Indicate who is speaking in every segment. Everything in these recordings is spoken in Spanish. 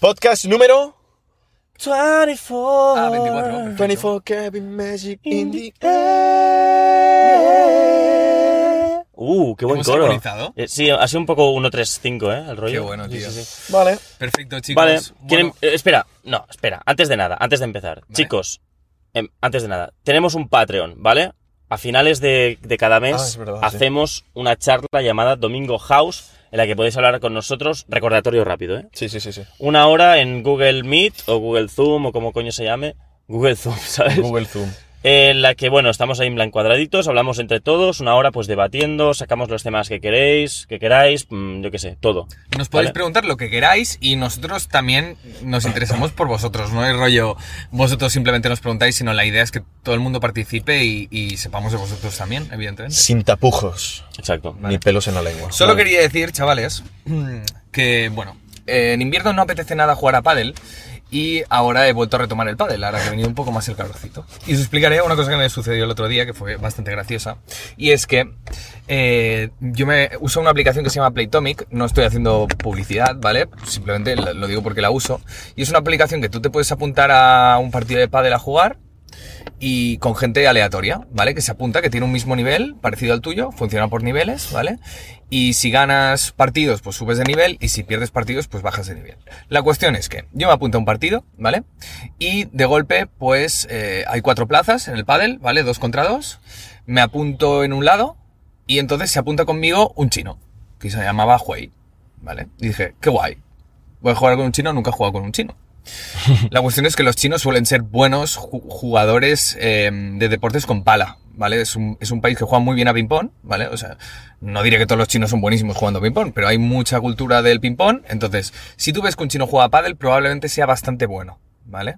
Speaker 1: Podcast número
Speaker 2: 24.
Speaker 3: Ah, 24, perfecto.
Speaker 1: 24 Cabin Magic in the
Speaker 2: air. Uh, qué buen
Speaker 3: ¿Hemos
Speaker 2: coro.
Speaker 3: sincronizado?
Speaker 2: Eh, Sí, ha sido un poco 1-3-5, ¿eh? El rollo.
Speaker 3: Qué bueno,
Speaker 2: Sí,
Speaker 3: tío.
Speaker 2: sí, sí.
Speaker 1: Vale.
Speaker 3: Perfecto, chicos.
Speaker 2: Vale,
Speaker 3: Bueno,
Speaker 2: ¿quieren- eh, espera, no, espera, antes de nada, antes de empezar. Chicos, em, antes de nada, tenemos un Patreon, ¿vale? A finales de, de cada mes
Speaker 1: Ah, es verdad, sí.
Speaker 2: hacemos una charla llamada Domingo House, en la que podéis hablar con nosotros, recordatorio rápido, ¿eh?
Speaker 1: Sí, sí, sí, sí.
Speaker 2: Una hora en Google Meet o Google Zoom o como coño se llame. Google Zoom, ¿sabes?
Speaker 1: Google Zoom.
Speaker 2: En la que, bueno, estamos ahí en blanco cuadraditos, hablamos entre todos, una hora pues debatiendo, sacamos los temas que queréis, que queráis, mm, yo qué sé, todo.
Speaker 3: Nos podéis
Speaker 2: Vale.
Speaker 3: preguntar lo que queráis y nosotros también nos interesamos por vosotros. No es rollo vosotros simplemente nos preguntáis, sino la idea es que todo el mundo participe y, y sepamos de vosotros también, evidentemente.
Speaker 1: Sin tapujos,
Speaker 2: Exacto.
Speaker 1: ni pelos en la lengua.
Speaker 3: Solo
Speaker 2: Vale.
Speaker 3: quería decir, chavales, que bueno, eh, en invierno no apetece nada jugar a pádel y ahora he vuelto a retomar el pádel, ahora que ha venido un poco más el calorcito. Y os explicaré una cosa que me sucedió el otro día que fue bastante graciosa y es que eh, yo me uso una aplicación que se llama Playtomic, no estoy haciendo publicidad, ¿vale? Simplemente lo lo digo porque la uso y es una aplicación que tú te puedes apuntar a un partido de pádel a jugar y con gente aleatoria, ¿vale? Que se apunta, que tiene un mismo nivel, parecido al tuyo, funciona por niveles, ¿vale? Y si ganas partidos, pues subes de nivel, y si pierdes partidos, pues bajas de nivel. La cuestión es que yo me apunto a un partido, ¿vale? Y de golpe, pues eh, hay cuatro plazas en el pádel, ¿vale? Dos contra dos. Me apunto en un lado, y entonces se apunta conmigo un chino, que se llamaba Huey, ¿vale? Y dije, qué guay. Voy a jugar con un chino, nunca he jugado con un chino. La cuestión es que los chinos suelen ser buenos ju- jugadores eh, de deportes con pala, ¿vale? Es un, es un país que juega muy bien a ping-pong, ¿vale? O sea, no diré que todos los chinos son buenísimos jugando a ping-pong, pero hay mucha cultura del ping-pong. Entonces, si tú ves que un chino juega a pádel, probablemente sea bastante bueno, ¿vale?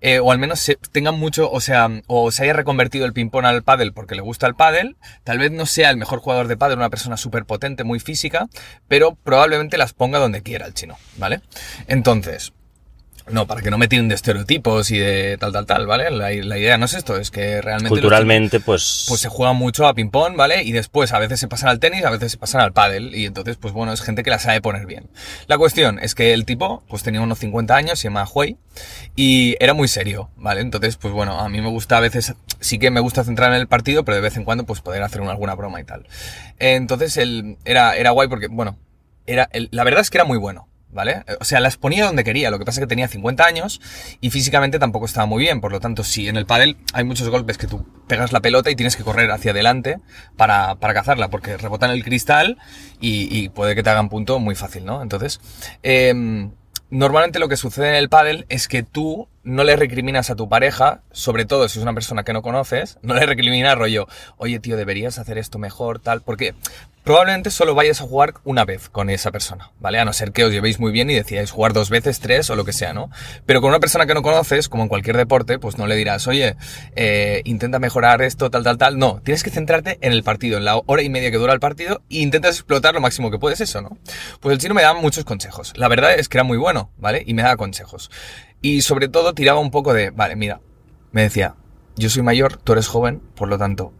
Speaker 3: Eh, o al menos se- tenga mucho, o sea, o se haya reconvertido el ping-pong al pádel porque le gusta el pádel. Tal vez no sea el mejor jugador de pádel, una persona súper potente, muy física, pero probablemente las ponga donde quiera el chino, ¿vale? Entonces... No, para que no me tiren de estereotipos y de tal, tal, tal, ¿vale? La, la idea no es esto, es que realmente... los
Speaker 2: Culturalmente, pues...
Speaker 3: pues se juega mucho a ping-pong, ¿vale? Y después a veces se pasan al tenis, a veces se pasan al pádel. Y entonces, pues bueno, es gente que la sabe poner bien. La cuestión es que el tipo, pues tenía unos 50 años, se llama Huey, y era muy serio, ¿vale? Entonces, pues bueno, a mí me gusta a veces, sí que me gusta centrarme en el partido, pero de vez en cuando, pues poder hacer una- alguna broma y tal. Entonces, él era, era guay porque, bueno, era, el- la verdad es que era muy bueno. ¿Vale? O sea, las ponía donde quería, lo que pasa es que tenía 50 años y físicamente tampoco estaba muy bien, por lo tanto, sí, en el pádel hay muchos golpes que tú pegas la pelota y tienes que correr hacia adelante para, para cazarla, porque rebotan el cristal y, y puede que te hagan punto muy fácil, ¿no? Entonces, em, normalmente lo que sucede en el pádel es que tú no le recriminas a tu pareja, sobre todo si es una persona que no conoces, no le recriminas rollo, oye tío, deberías hacer esto mejor, tal, porque probablemente solo vayas a jugar una vez con esa persona, ¿vale? A no ser que os llevéis muy bien y decidáis jugar dos veces, tres o lo que sea, ¿no? Pero con una persona que no conoces, como en cualquier deporte, pues no le dirás, oye, eh, intenta mejorar esto, tal, tal, tal. No, tienes que centrarte en el partido, en la hora y media que dura el partido e intentas explotar lo máximo que puedes eso, ¿no? Pues el chino me daba muchos consejos. La verdad es que era muy bueno, ¿vale? Y me daba consejos. Y sobre todo tiraba un poco de, vale, mira, me decía, yo soy mayor, tú eres joven, por lo tanto,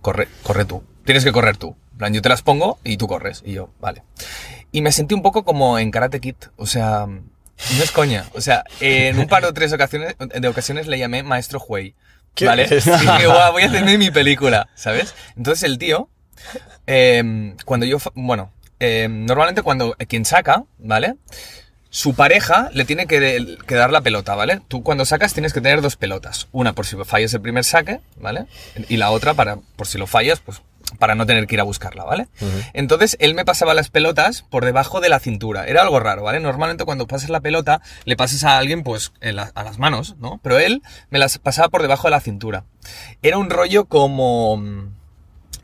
Speaker 3: corre, corre tú. Tienes que correr tú. En plan, yo te las pongo y tú corres. Y yo, vale. Y me sentí un poco como en Karate Kid. O sea, no es coña. O sea, en un par o tres ocasiones, de ocasiones le llamé Maestro Huey.
Speaker 1: ¿Qué
Speaker 3: ¿Vale?
Speaker 1: dices?
Speaker 3: Y dije, guau, voy a hacerme mi película, ¿sabes? Entonces el tío, eh, cuando yo, fa- bueno, eh, normalmente cuando quien saca, ¿vale? su pareja le tiene que, de- que dar la pelota, ¿vale? Tú cuando sacas tienes que tener dos pelotas. Una por si fallas el primer saque, ¿vale? Y la otra para, por si lo fallas, pues para no tener que ir a buscarla, ¿vale? Entonces él me pasaba las pelotas por debajo de la cintura. Era algo raro, ¿vale? Normalmente cuando pasas la pelota le pasas a alguien pues en la- a las manos, ¿no? Pero él me las pasaba por debajo de la cintura. Era un rollo como... mm,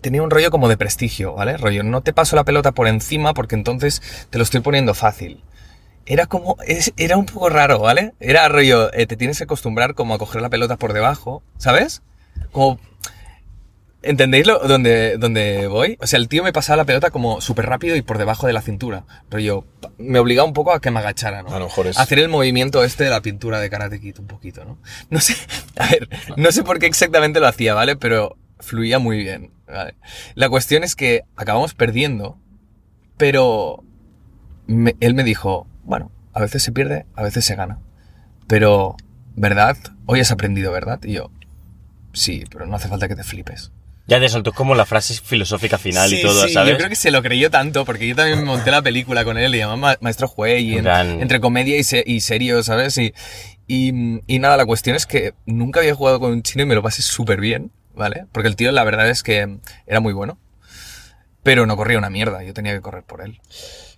Speaker 3: tenía un rollo como de prestigio, ¿vale? Rollo, no te paso la pelota por encima porque entonces te lo estoy poniendo fácil. Era como, es- era un poco raro, ¿vale? Era rollo, eh, te tienes que acostumbrar como a coger la pelota por debajo, ¿sabes? Como, ¿entendéis lo, donde, donde voy? O sea, el tío me pasaba la pelota como súper rápido y por debajo de la cintura. Rollo, pa- me obligaba un poco a que me agachara, ¿no?
Speaker 1: A lo mejor es-
Speaker 3: Hacer el movimiento este de la pintura de Karate Kid un poquito, ¿no? No sé, a ver, no sé por qué exactamente lo hacía, ¿vale? Pero fluía muy bien, ¿vale? La cuestión es que acabamos perdiendo, pero me- él me dijo, bueno, a veces se pierde, a veces se gana. Pero, ¿verdad? Hoy has aprendido, ¿verdad? Y yo, sí, pero no hace falta que te flipes.
Speaker 2: Ya te soltó como la frase filosófica final
Speaker 3: Sí,
Speaker 2: y todo,
Speaker 3: sí,
Speaker 2: ¿sabes?
Speaker 3: Yo creo que se lo creyó tanto, porque yo también me monté la película con él y llamaba Ma- Maestro Juez y
Speaker 2: En
Speaker 3: en-
Speaker 2: plan-
Speaker 3: entre comedia y, se- y serio, ¿sabes? Y, y, y nada, la cuestión es que nunca había jugado con un chino y me lo pasé súper bien, ¿vale? Porque el tío la verdad es que era muy bueno, pero no corría una mierda, yo tenía que correr por él.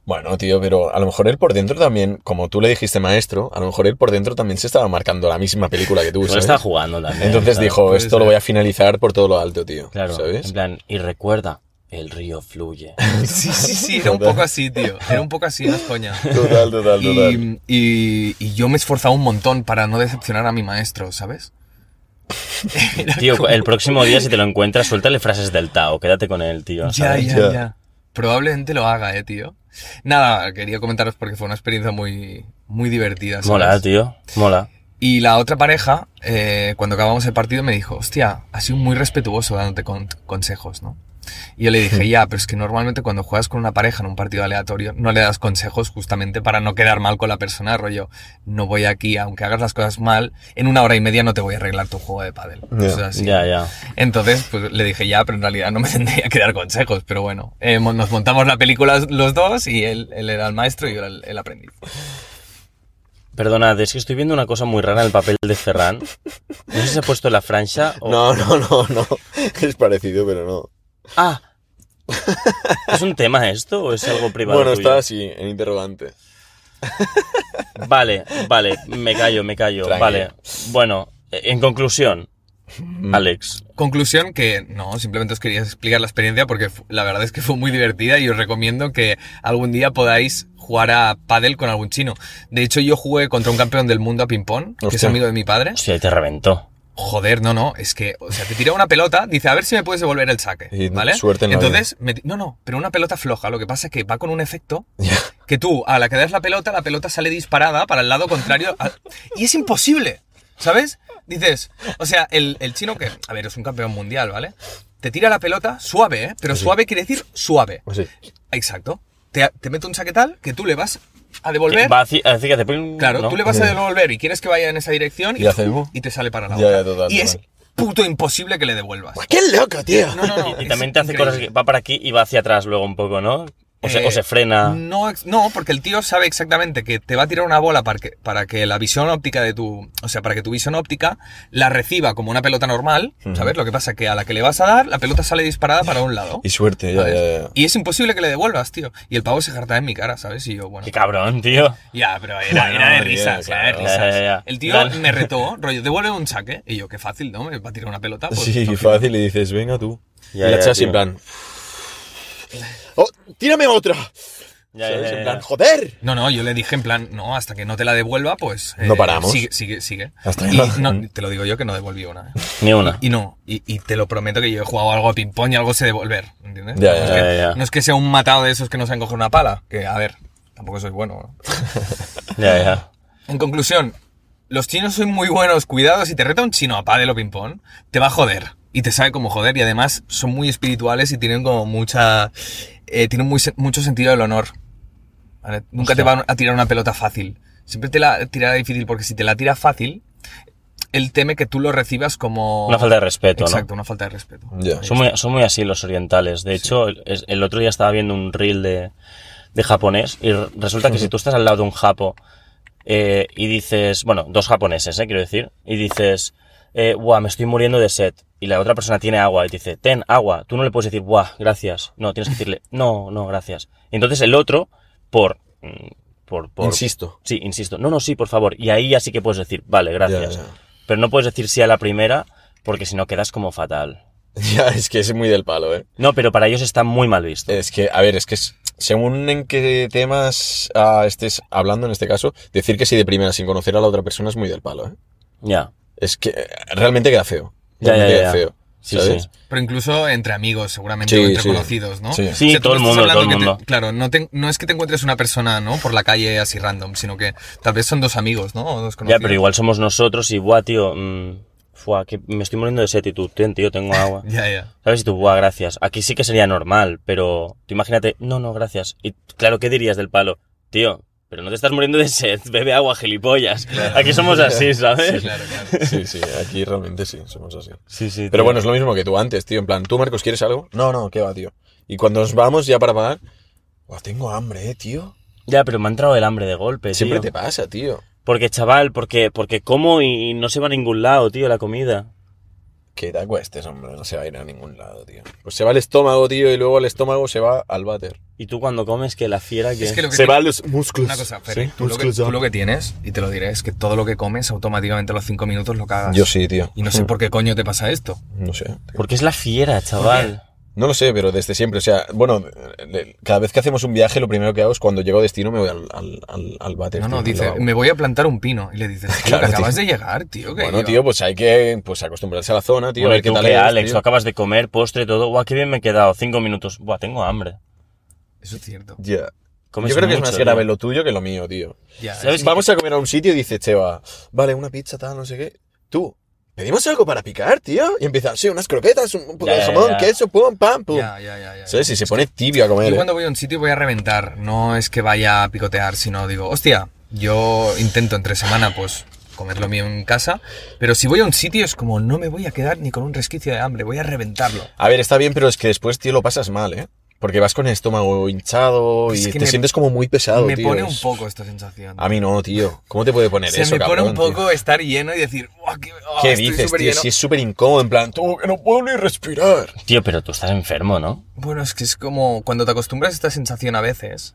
Speaker 1: Bueno, tío, pero a lo mejor él por dentro también, como tú le dijiste maestro, a lo mejor él por dentro también se estaba marcando la misma película que tú,
Speaker 3: Pues
Speaker 2: Igual
Speaker 1: ¿sabes?
Speaker 2: estaba Pues jugando también.
Speaker 1: Entonces
Speaker 2: ¿sabes?
Speaker 1: dijo,
Speaker 3: Puede
Speaker 1: esto lo
Speaker 3: ser.
Speaker 1: voy a finalizar por todo lo alto, tío.
Speaker 2: Claro, en
Speaker 1: ¿Sabes?
Speaker 2: plan, y recuerda, el río fluye.
Speaker 3: Sí, sí, sí, era un
Speaker 1: Total.
Speaker 3: poco así, tío, era un poco así, no es coña.
Speaker 1: Total, total, total.
Speaker 3: Y, y- y yo me esforzaba un montón para no decepcionar a mi maestro, ¿sabes? Era
Speaker 2: Tío,
Speaker 3: como-
Speaker 2: el próximo día si te lo encuentras, suéltale frases del Tao, quédate con él, tío.
Speaker 3: Ya,
Speaker 2: ¿sabes?
Speaker 3: ya,
Speaker 1: Ya.
Speaker 3: ya, Probablemente lo haga, eh, tío. Nada, quería comentaros porque fue una experiencia muy, muy divertida. ¿sabes?
Speaker 2: Mola, tío, mola.
Speaker 3: Y la otra pareja, eh, cuando acabamos el partido, me dijo, hostia, has sido muy respetuoso dándote con- consejos, ¿no? Y yo le dije, ya, pero es que normalmente cuando juegas con una pareja en un partido aleatorio, no le das consejos justamente para no quedar mal con la persona, rollo, no voy aquí, aunque hagas las cosas mal, en una hora y media no te voy a arreglar tu juego de pádel.
Speaker 1: Ya.
Speaker 3: Cosas así.
Speaker 2: Ya, ya.
Speaker 3: Entonces, pues le dije ya, pero en realidad no me tendría que dar consejos. Pero bueno, eh, mo- nos montamos la película los dos y él, él era el maestro y yo era el, el aprendiz.
Speaker 2: Perdonad, es que estoy viendo una cosa muy rara en el papel de Ferran. No sé si se ha puesto la franja o...
Speaker 1: No, no, no, no. Es parecido, pero no.
Speaker 2: ¡Ah! ¿Es un tema esto o es algo privado
Speaker 1: Bueno,
Speaker 2: tuyo?
Speaker 1: está así, en interrogante.
Speaker 2: Vale, vale, me callo, me callo.
Speaker 1: Tranquilo.
Speaker 2: Vale. Bueno, en conclusión,
Speaker 1: Mm.
Speaker 2: Alex,
Speaker 3: Conclusión que no, simplemente os quería explicar la experiencia porque fu- la verdad es que fue muy divertida y os recomiendo que algún día podáis jugar a pádel con algún chino. De hecho, yo jugué contra un campeón del mundo a ping-pong, que es
Speaker 1: Hostia.
Speaker 3: amigo de mi padre.
Speaker 2: hostia, te reventó.
Speaker 3: Joder, no, no, es que, o sea, te tira una pelota, dice, a ver si me puedes devolver el saque,
Speaker 1: Y
Speaker 3: ¿vale?
Speaker 1: suerte en la
Speaker 3: Entonces, me ti- no, no, pero una pelota floja, lo que pasa es que va con un efecto
Speaker 1: Ya.
Speaker 3: que tú, a la que das la pelota, la pelota sale disparada para el lado contrario. a- Y es imposible, ¿sabes? Dices, o sea, el, el chino que, a ver, es un campeón mundial, ¿vale? Te tira la pelota suave, ¿eh? Pero suave quiere decir suave.
Speaker 1: Pues sí.
Speaker 3: Exacto. Te, te mete un saquetal que tú le vas a devolver.
Speaker 2: Va a hacer- a decir que hace ping,
Speaker 3: Claro,
Speaker 2: ¿no?
Speaker 3: tú le vas a
Speaker 1: Sí.
Speaker 3: devolver y quieres que vaya en esa dirección
Speaker 1: Y hace, uh.
Speaker 3: y te sale para la
Speaker 1: Ya,
Speaker 3: otra.
Speaker 1: ya, total,
Speaker 3: y
Speaker 1: total.
Speaker 3: es puto imposible que le devuelvas.
Speaker 1: ¡Qué loco, tío!
Speaker 3: No, no, no.
Speaker 2: Y
Speaker 3: es
Speaker 2: también te hace
Speaker 3: increíble.
Speaker 2: cosas que va para aquí y va hacia atrás luego un poco, ¿no? O, se,
Speaker 3: Eh,
Speaker 2: o se frena.
Speaker 3: No, ex- no, porque el tío sabe exactamente que te va a tirar una bola para que, para que la visión óptica de tu. O sea, para que tu visión óptica la reciba como una pelota normal, ¿sabes? Lo que pasa que a la que le vas a dar, la pelota sale disparada para un lado.
Speaker 1: Y suerte, ya,
Speaker 3: ¿sabes?
Speaker 1: ya, ya.
Speaker 3: Y es imposible que le devuelvas, tío. Y el pavo se jarta en mi cara, ¿sabes? Y yo, bueno.
Speaker 2: Qué cabrón, tío.
Speaker 3: Ya, pero era,
Speaker 1: Bueno,
Speaker 3: era de
Speaker 1: bien,
Speaker 3: risas, era de
Speaker 1: claro.
Speaker 3: risas.
Speaker 2: Ya, ya, ya.
Speaker 3: El tío
Speaker 2: Dale.
Speaker 3: me retó, rollo, devuelve un saque. Y yo, qué fácil, ¿no? Me va a tirar una pelota. Pues,
Speaker 1: Sí,
Speaker 3: no,
Speaker 1: fácil, y dices, venga tú. y
Speaker 2: Ya, ya,
Speaker 1: la echas
Speaker 2: tío.
Speaker 1: en plan... ¡Oh, tírame otra!
Speaker 2: Ya,
Speaker 1: ¿Sabes?
Speaker 2: ya, ya,
Speaker 1: En
Speaker 2: ya.
Speaker 1: plan, ¡joder!
Speaker 3: No, no, yo le dije en plan, no, hasta que no te la devuelva, pues...
Speaker 1: No paramos.
Speaker 3: Sigue, sigue, sigue.
Speaker 1: Hasta que
Speaker 3: y
Speaker 1: no-
Speaker 3: no, te lo digo yo que no devolví una. ¿eh?
Speaker 2: Ni una.
Speaker 3: Y no, y, y te lo prometo que yo he jugado algo a ping-pong y algo sé devolver, ¿entiendes?
Speaker 1: Ya,
Speaker 3: no, es
Speaker 1: ya,
Speaker 3: que,
Speaker 2: ya, ya.
Speaker 3: no es que sea un matado de esos que no saben coger una pala, que a ver, tampoco soy bueno. ¿no?
Speaker 2: Ya, ya.
Speaker 3: En conclusión, los chinos son muy buenos, cuidado, si te reta un chino a pádel o ping-pong, te va a joder. Y te sabe cómo joder, y además son muy espirituales y tienen como mucha... eh, tienen muy, se- mucho sentido del honor. ¿vale? Nunca te van a tirar una pelota fácil. Siempre te la tirará difícil, porque si te la tira fácil, él teme que tú lo recibas como...
Speaker 2: Una falta de respeto, ¿no?
Speaker 3: Exacto, una falta de respeto.
Speaker 1: Ya.
Speaker 2: Son muy, son muy así los orientales. De hecho, el, es- el otro día estaba viendo un reel de, de japonés y re- resulta que si tú estás al lado de un japo eh, y dices, bueno, dos japoneses, eh, quiero decir, y dices, eh, "Buah, me estoy muriendo de sed, y la otra persona tiene agua y te dice, ten agua, tú no le puedes decir, guau, gracias. No, tienes que decirle, no, no, gracias. Entonces el otro, por... mm, por, por
Speaker 1: Insisto.
Speaker 2: Sí, insisto. No, no, sí, por favor. Y ahí ya sí que puedes decir, vale, gracias.
Speaker 1: ya.
Speaker 2: Pero no puedes decir sí a la primera porque si no quedas como fatal.
Speaker 1: Ya, es que es muy del palo, ¿eh?
Speaker 2: No, pero para ellos está muy mal visto.
Speaker 1: Es que, a ver, es que es- según en qué temas ah, estés hablando en este caso, decir que sí de primera sin conocer a la otra persona es muy del palo, ¿eh?
Speaker 2: Ya.
Speaker 1: Es que eh, realmente queda feo.
Speaker 2: Ya,
Speaker 1: Realmente
Speaker 2: ya,
Speaker 1: queda
Speaker 2: ya.
Speaker 1: feo.
Speaker 2: Sí,
Speaker 1: ¿sabes?
Speaker 2: sí.
Speaker 3: Pero incluso entre amigos, seguramente,
Speaker 1: Sí,
Speaker 3: o entre
Speaker 1: sí.
Speaker 3: conocidos, ¿no?
Speaker 1: Sí.
Speaker 2: Sí,
Speaker 3: tú
Speaker 2: todo el
Speaker 3: estás
Speaker 2: mundo,
Speaker 3: hablando
Speaker 2: todo el
Speaker 3: que te-
Speaker 2: mundo.
Speaker 3: claro, no, te- no es que te encuentres una persona, ¿no? Por la calle así random, sino que tal vez son dos amigos, ¿no? O dos
Speaker 2: Ya,
Speaker 3: conocidos.
Speaker 2: pero igual somos nosotros y, buah, tío, mm, fuá, que me estoy muriendo de sed y tú, ten, tío, tengo agua.
Speaker 3: Ya, ya.
Speaker 2: ¿Sabes? Y tú, buah, gracias. Aquí sí que sería normal, pero tú imagínate, no, no, gracias. Y claro, ¿qué dirías del palo? Tío, pero no te estás muriendo de sed, bebe agua, gilipollas. Aquí somos así,
Speaker 3: Sí,
Speaker 2: ¿sabes?
Speaker 3: claro, claro.
Speaker 1: Sí, sí, aquí realmente sí, somos así.
Speaker 2: Sí, sí,
Speaker 1: Pero
Speaker 2: tío.
Speaker 1: bueno, es lo mismo que tú antes, tío. En plan, ¿tú, Marcos, quieres algo? No, no, ¿qué va, tío? Y cuando nos vamos ya para pagar, "Buah, tengo hambre, eh, tío.
Speaker 2: Ya, pero me ha entrado el hambre de golpe,
Speaker 1: Siempre
Speaker 2: tío.
Speaker 1: te pasa, tío.
Speaker 2: Porque, chaval, porque, porque como y no se va a ningún lado, tío, la comida.
Speaker 1: Que te acuestes, hombre, no se va a ir a ningún lado, tío. Pues se va al estómago, tío, y luego el estómago se va al váter.
Speaker 2: Y tú cuando comes, que la fiera que...
Speaker 3: Es que lo que
Speaker 1: Se
Speaker 3: tiene-
Speaker 1: va a los músculos.
Speaker 3: Una cosa, Ferri,
Speaker 1: Sí,
Speaker 3: tú, lo que,
Speaker 1: músculos,
Speaker 3: tú
Speaker 1: ah.
Speaker 3: lo que tienes, y te lo diré, es que todo lo que comes automáticamente a los 5 minutos lo cagas.
Speaker 1: Yo sí, Mm. tío.
Speaker 3: Y no sé por qué coño te pasa esto.
Speaker 1: No sé. tío.
Speaker 2: Porque es la fiera, chaval.
Speaker 1: No lo sé, pero desde siempre. O sea, bueno, le- cada vez que hacemos un viaje, lo primero que hago es cuando llego a destino me voy al, al, al, al váter.
Speaker 3: No,
Speaker 1: tío, y lo
Speaker 3: no, dice,
Speaker 1: hago.
Speaker 3: me voy a plantar un pino. Y le dices, tío,
Speaker 1: Claro,
Speaker 3: que acabas
Speaker 1: tío.
Speaker 3: de llegar, tío. que
Speaker 1: Bueno,
Speaker 3: iba-
Speaker 1: tío, pues hay que pues, acostumbrarse a la zona, tío.
Speaker 2: Bueno,
Speaker 1: a
Speaker 2: y
Speaker 1: ver qué
Speaker 2: tú
Speaker 1: tal
Speaker 2: que,
Speaker 1: es,
Speaker 2: Alex,
Speaker 1: tío.
Speaker 2: o acabas de comer, postre, todo. Guau, qué bien me he quedado. Cinco minutos. Guau, tengo hambre.
Speaker 3: Eso es cierto.
Speaker 1: Ya.
Speaker 2: Comes
Speaker 1: Yo creo que es
Speaker 2: mucho,
Speaker 1: más grave
Speaker 2: tío.
Speaker 1: lo tuyo que lo mío, tío.
Speaker 3: Ya,
Speaker 2: ¿Sabes
Speaker 3: sí.
Speaker 1: Vamos a comer a un sitio y dice Cheva, vale, una pizza, tal, no sé qué. Tú, pedimos algo para picar, tío. Y empieza, sí, unas croquetas, un, un poco
Speaker 2: Ya,
Speaker 1: de
Speaker 2: ya,
Speaker 1: jamón,
Speaker 2: ya.
Speaker 1: queso, pum, pam, pum.
Speaker 3: Ya, ya, ya, ya,
Speaker 1: ¿Sabes? Y se pone tibio a comer.
Speaker 3: Yo
Speaker 1: eh.
Speaker 3: cuando voy a un sitio voy a reventar. No es que vaya a picotear, sino digo, hostia, yo intento entre semana, pues, comer lo mío en casa. Pero si voy a un sitio es como, no me voy a quedar ni con un resquicio de hambre, voy a reventarlo.
Speaker 1: A ver, está bien, pero es que después, tío, lo pasas mal, ¿eh? Porque vas con el estómago hinchado
Speaker 3: Es
Speaker 1: y
Speaker 3: que
Speaker 1: te
Speaker 3: me-
Speaker 1: sientes como muy pesado,
Speaker 3: me
Speaker 1: tío.
Speaker 3: pone un
Speaker 1: Es-
Speaker 3: poco esta sensación.
Speaker 1: A mí no, tío. ¿Cómo te puede poner
Speaker 3: Se
Speaker 1: eso,
Speaker 3: me pone
Speaker 1: cabrón,
Speaker 3: un
Speaker 1: tío?
Speaker 3: poco estar lleno y decir, "Buah, qué, oh,
Speaker 1: ¿Qué
Speaker 3: estoy
Speaker 1: dices, tío?
Speaker 3: superlleno".
Speaker 1: Si es súper incómodo, en plan, tú que no puedo ni respirar.
Speaker 2: Tío, pero tú estás enfermo, ¿no?
Speaker 3: Bueno, es que es como cuando te acostumbras a esta sensación a veces.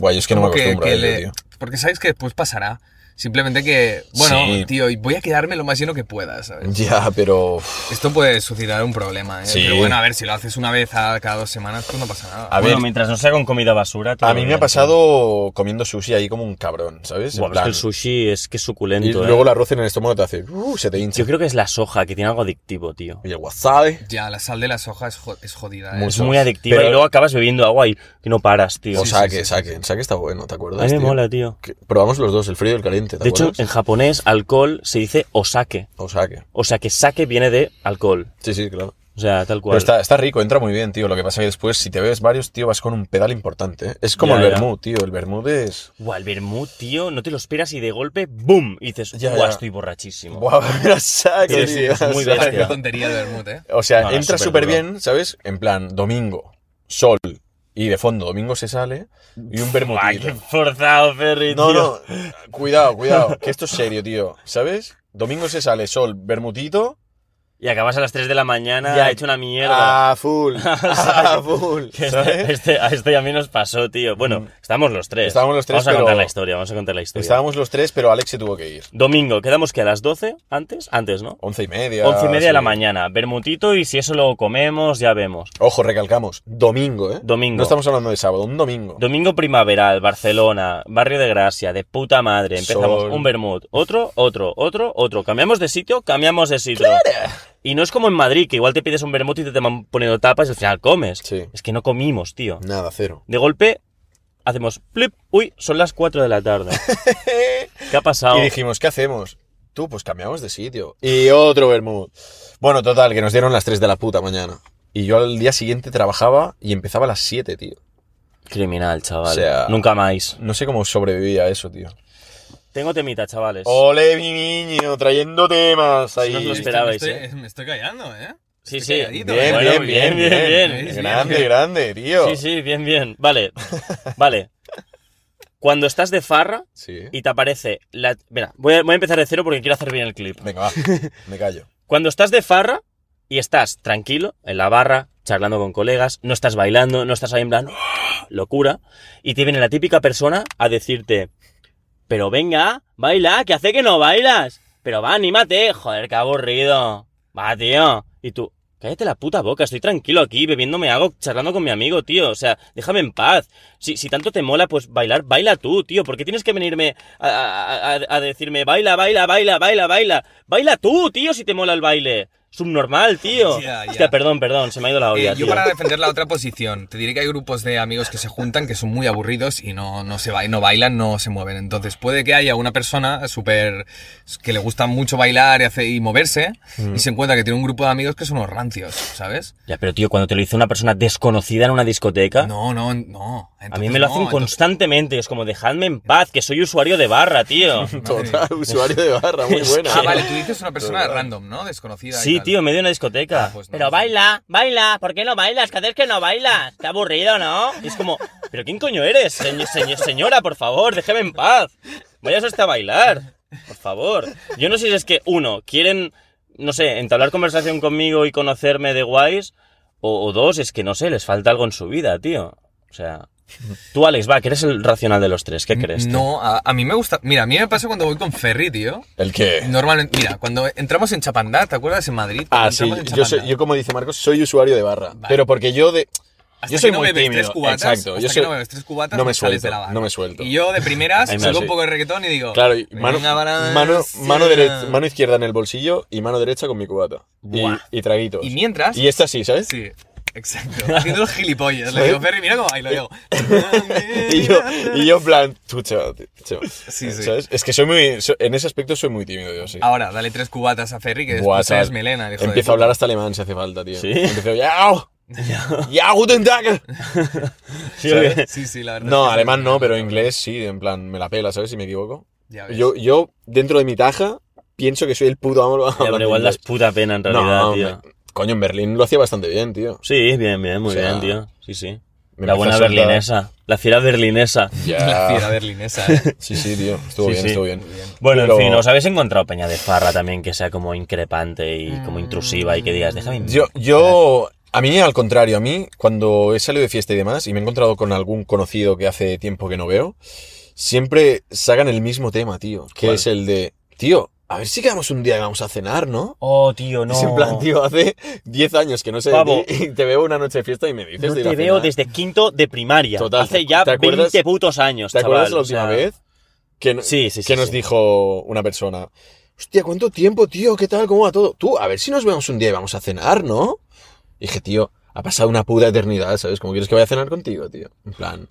Speaker 1: Guay, es que no me
Speaker 3: como
Speaker 1: acostumbro a ello,
Speaker 3: le-
Speaker 1: tío.
Speaker 3: Porque sabes que después pasará. Simplemente que, bueno,
Speaker 1: Sí.
Speaker 3: tío, y voy a quedarme lo más lleno que pueda, ¿sabes?
Speaker 1: Ya, pero... uf,
Speaker 3: Esto puede suscitar un problema, ¿eh?
Speaker 1: Sí.
Speaker 3: Pero bueno, a ver, si lo haces una vez a cada dos semanas, pues no pasa nada.
Speaker 1: A
Speaker 2: bueno,
Speaker 1: ver,
Speaker 2: mientras no sea con comida basura, todo
Speaker 1: a mí me
Speaker 2: bien,
Speaker 1: ha pasado comiendo sushi ahí como un cabrón, ¿sabes?
Speaker 2: tío.
Speaker 1: En
Speaker 2: Guau, es
Speaker 1: plan,
Speaker 2: que el sushi es que es
Speaker 1: y
Speaker 2: suculento, ¿eh?
Speaker 1: luego el arroz en el estómago te hace... uh, se te hincha.
Speaker 2: Yo creo que es la soja, que tiene algo adictivo, tío.
Speaker 1: Y el wasabi...
Speaker 3: Ya, la sal de las hojas es, jo- es jodida, ¿eh?
Speaker 1: Muy-
Speaker 2: Es
Speaker 1: Eso.
Speaker 2: muy adictiva
Speaker 1: Pero-
Speaker 2: y luego acabas bebiendo agua y que no paras, tío.
Speaker 1: o
Speaker 3: sí,
Speaker 1: saque,
Speaker 3: sí, sí,
Speaker 1: saque. El saque está bueno, ¿te acuerdas,
Speaker 2: A mí me
Speaker 1: tío?
Speaker 2: mola, tío.
Speaker 1: Que probamos los dos, el frío y el caliente, ¿te
Speaker 2: De hecho,
Speaker 1: acuerdas?
Speaker 2: en japonés, alcohol se dice osake.
Speaker 1: O saque.
Speaker 2: O sea, que sake viene de alcohol.
Speaker 1: Sí, sí, claro.
Speaker 2: O sea, tal cual.
Speaker 1: Pero está, está rico, entra muy bien, tío. Lo que pasa es que después, si te bebes varios, tío, vas con un pedal importante. ¿eh? Es como
Speaker 2: Ya,
Speaker 1: el
Speaker 2: ya.
Speaker 1: vermú, tío. El vermú es...
Speaker 2: Guau, el vermut, tío, no te lo esperas y de golpe, ¡boom! Y dices,
Speaker 1: Ya,
Speaker 2: guau,
Speaker 1: ya.
Speaker 2: estoy borrachísimo.
Speaker 1: Guau, era saque,
Speaker 2: Sí, sí,
Speaker 1: tío,
Speaker 2: es muy
Speaker 1: saque.
Speaker 3: Ay, qué
Speaker 2: bestia.
Speaker 3: tontería el vermut, ¿eh?
Speaker 1: O sea,
Speaker 2: No, no,
Speaker 1: entra
Speaker 2: es
Speaker 1: súper
Speaker 2: superduro.
Speaker 1: bien, ¿sabes? En plan, domingo, sol, y de fondo, domingo se sale, y un
Speaker 2: Guau, qué
Speaker 1: vermutito.
Speaker 2: forzado, Ferry,
Speaker 1: No,
Speaker 2: Eh, tío.
Speaker 1: no, cuidado, cuidado, que esto es serio, tío, ¿sabes? Domingo se sale, sol, vermutito,
Speaker 2: Y acabas a las 3 de la mañana,
Speaker 1: Ya.
Speaker 2: ha hecho una mierda.
Speaker 1: a full, a full,
Speaker 2: Que
Speaker 1: ¿sabes?
Speaker 2: Este, este- a este y a mí nos pasó, tío. Bueno, estamos los tres.
Speaker 1: Estábamos los tres,
Speaker 2: Vamos a
Speaker 1: pero-
Speaker 2: contar la historia, vamos a contar la historia.
Speaker 1: Estábamos los tres, pero Alex se tuvo que ir.
Speaker 2: Domingo, quedamos que a las 12, antes, antes, ¿no?
Speaker 1: Once y media.
Speaker 2: Once y media de la
Speaker 1: sí.
Speaker 2: mañana, bermutito y si eso lo comemos, ya vemos.
Speaker 1: Ojo, recalcamos, domingo, ¿eh?
Speaker 2: Domingo.
Speaker 1: No estamos hablando de sábado, un domingo.
Speaker 2: Domingo primaveral, Barcelona, barrio de Gracia, de puta madre. Empezamos
Speaker 1: Sol.
Speaker 2: un vermut, otro, otro, otro, otro. Cambiamos de sitio, cambiamos de sitio. Y no es como en Madrid, que igual te pides un vermut y te van poniendo tapas y al final comes.
Speaker 1: Sí.
Speaker 2: Es que no comimos, tío.
Speaker 1: Nada, cero.
Speaker 2: De golpe, hacemos flip, uy, son las 4 de la tarde. ¿Qué ha pasado?
Speaker 1: Y dijimos, ¿qué hacemos? Tú, pues cambiamos de sitio. Y otro vermut. Bueno, total, que nos dieron las 3 de la puta mañana. Y yo al día siguiente trabajaba y empezaba a las 7, tío.
Speaker 2: Criminal, chaval.
Speaker 1: O sea-
Speaker 2: Nunca más.
Speaker 1: No sé cómo sobrevivía a eso, tío.
Speaker 2: Tengo temita, chavales.
Speaker 1: Ole, mi niño, trayendo temas ahí.
Speaker 2: No os lo
Speaker 3: Estoy-
Speaker 2: esperabais,
Speaker 3: me estoy,
Speaker 2: ¿eh?
Speaker 3: me estoy callando, ¿eh?
Speaker 2: Sí,
Speaker 3: Estoy
Speaker 2: sí.
Speaker 3: calladito,
Speaker 1: bien,
Speaker 3: ¿eh?
Speaker 2: Bueno,
Speaker 1: bien, bien, bien,
Speaker 2: bien, bien.
Speaker 1: Grande, grande, tío.
Speaker 2: Sí, sí, bien, bien. Vale, vale. Cuando estás de farra
Speaker 1: Sí.
Speaker 2: y te aparece la... Mira, voy a, voy a empezar de cero porque quiero hacer bien el clip.
Speaker 1: Venga, va, me callo.
Speaker 2: Cuando estás de farra y estás tranquilo en la barra, charlando con colegas, no estás bailando, no estás ahí en plan "Oh, locura, y te viene la típica persona a decirte, pero venga, baila, que hace que no bailas, pero va, anímate, joder, qué aburrido, va, tío, y tú, cállate la puta boca, estoy tranquilo aquí, bebiéndome algo, charlando con mi amigo, tío, o sea, déjame en paz, si, si tanto te mola, pues bailar, baila tú, tío, ¿por qué tienes que venirme a, a- a- a decirme, baila, baila, baila, baila, baila, baila tú, tío, si te mola el baile? subnormal, tío.
Speaker 3: Ya, ya.
Speaker 2: Hostia, perdón, perdón, se me ha ido la
Speaker 3: Eh,
Speaker 2: olla,
Speaker 3: yo
Speaker 2: tío.
Speaker 3: para defender la otra posición, te diré que hay grupos de amigos que se juntan que son muy aburridos y no, no se bailan, no bailan, no se mueven. Entonces puede que haya una persona súper que le gusta mucho bailar y, hace, y moverse
Speaker 1: Mm.
Speaker 3: y se encuentra que tiene un grupo de amigos que son unos rancios, ¿sabes?
Speaker 2: Ya, pero tío, cuando te lo hizo una persona desconocida en una
Speaker 1: ¿Ah?
Speaker 2: discoteca,
Speaker 3: No, no, no.
Speaker 2: a
Speaker 3: Entonces
Speaker 2: mí me lo
Speaker 3: no,
Speaker 2: hacen
Speaker 3: entonces-
Speaker 2: constantemente. Es como, dejadme en paz, que soy usuario de barra, tío.
Speaker 1: Total, usuario de barra, muy buena.
Speaker 3: Ah, vale, tú dices una persona random, ¿no? Desconocida. y
Speaker 2: Sí,
Speaker 3: tal.
Speaker 2: tío, en medio de una discoteca.
Speaker 3: Ah, pues no,
Speaker 2: pero
Speaker 3: no.
Speaker 2: baila, baila, ¿por qué no bailas? ¿Qué haces que no bailas? Qué aburrido, ¿no? Y es como, ¿pero quién coño eres? Señor, señora, por favor, déjeme en paz. Vayas hasta a bailar, por favor. Yo no sé si es que, uno, quieren, no sé, entablar conversación conmigo y conocerme de guays, o, o dos, es que, no sé, les falta algo en su vida, tío. O sea, tú, Alex, va, que eres el racional de los tres, ¿qué
Speaker 1: este.
Speaker 2: crees? tú?
Speaker 3: No, a, a mí me gusta. Mira, a mí me pasa cuando voy con Ferry, tío.
Speaker 1: ¿El qué?
Speaker 3: Normalmente, mira, cuando entramos en Chapandá, ¿te acuerdas en Madrid? Cuando
Speaker 1: Ah, sí,
Speaker 3: entramos en
Speaker 1: yo, soy-
Speaker 3: Chapandá.
Speaker 1: yo como dice Marcos, soy usuario de barra.
Speaker 3: Vale.
Speaker 1: Pero porque yo de...
Speaker 3: Hasta
Speaker 1: yo
Speaker 3: que
Speaker 1: soy
Speaker 3: no
Speaker 1: muy
Speaker 3: bebes
Speaker 1: tímido.
Speaker 3: tres cubatas,
Speaker 1: Exacto.
Speaker 3: hasta
Speaker 1: Yo
Speaker 3: que
Speaker 1: soy-
Speaker 3: no bebes tres cubatas,
Speaker 1: no me
Speaker 3: no sales
Speaker 1: suelto,
Speaker 3: de la barra.
Speaker 1: no me suelto.
Speaker 3: Y yo de primeras
Speaker 2: Ahí me
Speaker 3: salgo
Speaker 1: sí.
Speaker 3: un poco de reggaetón y digo.
Speaker 1: Claro, y mano,
Speaker 3: "Venga, Valencia".
Speaker 1: mano, mano, dere- mano izquierda en el bolsillo y mano derecha con mi cubata. Y,
Speaker 2: Buah.
Speaker 1: y traguitos.
Speaker 3: Y mientras.
Speaker 1: Y esta sí, ¿sabes?
Speaker 3: Sí, exacto. Haciendo los gilipollas. Le
Speaker 1: ¿Sabes?
Speaker 3: digo, Ferry, mira cómo bailo. Yo.
Speaker 1: Y yo, y yo en plan, tú, chaval, tío, chaval.
Speaker 3: Sí, sí.
Speaker 1: ¿Sabes? Es que soy muy. so- En ese aspecto soy muy tímido, yo sí.
Speaker 2: Ah,
Speaker 3: Ahora, dale tres cubatas a Ferry que
Speaker 1: Buah,
Speaker 3: después
Speaker 1: chaval.
Speaker 3: es melena. hijo de
Speaker 1: Empiezo
Speaker 3: puta.
Speaker 1: a hablar hasta alemán si hace falta, tío.
Speaker 2: ¿Sí?
Speaker 1: Empiezo, ¡Yao! ¡Yao, guten Tag!
Speaker 2: Sí,
Speaker 1: ¿sabes?
Speaker 2: oye.
Speaker 3: Sí, sí, la verdad. es
Speaker 1: No,
Speaker 3: que-
Speaker 1: alemán no, pero inglés sí, en plan, me la pela, ¿sabes? Si me equivoco.
Speaker 2: Ah,
Speaker 3: Ya ves.
Speaker 1: Yo, yo dentro de mi taja, pienso que soy el puto amo.
Speaker 2: Ya, pero igual das puta pena en realidad,
Speaker 1: no,
Speaker 2: tío.
Speaker 1: hombre. coño, en Berlín lo hacía bastante bien, tío.
Speaker 2: Sí, bien, bien, muy
Speaker 1: O sea,
Speaker 2: bien, tío. Sí, sí.
Speaker 1: Me
Speaker 2: la
Speaker 1: empezó
Speaker 2: buena
Speaker 1: a soltar.
Speaker 2: berlinesa. La fiera berlinesa.
Speaker 1: Ya.
Speaker 3: La fiera berlinesa, ¿eh?
Speaker 1: Sí, sí, tío. Estuvo
Speaker 2: Sí,
Speaker 1: bien,
Speaker 2: sí.
Speaker 1: estuvo bien.
Speaker 2: Bueno,
Speaker 1: Pero-
Speaker 2: en fin, ¿os habéis encontrado peña de farra también que sea como increpante y como intrusiva y que digas, déjame... en
Speaker 1: Yo,
Speaker 2: paz"?
Speaker 1: yo, a mí al contrario, a mí cuando he salido de fiesta y demás y me he encontrado con algún conocido que hace tiempo que no veo, siempre sacan el mismo tema, tío, que
Speaker 2: ¿Cuál?
Speaker 1: es el de, tío, a ver si quedamos un día y vamos a cenar, ¿no?
Speaker 2: Oh, tío, no.
Speaker 1: Es en plan, tío, hace 10 años que no sé de
Speaker 2: Pavo.
Speaker 1: ti y te veo una noche de fiesta y me dices
Speaker 2: No
Speaker 1: de ir a
Speaker 2: te veo
Speaker 1: cenar.
Speaker 2: desde quinto de este primaria.
Speaker 1: Total,
Speaker 2: Hace
Speaker 1: ¿te-
Speaker 2: ya
Speaker 1: te acuerdas-
Speaker 2: 20 putos años,
Speaker 1: ¿Te acuerdas
Speaker 2: chaval,
Speaker 1: la
Speaker 2: o
Speaker 1: última
Speaker 2: sea,
Speaker 1: vez? Que, no-
Speaker 2: Sí, sí, sí,
Speaker 1: que nos
Speaker 2: sí.
Speaker 1: dijo una persona, hostia, ¿cuánto tiempo, tío? ¿Qué tal? ¿Cómo va todo? Tú, a ver si nos vemos un día y vamos a cenar, ¿no? Y dije, tío, ha pasado una puta eternidad, ¿sabes? ¿Cómo quieres que vaya a cenar contigo, tío? En plan,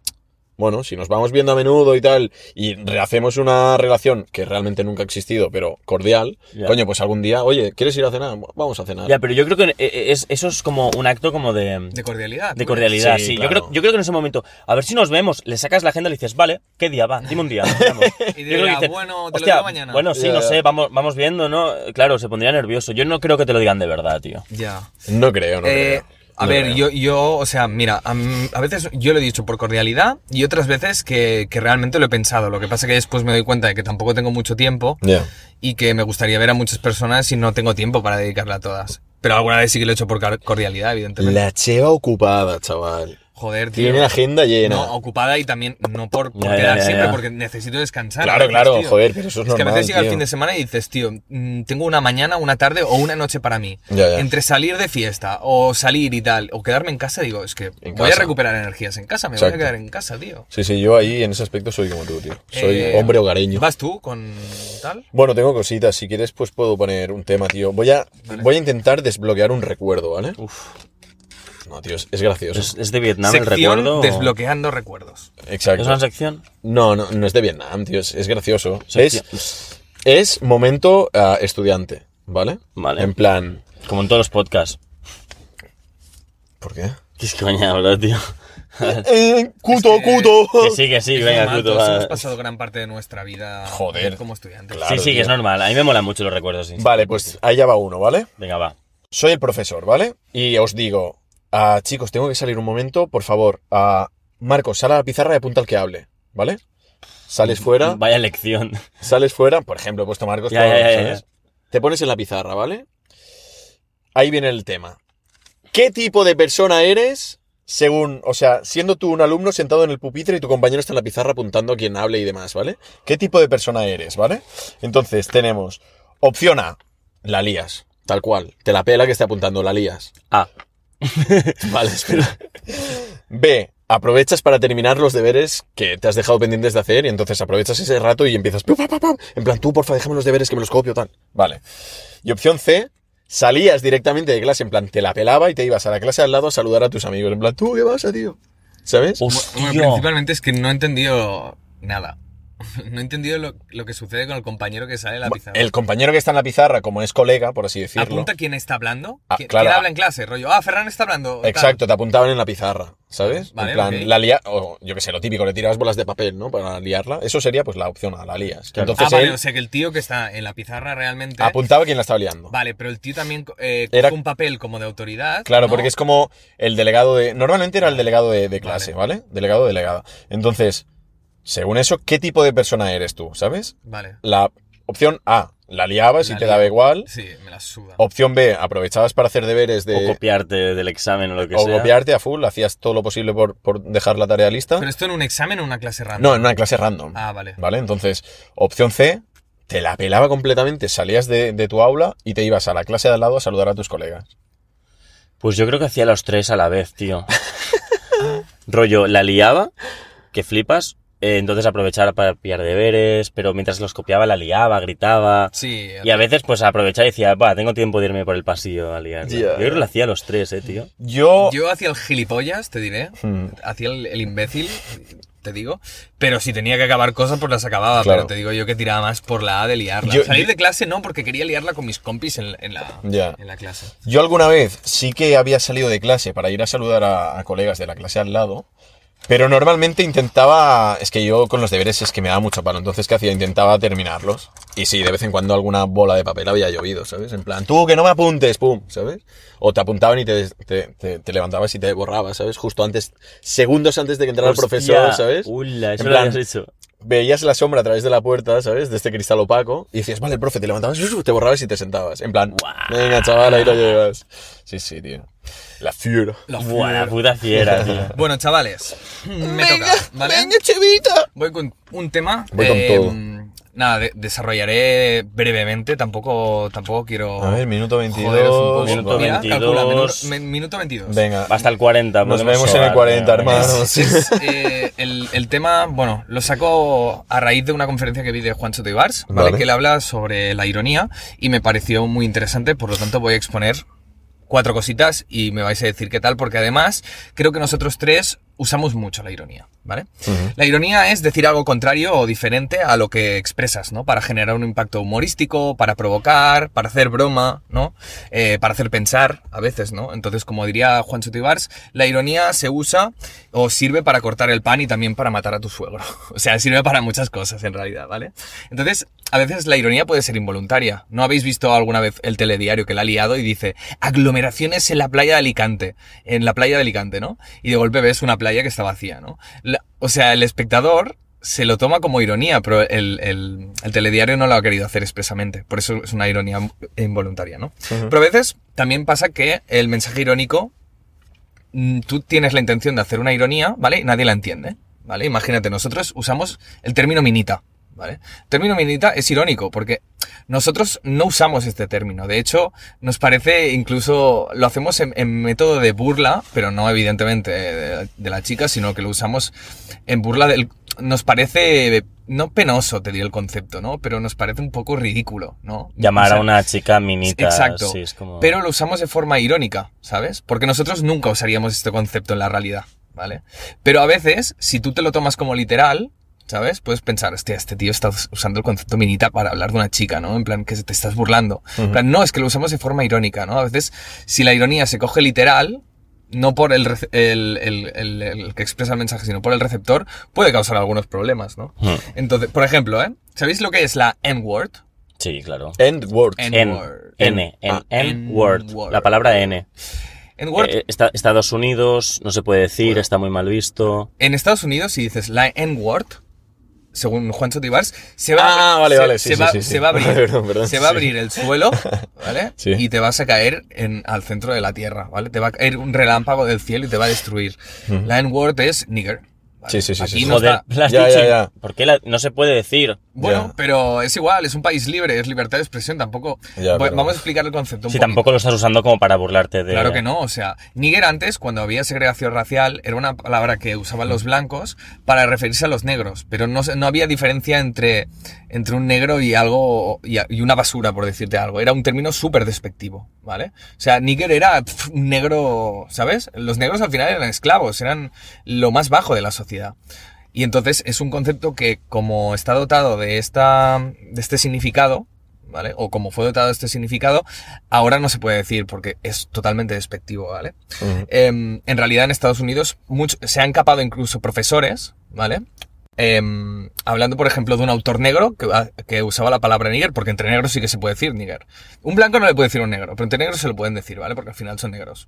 Speaker 1: bueno, si nos vamos viendo a menudo y tal, y rehacemos una relación que realmente nunca ha existido, pero cordial,
Speaker 2: Ya.
Speaker 1: coño, pues algún día, oye, ¿quieres ir a cenar? Vamos a cenar.
Speaker 2: Ya, pero yo creo que eh, es- eso es como un acto como de...
Speaker 3: De cordialidad.
Speaker 2: De
Speaker 3: tú, ¿eh?
Speaker 2: cordialidad, sí.
Speaker 1: Sí,
Speaker 2: Yo,
Speaker 1: claro.
Speaker 2: creo, yo creo que en ese momento, a ver si nos vemos, le sacas la agenda y le dices, vale, ¿qué día va? Dime un día. nos vemos".
Speaker 3: Y
Speaker 2: Yo
Speaker 3: dirá,
Speaker 2: creo que dicen,
Speaker 3: "Bueno, te lo
Speaker 2: "Hostia,
Speaker 3: digo mañana".
Speaker 2: Bueno, sí,
Speaker 1: Ya,
Speaker 2: no
Speaker 1: ya.
Speaker 2: sé, vamos, vamos viendo, ¿no? Claro, se pondría nervioso. Yo no creo que te lo digan de verdad, tío.
Speaker 3: Ya.
Speaker 1: No creo, no
Speaker 3: Eh,
Speaker 1: creo.
Speaker 3: a
Speaker 1: No
Speaker 3: ver,
Speaker 1: creo.
Speaker 3: yo, yo, o sea, mira, a, m- a veces yo lo he dicho por cordialidad y otras veces que, que realmente lo he pensado. Lo que pasa que después me doy cuenta de que tampoco tengo mucho tiempo
Speaker 1: Ya.
Speaker 3: y que me gustaría ver a muchas personas y no tengo tiempo para dedicarle a todas. Pero alguna vez sí que lo he hecho por car- cordialidad, evidentemente.
Speaker 1: La cheva ocupada, chaval.
Speaker 3: Joder, tío.
Speaker 1: Tiene la agenda llena.
Speaker 3: No, ocupada y también no por, por
Speaker 2: Ya, ya,
Speaker 3: quedar
Speaker 2: ya,
Speaker 3: siempre,
Speaker 2: ya.
Speaker 3: porque necesito descansar.
Speaker 1: Claro,
Speaker 3: ¿no?
Speaker 1: claro,
Speaker 3: Tío,
Speaker 1: joder, pero eso es,
Speaker 3: Es que a
Speaker 1: normal.
Speaker 3: veces llega el
Speaker 1: tío.
Speaker 3: fin de semana y dices, tío, mm, tengo una mañana, una tarde o una noche para mí.
Speaker 1: Ya, ya.
Speaker 3: Entre salir de fiesta o salir y tal, o quedarme en casa, digo, es que
Speaker 1: En
Speaker 3: voy
Speaker 1: casa.
Speaker 3: a recuperar energías en casa, me
Speaker 1: Exacto.
Speaker 3: voy a quedar en casa, tío.
Speaker 1: Sí, sí, yo ahí en ese aspecto soy como tú, tío. Soy
Speaker 3: Eh,
Speaker 1: hombre hogareño.
Speaker 3: ¿Vas tú con tal?
Speaker 1: Bueno, tengo cositas. Si quieres, pues puedo poner un tema, tío. Voy a, voy a intentar desbloquear un recuerdo, ¿vale? No, tío, es, es gracioso.
Speaker 2: ¿Es, es de Vietnam el
Speaker 3: Sección
Speaker 2: recuerdo? o-
Speaker 3: desbloqueando recuerdos.
Speaker 2: ¿Es
Speaker 1: Exacto.
Speaker 2: una sección?
Speaker 1: No, no, no es de Vietnam, tío. Es, es gracioso.
Speaker 2: Sección.
Speaker 1: Es, es momento ah, estudiante, ¿vale?
Speaker 2: Vale.
Speaker 1: En plan...
Speaker 2: Como en todos los podcasts.
Speaker 1: ¿Por qué?
Speaker 2: ¿Qué es coña, hablar, tío?
Speaker 1: Eh, ¡Cuto,
Speaker 3: que-
Speaker 1: cuto!
Speaker 2: Que sí, que sí,
Speaker 3: Es
Speaker 2: venga,
Speaker 3: normal,
Speaker 2: puto.
Speaker 3: todos
Speaker 2: va.
Speaker 3: hemos pasado gran parte de nuestra vida
Speaker 1: Joder.
Speaker 3: como estudiantes.
Speaker 1: Claro.
Speaker 2: Sí, sí, que es
Speaker 1: tío.
Speaker 2: normal. A mí me molan mucho los recuerdos. sí.
Speaker 1: Vale, pues allá va uno, ¿vale?
Speaker 2: Venga, va.
Speaker 1: soy el profesor, ¿vale? Y os digo, ah, chicos, tengo que salir un momento, por favor. a Marcos, sal a la pizarra y apunta al que hable, ¿vale? Sales fuera,
Speaker 2: Vaya lección.
Speaker 1: sales fuera, por ejemplo, he puesto Marcos,
Speaker 2: Ya,
Speaker 1: pero,
Speaker 2: ya, ya,
Speaker 1: ¿sabes?
Speaker 2: ya.
Speaker 1: Te pones en la pizarra, ¿vale? Ahí viene el tema. ¿Qué tipo de persona eres según, o sea, siendo tú un alumno sentado en el pupitre y tu compañero está en la pizarra apuntando a quien hable y demás, ¿vale? ¿Qué tipo de persona eres, ¿vale? Entonces tenemos opción A, la lías, tal cual, te la pela que esté apuntando, la lías.
Speaker 2: Ah,
Speaker 1: Vale, espera. B. Aprovechas para terminar los deberes que te has dejado pendientes de hacer y entonces aprovechas ese rato y empiezas. "Pum, pam, pam, pam". En plan, tú, porfa, déjame los deberes que me los copio, tal. Vale. Y opción C. salías directamente de clase, en plan, te la pelaba y te ibas a la clase al lado a saludar a tus amigos. En plan, ¿tú qué vas, tío? ¿Sabes?
Speaker 2: Hostia.
Speaker 3: Bueno, principalmente es que no he entendido nada. No he entendido lo, lo que sucede con el compañero que sale de la pizarra.
Speaker 1: El compañero que está en la pizarra, como es colega, por así decirlo.
Speaker 3: Apunta quién está hablando.
Speaker 1: Ah,
Speaker 3: ¿Quién,
Speaker 1: claro,
Speaker 3: quién
Speaker 1: ah.
Speaker 3: habla en clase? Rollo, ah, Ferran está hablando. tal.
Speaker 1: Exacto, te apuntaban en la pizarra, ¿sabes?
Speaker 3: Vale,
Speaker 1: en plan,
Speaker 3: ok.
Speaker 1: la lia- o yo qué sé, lo típico, le tirabas bolas de papel, ¿no? Para liarla. Eso sería pues la opción A, la lías.
Speaker 3: Ah,
Speaker 2: Claro.
Speaker 1: Entonces
Speaker 3: vale,
Speaker 1: él
Speaker 3: o sea que el tío que está en la pizarra realmente.
Speaker 1: apuntaba a quien la estaba liando.
Speaker 3: Vale, pero el tío también eh,
Speaker 1: Era-
Speaker 3: coge un papel como de autoridad.
Speaker 1: Claro,
Speaker 3: ¿no?
Speaker 1: porque es como el delegado de. Normalmente era el delegado de, de clase, ¿vale? Delegado, delegada. Entonces, según eso, ¿qué tipo de persona eres tú, ¿sabes?
Speaker 3: Vale.
Speaker 1: La opción A, la liabas y
Speaker 3: La
Speaker 1: te
Speaker 3: lía.
Speaker 1: daba igual.
Speaker 3: Sí, me la suda.
Speaker 1: Opción B, aprovechabas para hacer deberes de.
Speaker 2: O copiarte del examen o lo que
Speaker 1: o
Speaker 2: sea.
Speaker 1: copiarte a full, hacías todo lo posible por, por dejar la tarea lista.
Speaker 3: Pero esto en un examen o en una clase random.
Speaker 1: No, en una clase random.
Speaker 3: Ah, vale.
Speaker 1: ¿Vale? Entonces, opción C, te la pelaba completamente, salías de, de tu aula y te ibas a la clase de al lado a saludar a tus colegas.
Speaker 2: Pues yo creo que hacía los tres a la vez, tío. Rollo, la liaba, que flipas. eh, entonces aprovechar para pillar deberes, pero mientras los copiaba la liaba, gritaba.
Speaker 3: Sí,
Speaker 2: Y a veces pues aprovechaba y decía, va, tengo tiempo de irme por el pasillo a liar.
Speaker 1: Ya.
Speaker 2: Yo creo que lo hacía a los tres, eh, tío.
Speaker 1: Yo...
Speaker 3: yo hacía el gilipollas, te diré.
Speaker 1: Hmm.
Speaker 3: Hacía el, el imbécil, te digo. Pero si tenía que acabar cosas, pues las acababa.
Speaker 1: Claro.
Speaker 3: Pero te digo yo que tiraba más por la A de liarla.
Speaker 1: Yo-
Speaker 3: Salir
Speaker 1: yo-
Speaker 3: de clase no, porque quería liarla con mis compis en, en la,
Speaker 1: Ya.
Speaker 3: en la clase.
Speaker 1: Yo alguna vez sí que había salido de clase para ir a saludar a, a colegas de la clase al lado, pero normalmente intentaba, es que yo con los deberes es que me daba mucho palo, entonces ¿qué hacía? Intentaba terminarlos. Y sí, de vez en cuando alguna bola de papel había llovido, ¿sabes? En plan, tú que no me apuntes, pum, ¿sabes? O te apuntaban y te, des- te- te- te levantabas y te borrabas, ¿sabes? Justo antes, segundos antes de que entrara
Speaker 2: Hostia,
Speaker 1: el profesor, ¿sabes?
Speaker 2: Ula, eso
Speaker 1: En
Speaker 2: lo
Speaker 1: plan,
Speaker 2: habías hecho.
Speaker 1: veías la sombra a través de la puerta, ¿sabes? De este cristal opaco. Y decías, vale, profe, te levantabas, te borrabas y te sentabas. En plan, venga, chaval, ahí lo llevas. Sí, sí, tío. La fiera.
Speaker 3: La
Speaker 2: Buah, la puta fiera, tío.
Speaker 3: Bueno, chavales, me toca, ¿vale?
Speaker 1: chivita!
Speaker 3: Voy con un tema. eh,
Speaker 1: Voy con
Speaker 3: Nada, de- desarrollaré brevemente, tampoco, tampoco quiero...
Speaker 1: A ver, minuto 22.
Speaker 3: joderos un poco.
Speaker 2: Minuto
Speaker 3: Mira, calcula,
Speaker 2: 22.
Speaker 3: minu- me- minuto 22.
Speaker 1: Venga.
Speaker 2: Hasta el 40.
Speaker 1: Nos
Speaker 2: podemos
Speaker 1: vemos en el
Speaker 2: sobar,
Speaker 1: 40,
Speaker 2: tío.
Speaker 1: hermano.
Speaker 2: Es-
Speaker 1: Sí.
Speaker 3: Es, eh, el, el tema, bueno, lo saco a raíz de una conferencia que vi de Juan Soto Ibars, ¿vale?
Speaker 1: Vale.
Speaker 3: que él habla sobre la ironía y me pareció muy interesante, por lo tanto voy a exponer cuatro cositas y me vais a decir qué tal, porque además creo que nosotros tres usamos mucho la ironía, ¿vale? La ironía es decir algo contrario o diferente a lo que expresas, ¿no? Para generar un impacto humorístico, para provocar, para hacer broma, ¿no? Eh, para hacer pensar a veces, ¿no? Entonces, como diría Juan Sotibars, la ironía se usa o sirve para cortar el pan y también para matar a tu suegro. O sea, sirve para muchas cosas en realidad, ¿vale? Entonces, a veces la ironía puede ser involuntaria. ¿No habéis visto alguna vez el telediario que la ha liado y dice aglomeraciones en la playa de Alicante? En la playa de Alicante, ¿no? Y de golpe ves una playa que está vacía, ¿no? La- o sea, el espectador se lo toma como ironía, pero el, el- el telediario no lo ha querido hacer expresamente. Por eso es una ironía involuntaria, ¿no? Pero a veces también pasa que el mensaje irónico mm, tú tienes la intención de hacer una ironía, ¿vale? Y nadie la entiende, ¿vale? Imagínate, nosotros usamos el término minita, ¿vale? El término minita es irónico porque nosotros no usamos este término. De hecho, nos parece incluso, lo hacemos en, en método de burla, pero no evidentemente de, de la chica, sino que lo usamos en burla del... Nos parece, no penoso, te diría el concepto, ¿no? Pero nos parece un poco ridículo, ¿no?
Speaker 2: Llamar
Speaker 3: O sea,
Speaker 2: a una chica minita.
Speaker 3: Exacto.
Speaker 2: sí, es como-
Speaker 3: Pero lo usamos de forma irónica, ¿sabes? Porque nosotros nunca usaríamos este concepto en la realidad, ¿vale? Pero a veces, si tú te lo tomas como literal, ¿sabes? Puedes pensar, hostia, este tío está us- usando el concepto minita para hablar de una chica, ¿no? En plan, que te estás burlando. En plan, no, es que lo usamos de forma irónica, ¿no? A veces, si la ironía se coge literal, no por el, rece- el- el- el- el que expresa el mensaje, sino por el receptor, puede causar algunos problemas, ¿no?
Speaker 2: Hmm.
Speaker 3: Entonces, por ejemplo, ¿eh? ¿Sabéis lo que es la N-word?
Speaker 2: Sí, claro.
Speaker 1: End word.
Speaker 3: En-
Speaker 2: N.
Speaker 3: N-word.
Speaker 2: N. N.
Speaker 1: Ah,
Speaker 2: N. Word.
Speaker 3: N-word.
Speaker 2: La palabra N.
Speaker 3: N-word
Speaker 2: Eh, está- Estados Unidos, no se puede decir, está muy mal visto.
Speaker 3: En Estados Unidos, si dices la N-word, según Juan Sotibars, se va
Speaker 1: Ah,
Speaker 3: a,
Speaker 1: vale,
Speaker 3: se-
Speaker 1: vale, sí,
Speaker 3: se
Speaker 1: sí,
Speaker 3: va,
Speaker 1: sí, sí.
Speaker 3: se va a abrir,
Speaker 1: Perdón, perdón,
Speaker 3: se va a
Speaker 1: sí.
Speaker 3: abrir el suelo, ¿vale?
Speaker 1: Sí.
Speaker 3: Y te vas a caer en, al centro de la tierra, ¿vale? Te va a caer un relámpago del cielo y te va a destruir. La N-word es nigger, ¿vale?
Speaker 1: Sí, sí, sí,
Speaker 3: Aquí
Speaker 1: sí, sí.
Speaker 3: no
Speaker 2: Joder,
Speaker 3: está-
Speaker 2: la has
Speaker 1: Ya,
Speaker 2: dicho
Speaker 1: ya,
Speaker 2: y-
Speaker 1: ya.
Speaker 2: ¿Por qué la- no se puede decir?
Speaker 3: Bueno,
Speaker 1: Ya.
Speaker 3: pero es igual, es un país libre, es libertad de expresión, tampoco...
Speaker 1: Ya,
Speaker 3: Bueno,
Speaker 1: pero-
Speaker 3: Vamos a explicar el concepto un
Speaker 2: Si
Speaker 3: poquito.
Speaker 2: tampoco lo estás usando como para burlarte de...
Speaker 3: Claro que no, o sea, nigger antes, cuando había segregación racial, era una palabra que usaban los blancos para referirse a los negros, pero no, se- no había diferencia entre, entre un negro y algo, y, a- y una basura, por decirte algo. Era un término súper despectivo, ¿vale? O sea, nigger era pf, un negro, ¿sabes? Los negros al final eran esclavos, eran lo más bajo de la sociedad. Y entonces es un concepto que, como está dotado de, esta, de este significado, ¿vale? O como fue dotado de este significado, ahora no se puede decir porque es totalmente despectivo, ¿vale?
Speaker 1: Ujú.
Speaker 3: Em, en realidad en Estados Unidos mucho- se han capado incluso profesores, ¿vale? Em, hablando, por ejemplo, de un autor negro que, ah, que usaba la palabra nigger, porque entre negros sí que se puede decir nigger. Un blanco no le puede decir a un negro, pero entre negros se lo pueden decir, ¿vale? Porque al final son negros.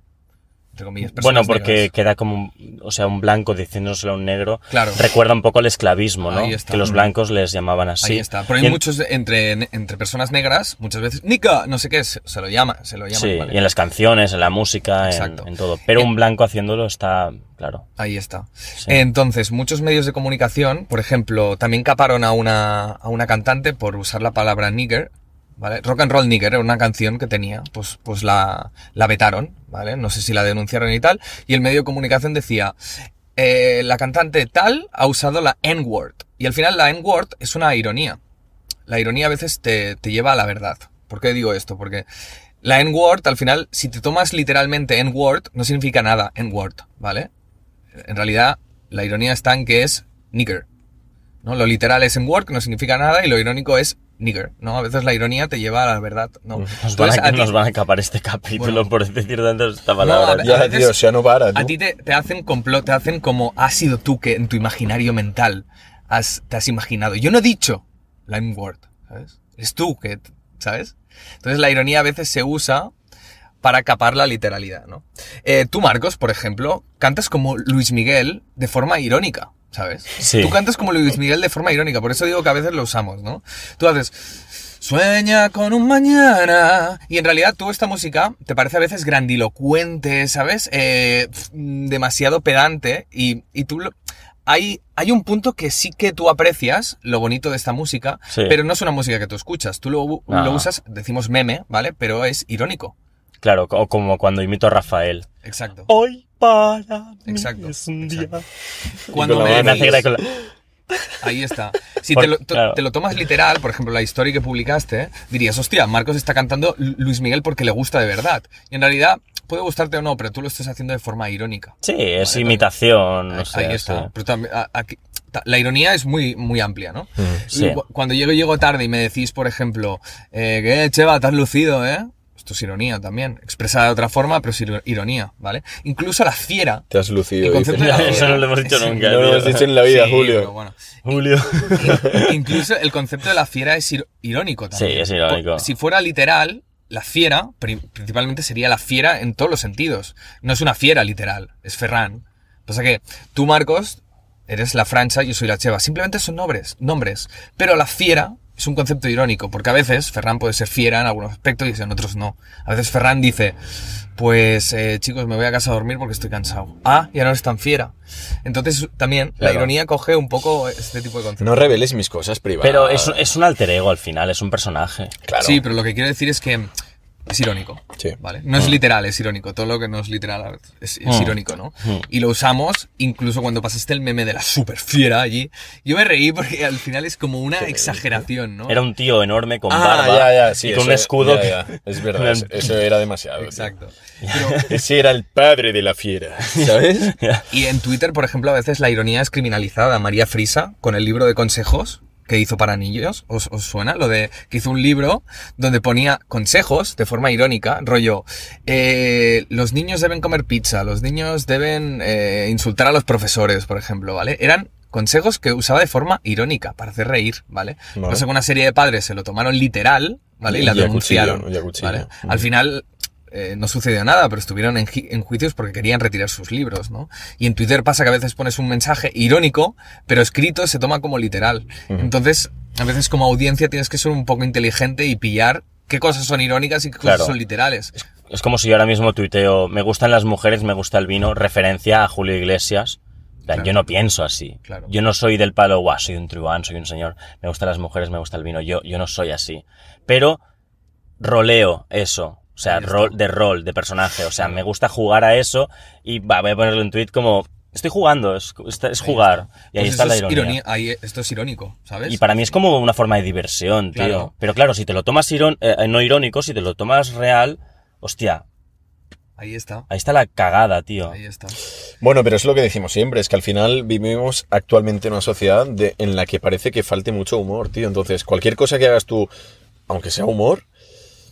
Speaker 3: Entre comillas,
Speaker 2: Bueno,
Speaker 3: personas
Speaker 2: porque
Speaker 3: negras.
Speaker 2: queda como, un- o sea, un blanco diciéndoselo a un negro.
Speaker 3: Claro.
Speaker 2: Recuerda un poco el esclavismo, ¿no?
Speaker 3: Ahí está. Mm.
Speaker 2: Que los blancos les llamaban así.
Speaker 3: Ahí está. Pero
Speaker 2: Y
Speaker 3: hay
Speaker 2: en-
Speaker 3: muchos, entre, entre personas negras, muchas veces, Nica, no sé qué, se, se lo llama, se lo llaman,
Speaker 2: Sí,
Speaker 3: ¿vale?
Speaker 2: y en las canciones, en la música, en,
Speaker 3: Exacto. Eh,
Speaker 2: en todo. Pero un blanco haciéndolo está, claro.
Speaker 3: Ahí está.
Speaker 2: Sí.
Speaker 3: Entonces, muchos medios de comunicación, por ejemplo, también caparon a una, a una cantante por usar la palabra nigger, ¿vale? Rock and Roll Nigger era una canción que tenía, pues, pues la, la vetaron, ¿vale? No sé si la denunciaron y tal. Y el medio de comunicación decía, eh, la cantante tal ha usado la N-word. Y al final la N-word es una ironía. La ironía a veces te, te lleva a la verdad. ¿Por qué digo esto? Porque la N-word, al final, si te tomas literalmente N-word, no significa nada N-word, ¿vale? en realidad la ironía está en que es nigger. ¿no? Lo literal es en work, no significa nada, y lo irónico es nigger. ¿no? A veces la ironía te lleva a la verdad. ¿no?
Speaker 2: Nos van,
Speaker 3: Entonces,
Speaker 2: a,
Speaker 3: a ti-
Speaker 2: nos van a capar este capítulo
Speaker 3: Bueno.
Speaker 2: por decir tantas esta palabra.
Speaker 3: a ver,
Speaker 1: Ya,
Speaker 3: veces-
Speaker 1: tío, o sea, no para.
Speaker 3: a
Speaker 1: tú.
Speaker 3: ti te, te hacen complot, te hacen como has sido tú que en tu imaginario mental has, te has imaginado. Yo no he dicho la M-word, ¿sabes? Es tú que, ¿sabes? Entonces la ironía a veces se usa para capar la literalidad, ¿no? Eh, tú, Marcos, por ejemplo, cantas como Luis Miguel de forma irónica, ¿sabes?
Speaker 2: Sí.
Speaker 3: Tú cantas como Luis Miguel de forma irónica, por eso digo que a veces lo usamos, ¿no? Tú haces, Sueña con un mañana. Y en realidad tú esta música te parece a veces grandilocuente, ¿sabes? Eh, pf, mm, demasiado pedante. Y, y tú... lo- Hay, hay un punto que sí que tú aprecias, lo bonito de esta música,
Speaker 2: Sí.
Speaker 3: pero no es una música que tú escuchas. Tú lo,
Speaker 2: No.
Speaker 1: Ah.
Speaker 3: lo usas, decimos meme, ¿vale? Pero es irónico.
Speaker 2: Claro, o como cuando imito a Rafael.
Speaker 3: Exacto.
Speaker 2: Hoy para mí
Speaker 3: Exacto,
Speaker 2: es un
Speaker 3: exacto.
Speaker 2: día.
Speaker 3: Cuando
Speaker 1: con la
Speaker 3: me
Speaker 1: mano.
Speaker 2: Me hace
Speaker 3: decís-
Speaker 2: gracia con la-
Speaker 3: Ahí está. Si
Speaker 2: Por-
Speaker 3: te, lo, to-
Speaker 2: claro.
Speaker 3: te lo tomas literal, por ejemplo, la historia que publicaste, dirías, hostia, Marcos está cantando Lu- Luis Miguel porque le gusta de verdad. Y en realidad puede gustarte o no, pero tú lo estás haciendo de forma irónica.
Speaker 2: Sí, es
Speaker 3: Vale,
Speaker 2: imitación.
Speaker 3: Ahí-
Speaker 2: o sea,
Speaker 3: Ahí está.
Speaker 2: sí.
Speaker 3: Pero también, a- aquí- ta- la ironía es muy, muy amplia, ¿no?
Speaker 1: Mm.
Speaker 2: Sí.
Speaker 3: Y cu- Cuando llego, llego tarde y me decís, por ejemplo, eh, que Cheva, te has lucido, ¿eh? Esto es ironía también. Expresada de otra forma, pero es iro- ironía, ¿vale? Incluso la fiera.
Speaker 1: Te has lucido.
Speaker 3: El concepto
Speaker 1: dice.
Speaker 3: de la-
Speaker 2: Eso no lo hemos dicho nunca.
Speaker 1: No lo
Speaker 2: tío.
Speaker 1: hemos dicho en la vida,
Speaker 3: Sí, pero
Speaker 1: Julio.
Speaker 3: bueno.
Speaker 2: Julio.
Speaker 3: Incluso el concepto de la fiera es ir- irónico también.
Speaker 2: Sí, es irónico.
Speaker 3: Por- Si fuera literal, la fiera, pri- principalmente sería la fiera en todos los sentidos. No es una fiera literal, es Ferran. Pasa que tú, Marcos, eres la Francha, yo soy la Cheva. Simplemente son nombres, nombres. Pero la fiera es un concepto irónico, porque a veces Ferran puede ser fiera en algunos aspectos y en otros no. A veces Ferran dice, pues eh, chicos, me voy a casa a dormir porque estoy cansado. Ah, ya no eres tan fiera. Entonces también
Speaker 1: Claro.
Speaker 3: la ironía coge un poco este tipo de conceptos.
Speaker 1: No reveles mis cosas privadas.
Speaker 2: Pero es, es un alter ego al final, es un personaje.
Speaker 1: Claro.
Speaker 3: Sí, pero lo que quiero decir es que es irónico.
Speaker 1: Sí.
Speaker 3: ¿vale? No es literal, es irónico. Todo lo que no es literal es, es
Speaker 2: Mm.
Speaker 3: irónico, ¿no?
Speaker 2: Mm.
Speaker 3: Y lo usamos incluso cuando pasaste el meme de la super fiera allí. Yo me reí porque al final es como una exageración, ¿no?
Speaker 2: Era un tío enorme con
Speaker 1: Ah,
Speaker 2: barba
Speaker 1: ya, ya, sí,
Speaker 2: y con
Speaker 1: eso-
Speaker 2: un escudo.
Speaker 1: ya,
Speaker 2: que-
Speaker 1: ya. Es verdad, eso, eso era demasiado. tío.
Speaker 3: Exacto. Pero-
Speaker 1: Ese era el padre de la fiera, ¿sabes?
Speaker 3: y en Twitter, por ejemplo, a veces la ironía es criminalizada. María Frisa, con el libro de consejos que hizo para niños, ¿os, os suena? Lo de que hizo un libro donde ponía consejos de forma irónica, rollo, eh, los niños deben comer pizza, los niños deben eh, insultar a los profesores, por ejemplo, ¿vale? Eran consejos que usaba de forma irónica, para hacer reír, ¿vale?
Speaker 1: Vale.
Speaker 3: Pasa que una serie de padres se lo tomaron literal, ¿vale? Y,
Speaker 1: Y
Speaker 3: la
Speaker 1: a cuchillo,
Speaker 3: denunciaron,
Speaker 1: y a cuchillo.
Speaker 3: ¿vale?
Speaker 1: Mm.
Speaker 3: Al final eh, no sucedió nada, pero estuvieron en, ju- en juicios porque querían retirar sus libros, ¿no? Y en Twitter pasa que a veces pones un mensaje irónico, pero escrito se toma como literal. Entonces, a veces como audiencia tienes que ser un poco inteligente y pillar qué cosas son irónicas y qué cosas
Speaker 2: Claro.
Speaker 3: son literales.
Speaker 2: Es como si yo ahora mismo tuiteo, me gustan las mujeres, me gusta el vino, referencia a Julio Iglesias. plan, Yo no pienso así.
Speaker 3: Claro.
Speaker 2: Yo no soy del palo, guau, soy un truán, soy un señor, me gustan las mujeres, me gusta el vino. Yo, yo no soy así. Pero roleo eso. O sea,
Speaker 3: Ahí está.
Speaker 2: rol, de rol, de personaje. O sea, me gusta jugar a eso y va, voy a ponerle un tweet como, estoy jugando, es, es- es
Speaker 3: Ahí
Speaker 2: jugar.
Speaker 3: está.
Speaker 2: Y ahí
Speaker 3: Pues
Speaker 2: está
Speaker 3: eso
Speaker 2: la
Speaker 3: es
Speaker 2: ironía.
Speaker 3: ironía- ahí- esto es irónico, ¿sabes?
Speaker 2: Y para mí es como una forma de diversión, tío.
Speaker 3: Claro.
Speaker 2: Pero claro, si te lo tomas irón- eh, no irónico, si te lo tomas real, hostia,
Speaker 3: Ahí está.
Speaker 2: ahí está la cagada, tío.
Speaker 3: Ahí está.
Speaker 1: Bueno, pero es lo que decimos siempre, es que al final vivimos actualmente en una sociedad de- en la que parece que falte mucho humor, tío. Entonces, cualquier cosa que hagas tú, aunque sea humor,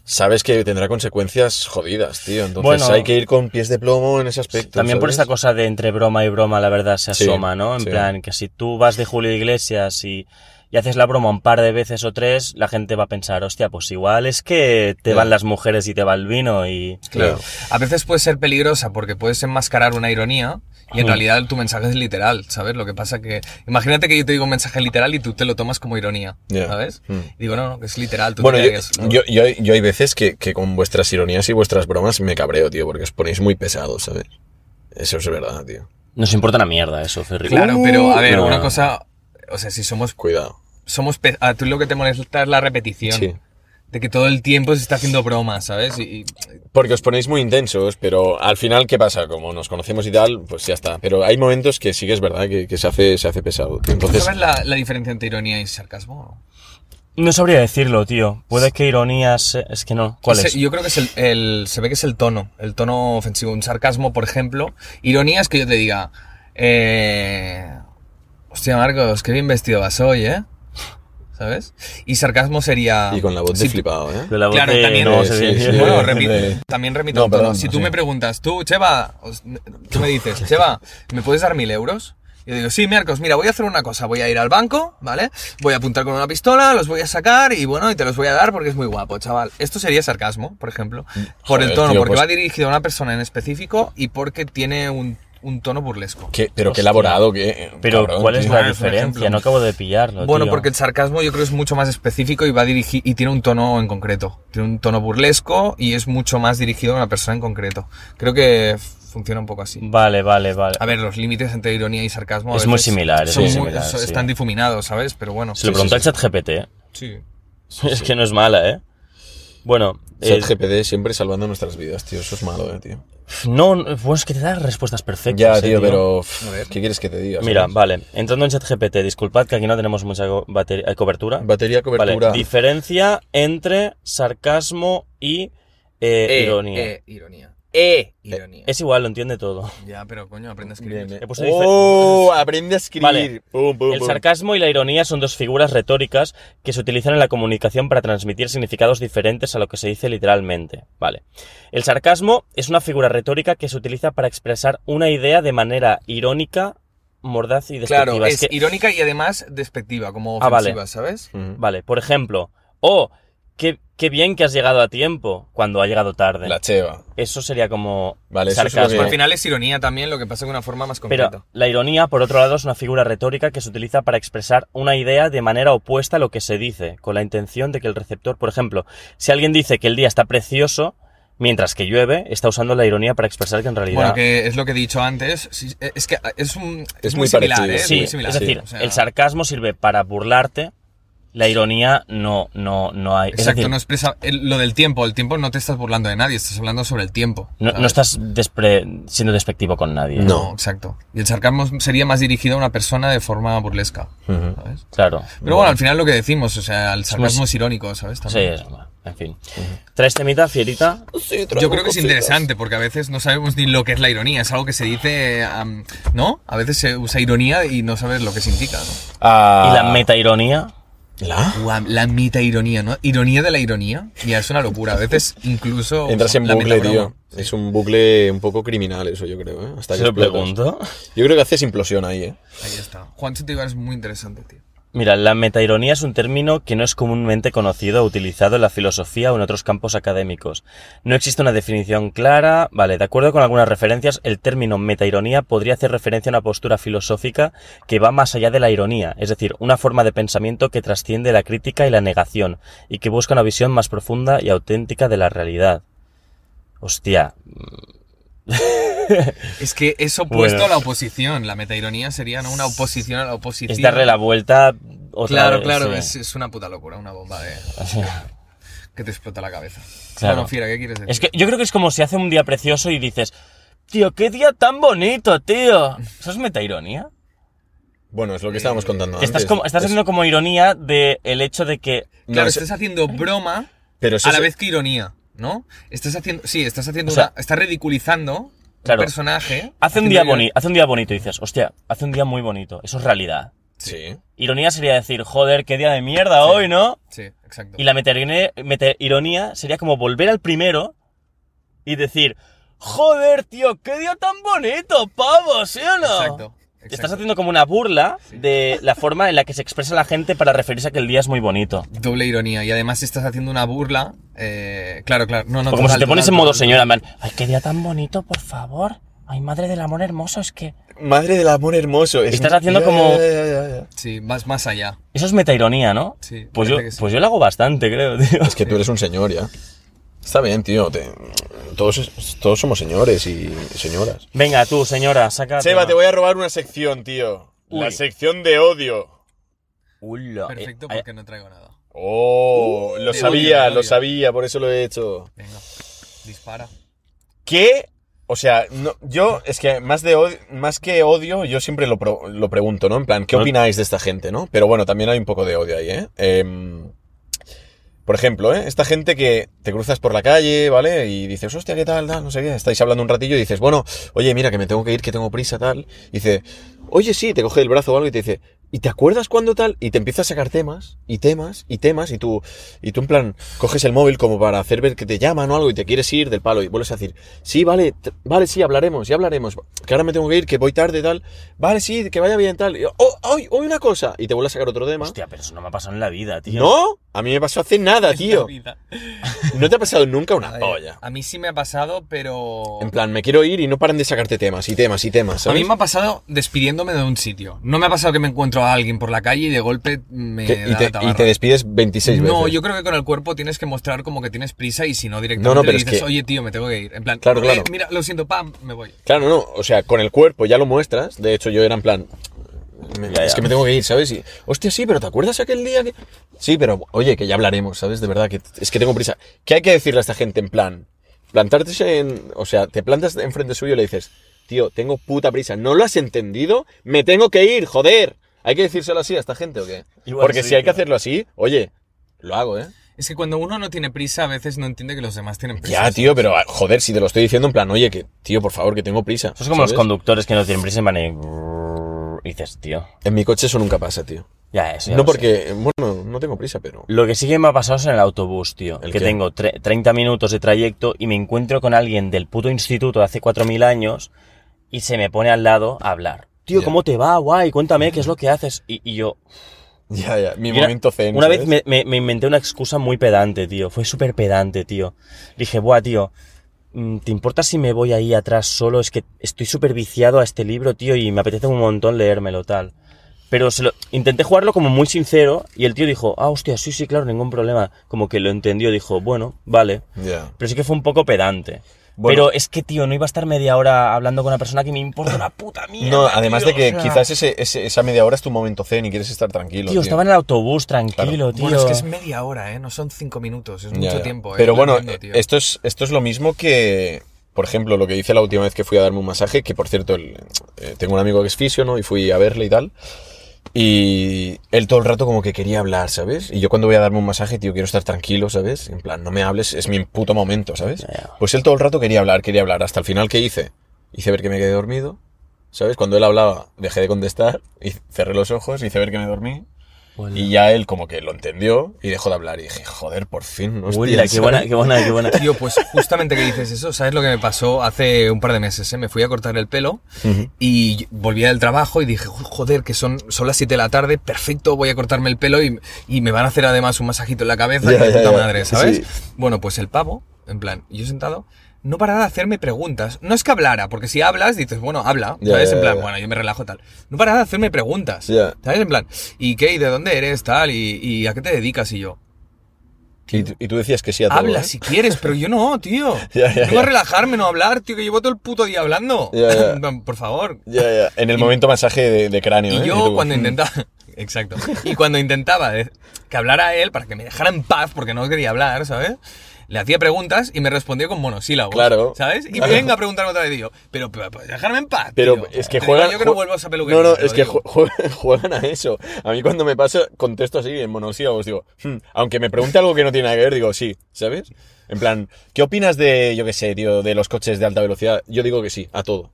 Speaker 1: sabes que tendrá consecuencias jodidas, tío. Entonces
Speaker 2: Bueno.
Speaker 1: hay que ir con pies de plomo en ese aspecto.
Speaker 2: También por
Speaker 1: ¿sabes?
Speaker 2: esta cosa de entre broma y broma, la verdad se
Speaker 1: Sí,
Speaker 2: asoma, ¿no? En
Speaker 1: sí.
Speaker 2: plan, que si tú vas de Julio Iglesias y, y haces la broma un par de veces o tres, la gente va a pensar, hostia, pues igual es que te
Speaker 1: Ya.
Speaker 2: van las mujeres y te va el vino y...
Speaker 3: Claro.
Speaker 1: Claro.
Speaker 3: A veces puede ser peligrosa porque puedes enmascarar una ironía y en
Speaker 2: Mm.
Speaker 3: realidad tu mensaje es literal, ¿sabes? Lo que pasa que. Imagínate que yo te digo un mensaje literal y tú te lo tomas como ironía,
Speaker 1: Ya.
Speaker 3: ¿sabes?
Speaker 1: Mm.
Speaker 3: Y digo, no, no, que es literal. Tú
Speaker 1: Bueno,
Speaker 3: te
Speaker 1: yo,
Speaker 3: creías, ¿no?
Speaker 1: yo, yo, yo hay veces que, que con vuestras ironías y vuestras bromas me cabreo, tío, porque os ponéis muy pesados, ¿sabes? Eso es verdad, tío.
Speaker 2: Nos importa una mierda eso, Ferri. Uh,
Speaker 3: Claro,
Speaker 1: Uh,
Speaker 3: pero a ver,
Speaker 2: no.
Speaker 3: una cosa. O sea, si somos.
Speaker 1: Cuidado.
Speaker 3: somos pe- a tú lo que te molesta es la repetición.
Speaker 1: Sí.
Speaker 3: De que todo el tiempo se está haciendo broma, ¿sabes? Y, y-
Speaker 1: Porque os ponéis muy intensos, pero al final, ¿qué pasa? Como nos conocemos y tal, pues ya está. Pero hay momentos que sí que es verdad que, que se, hace, se hace pesado. tío. Entonces,
Speaker 3: ¿Sabes la, la diferencia entre ironía y sarcasmo?
Speaker 2: No sabría decirlo, tío. Puede que ironías... eh, Es que no. ¿Cuál
Speaker 3: Ese-
Speaker 2: es?
Speaker 3: Yo creo que es el, el- Se ve que es el tono. El tono ofensivo. Un sarcasmo, por ejemplo. Ironía es que yo te diga. Eh, Hostia, Marcos, qué bien vestido vas hoy, ¿eh? ¿Sabes? Y sarcasmo sería.
Speaker 1: y con la voz de
Speaker 3: si tú-
Speaker 1: flipado, ¿eh?
Speaker 2: Con la voz
Speaker 3: Claro,
Speaker 2: de-
Speaker 3: también-
Speaker 2: no, se
Speaker 1: Sí,
Speaker 2: dice-
Speaker 1: sí.
Speaker 3: Bueno,
Speaker 1: Eh,
Speaker 3: repi-
Speaker 1: eh.
Speaker 3: también remito
Speaker 1: No,
Speaker 3: al tono.
Speaker 1: perdón,
Speaker 3: Si tú
Speaker 1: sí.
Speaker 3: me preguntas, tú, Cheva, os- tú me dices, Cheva, ¿me puedes dar mil euros? Yo digo, sí, Marcos, mira, voy a hacer una cosa. Voy a ir al banco, ¿vale? Voy a apuntar con una pistola, los voy a sacar y bueno, y te los voy a dar porque es muy guapo, chaval. Esto sería sarcasmo, por ejemplo, por el
Speaker 1: Mm. Joder,
Speaker 3: tono,
Speaker 1: tío,
Speaker 3: porque
Speaker 1: pues-
Speaker 3: va dirigido a una persona en específico y porque tiene un, un tono burlesco.
Speaker 1: Qué- pero qué
Speaker 2: Hostia.
Speaker 1: elaborado, que
Speaker 2: Pero ¿cuál es la
Speaker 3: Bueno, es un ejemplo.
Speaker 2: diferencia? No acabo de pillarlo.
Speaker 3: Bueno,
Speaker 2: tío.
Speaker 3: porque el sarcasmo yo creo es mucho más específico y va dirigir y tiene un tono en concreto. Tiene un tono burlesco y es mucho más dirigido a una persona en concreto. Creo que funciona un poco así.
Speaker 2: Vale, vale, vale.
Speaker 3: A ver, los límites entre ironía y sarcasmo a
Speaker 2: Es muy
Speaker 3: veces
Speaker 2: similar, es
Speaker 3: son
Speaker 2: muy
Speaker 3: muy-
Speaker 2: similar,
Speaker 3: so-
Speaker 2: sí.
Speaker 3: están difuminados, ¿sabes? Pero bueno.
Speaker 1: Sí,
Speaker 2: Se lo
Speaker 1: sí,
Speaker 2: preguntó
Speaker 1: sí.
Speaker 2: al ChatGPT, ¿eh?
Speaker 3: Sí.
Speaker 2: Es que no es mala, ¿eh? Bueno, eh,
Speaker 1: GPD siempre salvando nuestras vidas, tío. Eso es malo, eh, tío.
Speaker 2: no, no, pues es que te da respuestas perfectas.
Speaker 1: Ya,
Speaker 2: eh,
Speaker 1: tío, pero.
Speaker 3: A ver.
Speaker 1: ¿Qué quieres que te diga?
Speaker 2: Mira,
Speaker 1: sabes?
Speaker 2: vale, entrando en ChatGPT, disculpad que aquí no tenemos mucha co- batería- eh, cobertura.
Speaker 1: Batería,
Speaker 2: Vale,
Speaker 1: cobertura.
Speaker 2: diferencia entre sarcasmo y eh, ironía.
Speaker 3: Eh, ironía. Eh, ironía.
Speaker 2: Es igual, lo entiende todo.
Speaker 3: Ya, pero coño, aprendes que
Speaker 1: Bien, bien.
Speaker 2: He puesto
Speaker 1: ¡Oh! Aprende a escribir.
Speaker 2: Vale.
Speaker 1: Pum, pum,
Speaker 2: El
Speaker 1: pum.
Speaker 2: sarcasmo y la ironía son dos figuras retóricas que se utilizan en la comunicación para transmitir significados diferentes a lo que se dice literalmente. Vale. El sarcasmo es una figura retórica que se utiliza para expresar una idea de manera irónica, mordaz y despectiva.
Speaker 3: Claro,
Speaker 2: Es
Speaker 3: es
Speaker 2: que-
Speaker 3: irónica y además despectiva, como
Speaker 2: Ah, vale.
Speaker 3: ofensiva, ¿sabes?
Speaker 1: Ujú.
Speaker 2: Vale, por ejemplo, oh, qué, qué bien que has llegado a tiempo cuando ha llegado tarde.
Speaker 1: La cheva.
Speaker 2: Eso sería como
Speaker 1: Vale, eso es lo
Speaker 2: sarcasmo.
Speaker 1: que-
Speaker 3: Al final es ironía también, lo que pasa de una forma más concreta.
Speaker 2: Pero la ironía, por otro lado, es una figura retórica que se utiliza para expresar una idea de manera opuesta a lo que se dice, con la intención de que el receptor, por ejemplo, si alguien dice que el día está precioso, mientras que llueve, está usando la ironía para expresar que en realidad...
Speaker 3: Bueno, que es lo que he dicho antes. sí, eh, Es que es un. Es,
Speaker 1: Es
Speaker 3: muy,
Speaker 1: muy
Speaker 3: similar,
Speaker 1: parecido,
Speaker 3: ¿eh?
Speaker 1: es
Speaker 2: sí,
Speaker 3: muy similar.
Speaker 2: es decir,
Speaker 3: O sea,
Speaker 2: el sarcasmo sirve para burlarte, la ironía no, no, no hay... es
Speaker 3: Exacto,
Speaker 2: decir,
Speaker 3: no expresa. el- lo del tiempo. El tiempo no te estás burlando de nadie, estás hablando sobre el tiempo.
Speaker 2: no-
Speaker 3: ¿sabes?
Speaker 2: no estás despre- siendo despectivo con nadie.
Speaker 1: No.
Speaker 3: exacto. Y el sarcasmo sería más dirigido a una persona de forma burlesca.
Speaker 1: Ujú.
Speaker 3: ¿sabes?
Speaker 2: Claro.
Speaker 3: Pero bueno, al final lo que decimos, o sea, el sarcasmo
Speaker 2: muy-
Speaker 3: es irónico, ¿sabes?
Speaker 2: Sí,
Speaker 3: También.
Speaker 2: es, en fin. Traes temita, fierita.
Speaker 3: Yo creo que es interesante porque a veces no sabemos ni lo que es la ironía, es algo que se dice, am, ¿no? A veces se usa ironía y no sabes lo que significa, ¿no?
Speaker 1: Ah.
Speaker 2: Y la metaironía.
Speaker 1: ¿La?
Speaker 3: Guau, la mita ironía, ¿no? Ironía de la ironía, ya es una locura, a veces
Speaker 2: Oh,
Speaker 3: incluso...
Speaker 1: Entras en
Speaker 3: la
Speaker 1: bucle,
Speaker 3: metabroma.
Speaker 1: tío. Es un bucle un poco criminal eso, yo creo, ¿eh? Hasta que
Speaker 2: Se lo
Speaker 1: explotas.
Speaker 2: pregunto.
Speaker 1: Yo creo que haces implosión ahí, ¿eh?
Speaker 3: Ahí está. Juan Sotibar es muy interesante, tío.
Speaker 2: Mira, la metaironía es un término que no es comúnmente conocido o utilizado en la filosofía o en otros campos académicos. No existe una definición clara. Vale, de acuerdo con algunas referencias, el término metaironía podría hacer referencia a una postura filosófica que va más allá de la ironía, es decir, una forma de pensamiento que trasciende la crítica y la negación, y que busca una visión más profunda y auténtica de la realidad. Hostia, mm,
Speaker 3: Es que es opuesto
Speaker 2: Bueno.
Speaker 3: a la oposición. La metaironía sería ¿no? una oposición a la oposición.
Speaker 2: Es darle la vuelta otra
Speaker 3: Claro,
Speaker 2: vez,
Speaker 3: claro,
Speaker 2: sí.
Speaker 3: es, es una puta locura, una bomba de... que te explota la cabeza.
Speaker 2: Claro.
Speaker 3: Bueno, Fiera, ¿qué quieres decir?
Speaker 2: Es que yo creo que es como si hace un día precioso y dices, tío, qué día tan bonito, tío. Eso es metaironía.
Speaker 1: Bueno, es lo que estábamos contando antes.
Speaker 2: Eh, Estás, como, estás
Speaker 1: Es-
Speaker 2: haciendo como ironía del hecho de que...
Speaker 1: no,
Speaker 3: Claro,
Speaker 1: es-
Speaker 3: estás haciendo broma
Speaker 1: pero eso
Speaker 3: a la
Speaker 1: es-
Speaker 3: vez que ironía, ¿no? Estás haciendo... Sí, estás haciendo
Speaker 2: O sea-
Speaker 3: una... Estás ridiculizando
Speaker 2: Claro.
Speaker 3: un personaje.
Speaker 2: Hace un, día
Speaker 3: haciendo-
Speaker 2: boni- hace un día bonito y dices, hostia, hace un día muy bonito. Eso es realidad.
Speaker 1: Sí.
Speaker 2: Ironía sería decir, joder, qué día de mierda hoy, ¿no?
Speaker 3: Sí, exacto.
Speaker 2: Y la metaironía, mete- ironía sería como volver al primero y decir, joder, tío, qué día tan bonito, pavo, ¿sí o no?
Speaker 3: Exacto.
Speaker 2: Estás
Speaker 3: exacto.
Speaker 2: haciendo como una burla de la forma en la que se expresa la gente para referirse a que el día es muy bonito.
Speaker 3: Doble ironía. Y además estás haciendo una burla. eh, claro, claro. No, no,
Speaker 2: O como si
Speaker 3: total,
Speaker 2: te pones en
Speaker 3: total,
Speaker 2: modo
Speaker 3: total.
Speaker 2: señora, man. Ay, qué día tan bonito, por favor. Ay, madre del amor hermoso, es que.
Speaker 1: Madre del amor hermoso. es-
Speaker 2: Estás haciendo
Speaker 1: Ya,
Speaker 2: como-
Speaker 1: ya, ya, ya, ya.
Speaker 3: Sí, vas más allá.
Speaker 2: Eso es metaironía, ¿no?
Speaker 3: Sí,
Speaker 2: Pues yo,
Speaker 3: parece que sí.
Speaker 2: pues yo lo hago bastante, creo, tío.
Speaker 1: Es que tú eres un señor ya. Está bien, tío. te- Todos, todos somos señores y señoras.
Speaker 2: Venga, tú, señora, saca.
Speaker 1: Seba, te voy a robar una sección, tío. La
Speaker 2: Uy.
Speaker 1: sección de odio.
Speaker 2: Ula, eh,
Speaker 3: Perfecto,
Speaker 2: ay,
Speaker 3: porque no traigo nada.
Speaker 2: Uh,
Speaker 1: Oh, lo
Speaker 3: de
Speaker 1: sabía,
Speaker 3: odio, de
Speaker 1: lo
Speaker 3: odio.
Speaker 1: sabía, por eso lo he hecho.
Speaker 3: Venga, dispara.
Speaker 1: ¿Qué? O sea, no- yo es que más, de od- más que odio, yo siempre lo, pro- lo pregunto, ¿no? En plan, ¿qué
Speaker 2: No.
Speaker 1: opináis de esta gente, no? Pero bueno, también hay un poco de odio ahí, ¿eh? Em, por ejemplo, ¿eh? Esta gente que te cruzas por la calle, ¿vale? Y dices, hostia, ¿qué tal, tal? No sé qué. Estáis hablando un ratillo y dices, bueno, oye, mira, que me tengo que ir, que tengo prisa, tal. Y dice, oye, sí, te coge el brazo o algo y te dice, ¿y te acuerdas cuándo tal? Y te empieza a sacar temas, y temas, y temas, y tú, y tú en plan, coges el móvil como para hacer ver que te llaman o algo y te quieres ir del palo y vuelves a decir, sí, vale, t- vale, sí, hablaremos, ya hablaremos, que ahora me tengo que ir, que voy tarde, tal. Vale, sí, que vaya bien, tal. Y, oh, hoy, hoy una cosa. Y te vuelve a sacar otro tema.
Speaker 2: Hostia, pero eso no me ha pasado en la vida, tío.
Speaker 1: No, a mí me pasó hace nada, tío.
Speaker 3: Vida.
Speaker 1: No te ha pasado nunca
Speaker 3: A
Speaker 1: una
Speaker 3: ver,
Speaker 1: polla.
Speaker 3: A mí sí me ha pasado, pero.
Speaker 1: En plan, me quiero ir y no paran de sacarte temas y temas y temas.
Speaker 3: oh. A
Speaker 1: ¿sabes?
Speaker 3: mí me ha pasado despidiéndome de un sitio. No me ha pasado que me encuentro a alguien por la calle y de golpe me.
Speaker 1: Que- y,
Speaker 3: da
Speaker 1: te,
Speaker 3: la tabarra.
Speaker 1: y te despides 26 veces.
Speaker 3: No, yo creo que con el cuerpo tienes que mostrar como que tienes prisa y si no directamente
Speaker 1: No, no, pero
Speaker 3: le
Speaker 1: es
Speaker 3: dices,
Speaker 1: que-
Speaker 3: oye tío, me tengo que ir. En plan,
Speaker 1: Claro,
Speaker 3: "Eh,
Speaker 1: claro.
Speaker 3: mira, lo siento, pam, me voy.
Speaker 1: Claro, no, o sea, con el cuerpo ya lo muestras. De hecho, yo era en plan. me-
Speaker 2: Ya,
Speaker 1: Es
Speaker 2: ya.
Speaker 1: que me tengo que ir, ¿sabes? Y, hostia, sí, pero ¿te acuerdas aquel día que.? Sí, pero oye, que ya hablaremos, ¿sabes? De verdad, que es que tengo prisa. ¿Qué hay que decirle a esta gente en plan? Plantarte en. O sea, te plantas enfrente suyo y le dices, tío, tengo puta prisa, ¿no lo has entendido? Me tengo que ir, joder. ¿Hay que decírselo así a esta gente o qué?
Speaker 2: Igual
Speaker 1: Porque
Speaker 2: sí,
Speaker 1: si hay que
Speaker 2: tío.
Speaker 1: hacerlo así, oye, lo hago, ¿eh?
Speaker 3: Es que cuando uno no tiene prisa, a veces no entiende que los demás tienen prisa.
Speaker 1: Ya, tío, pero ah, joder, si te lo estoy diciendo en plan, oye, que, tío, por favor, que tengo prisa.
Speaker 2: Eso es como los
Speaker 1: ¿sabes?
Speaker 2: conductores que no tienen prisa y van ahí, brrr, Y dices, tío.
Speaker 1: En mi coche eso nunca pasa, tío.
Speaker 2: Ya es. ya
Speaker 1: no
Speaker 2: lo sé.
Speaker 1: porque, bueno, no tengo prisa, pero...
Speaker 2: Lo que sí que me ha pasado es en el autobús, tío.
Speaker 1: ¿El
Speaker 2: que
Speaker 1: qué?
Speaker 2: tengo tre- 30 minutos de trayecto y me encuentro con alguien del puto instituto de hace 4.000 años y se me pone al lado a hablar. Tío,
Speaker 1: Ya.
Speaker 2: ¿cómo te va? Guay, cuéntame, ¿qué es lo que haces? Y, y yo...
Speaker 1: Ya, ya, mi
Speaker 2: y una-
Speaker 1: momento zen.
Speaker 2: Una
Speaker 1: ¿sabes?
Speaker 2: vez me, me- me inventé una excusa muy pedante, tío. Fue súper pedante, tío. Dije, buah, tío, mm, ¿te importa si me voy ahí atrás solo? Es que estoy súper viciado a este libro, tío, y me apetece un montón leérmelo, tal. Pero se lo, intenté jugarlo como muy sincero y el tío dijo, ah, hostia, sí, sí, claro, ningún problema. Como que lo entendió, dijo, bueno, vale.
Speaker 1: Ya.
Speaker 2: Pero sí que fue un poco pedante.
Speaker 1: Bueno.
Speaker 2: Pero es que, tío, no iba a estar media hora hablando con una persona que me importa una puta mierda.
Speaker 1: No, además
Speaker 2: tío,
Speaker 1: de que
Speaker 2: o sea,
Speaker 1: quizás ese, ese- esa media hora es tu momento zen y quieres estar tranquilo.
Speaker 2: Tío, estaba en el autobús, tranquilo, tío.
Speaker 3: Bueno, es que es media hora, ¿eh? No son cinco minutos, es
Speaker 1: Ya,
Speaker 3: mucho
Speaker 1: ya.
Speaker 3: tiempo. ¿eh?
Speaker 1: Pero
Speaker 3: Lo
Speaker 1: bueno,
Speaker 3: entiendo, tío.
Speaker 1: esto es, esto es lo mismo que, por ejemplo, lo que hice la última vez que fui a darme un masaje, que por cierto, el- eh, tengo un amigo que es fisio, ¿no? Y fui a verle y tal. Y él todo el rato como que quería hablar, ¿sabes? Y yo cuando voy a darme un masaje, tío, quiero estar tranquilo, ¿sabes? En plan, no me hables, es mi puto momento, ¿sabes?
Speaker 2: Ya.
Speaker 1: Pues él todo el rato quería hablar, quería hablar. Hasta el final, ¿qué hice? Hice ver que me quedé dormido, ¿sabes? Cuando él hablaba, dejé de contestar, y cerré los ojos, hice ver que me dormí.
Speaker 2: Hola.
Speaker 1: Y ya él como que lo entendió y dejó de hablar. Y dije, joder, por fin. hostia,
Speaker 2: Uy, la, qué
Speaker 1: ¿sabes?
Speaker 2: buena, qué buena, qué buena.
Speaker 3: Tío, pues justamente que dices eso, ¿sabes lo que me pasó hace un par de meses? eh? Me fui a cortar el pelo
Speaker 1: Ujú.
Speaker 3: y volví del trabajo y dije, joder, que son, son las 7 de la tarde, perfecto, voy a cortarme el pelo y, y me van a hacer además un masajito en la cabeza,
Speaker 1: Ya,
Speaker 3: que de
Speaker 1: ya,
Speaker 3: puta
Speaker 1: ya.
Speaker 3: madre, ¿sabes?
Speaker 1: Sí.
Speaker 3: Bueno, pues el pavo, en plan, yo sentado, no paraba de hacerme preguntas. No es que hablara, porque si hablas dices, bueno, habla,
Speaker 1: Ya,
Speaker 3: ¿sabes?
Speaker 1: ya,
Speaker 3: En plan,
Speaker 1: ya.
Speaker 3: bueno, yo me relajo tal. No paraba de hacerme preguntas,
Speaker 1: Ya.
Speaker 3: ¿sabes? En plan, ¿y qué? ¿Y de dónde eres? Tal, ¿y, y a qué te dedicas? Y yo,
Speaker 1: Y, tú- y tú decías que sí a todo.
Speaker 3: Habla
Speaker 1: ¿eh?
Speaker 3: si quieres, pero yo no, tío.
Speaker 1: Ya, ya, ya.
Speaker 3: Tengo que relajarme, no hablar, tío, que llevo todo el puto día hablando.
Speaker 1: Ya,
Speaker 3: Por favor.
Speaker 1: Ya, ya. En el momento masaje de, de cráneo. ¿eh?
Speaker 3: Y
Speaker 1: Y
Speaker 3: yo
Speaker 1: tú,
Speaker 3: cuando
Speaker 1: mm.
Speaker 3: intentaba... Exacto. Y cuando intentaba de- que hablara él para que me dejara en paz porque no quería hablar, ¿sabes? Le hacía preguntas y me respondía con monosílabos.
Speaker 1: Claro.
Speaker 3: ¿Sabes? Y
Speaker 1: Claro.
Speaker 3: venga a preguntarme otra vez y yo, pero, pero, pero dejarme en paz.
Speaker 1: Pero
Speaker 3: Ah, tío.
Speaker 1: es que
Speaker 3: Te
Speaker 1: juegan.
Speaker 3: digo Yo que no
Speaker 1: jue-
Speaker 3: vuelvo a esa peluquería.
Speaker 1: No, no,
Speaker 3: te lo
Speaker 1: es que
Speaker 3: digo.
Speaker 1: jue- jue- juegan a eso. A mí cuando me pasa, contesto así en monosílabos. Digo, "Hmm". aunque me pregunte algo que no tiene nada que ver, digo, sí, ¿sabes? En plan, ¿qué opinas de, yo qué sé, tío, de los coches de alta velocidad? Yo digo que sí, a todo.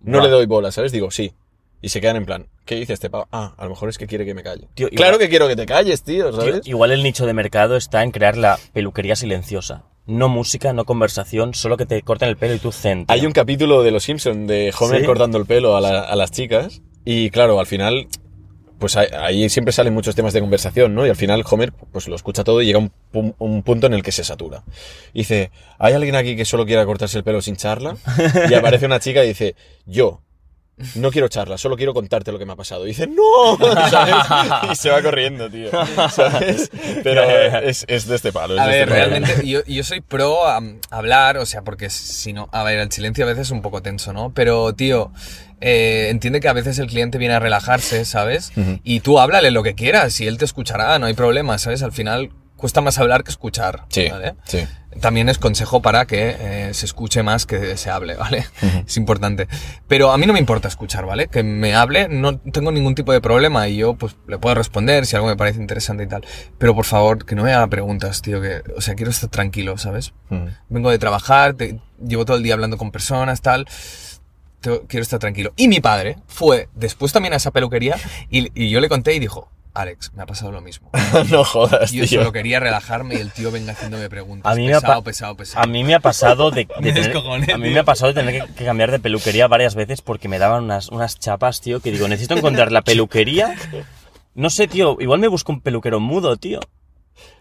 Speaker 1: No
Speaker 2: Va.
Speaker 1: le doy bola, ¿sabes? Digo, sí. Y se quedan en plan, ¿qué dice este pavo? Ah, a lo mejor es que quiere que me calle.
Speaker 2: Tío,
Speaker 1: claro
Speaker 2: igual-
Speaker 1: que quiero que te calles, tío,
Speaker 2: Tío,
Speaker 1: ¿sabes?
Speaker 2: igual el nicho de mercado está en crear la peluquería silenciosa. No música, no conversación, solo que te corten el pelo y tú centro.
Speaker 1: Hay un capítulo de Los Simpson de Homer
Speaker 2: ¿Sí?
Speaker 1: cortando el pelo a, la- a las chicas y claro, al final, pues ahí, ahí siempre salen muchos temas de conversación, ¿no? Y al final Homer pues lo escucha todo y llega un, pu- un punto en el que se satura. Y dice, ¿hay alguien aquí que solo quiera cortarse el pelo sin charla? Y aparece una chica y dice, yo. No quiero charla, solo quiero contarte lo que me ha pasado. Y dice, ¡No! ¿sabes? Y se va corriendo, tío. ¿Sabes? Pero es, es de este palo. es
Speaker 3: A
Speaker 1: de este
Speaker 3: ver,
Speaker 1: palo.
Speaker 3: realmente yo, yo soy pro a, a hablar, o sea, porque si no, a ver, el silencio a veces es un poco tenso, ¿no? Pero, tío, eh, entiende que a veces el cliente viene a relajarse, ¿sabes?
Speaker 1: Ujú.
Speaker 3: Y tú háblale lo que quieras y él te escuchará, no hay problema, ¿sabes? Al final cuesta más hablar que escuchar,
Speaker 1: Sí,
Speaker 3: ¿vale?
Speaker 1: sí.
Speaker 3: También es consejo para que eh, se escuche más que se hable, ¿vale? Es importante. Pero a mí no me importa escuchar, ¿vale? Que me hable, no tengo ningún tipo de problema y yo pues le puedo responder si algo me parece interesante y tal. Pero por favor, que no me haga preguntas, tío, que, o sea, quiero estar tranquilo, ¿sabes?
Speaker 1: Ujú.
Speaker 3: Vengo de trabajar, te- llevo todo el día hablando con personas, tal. Te- quiero estar tranquilo. Y mi padre fue después también a esa peluquería y, y yo le conté y dijo, Alex, me ha pasado lo mismo.
Speaker 1: no jodas,
Speaker 3: Yo
Speaker 1: tío.
Speaker 3: solo quería relajarme y el tío venga haciéndome preguntas.
Speaker 2: A mí me ha
Speaker 3: pesado,
Speaker 2: pa-
Speaker 3: pesado, pesado.
Speaker 2: A mí me ha pasado de, de
Speaker 3: Me
Speaker 2: tener-
Speaker 3: descojoné,
Speaker 2: a mí
Speaker 3: tío.
Speaker 2: me ha pasado de tener que, que cambiar de peluquería varias veces porque me daban unas, unas chapas, tío, que digo, necesito encontrar la peluquería. No sé, tío, igual me busco un peluquero mudo, tío.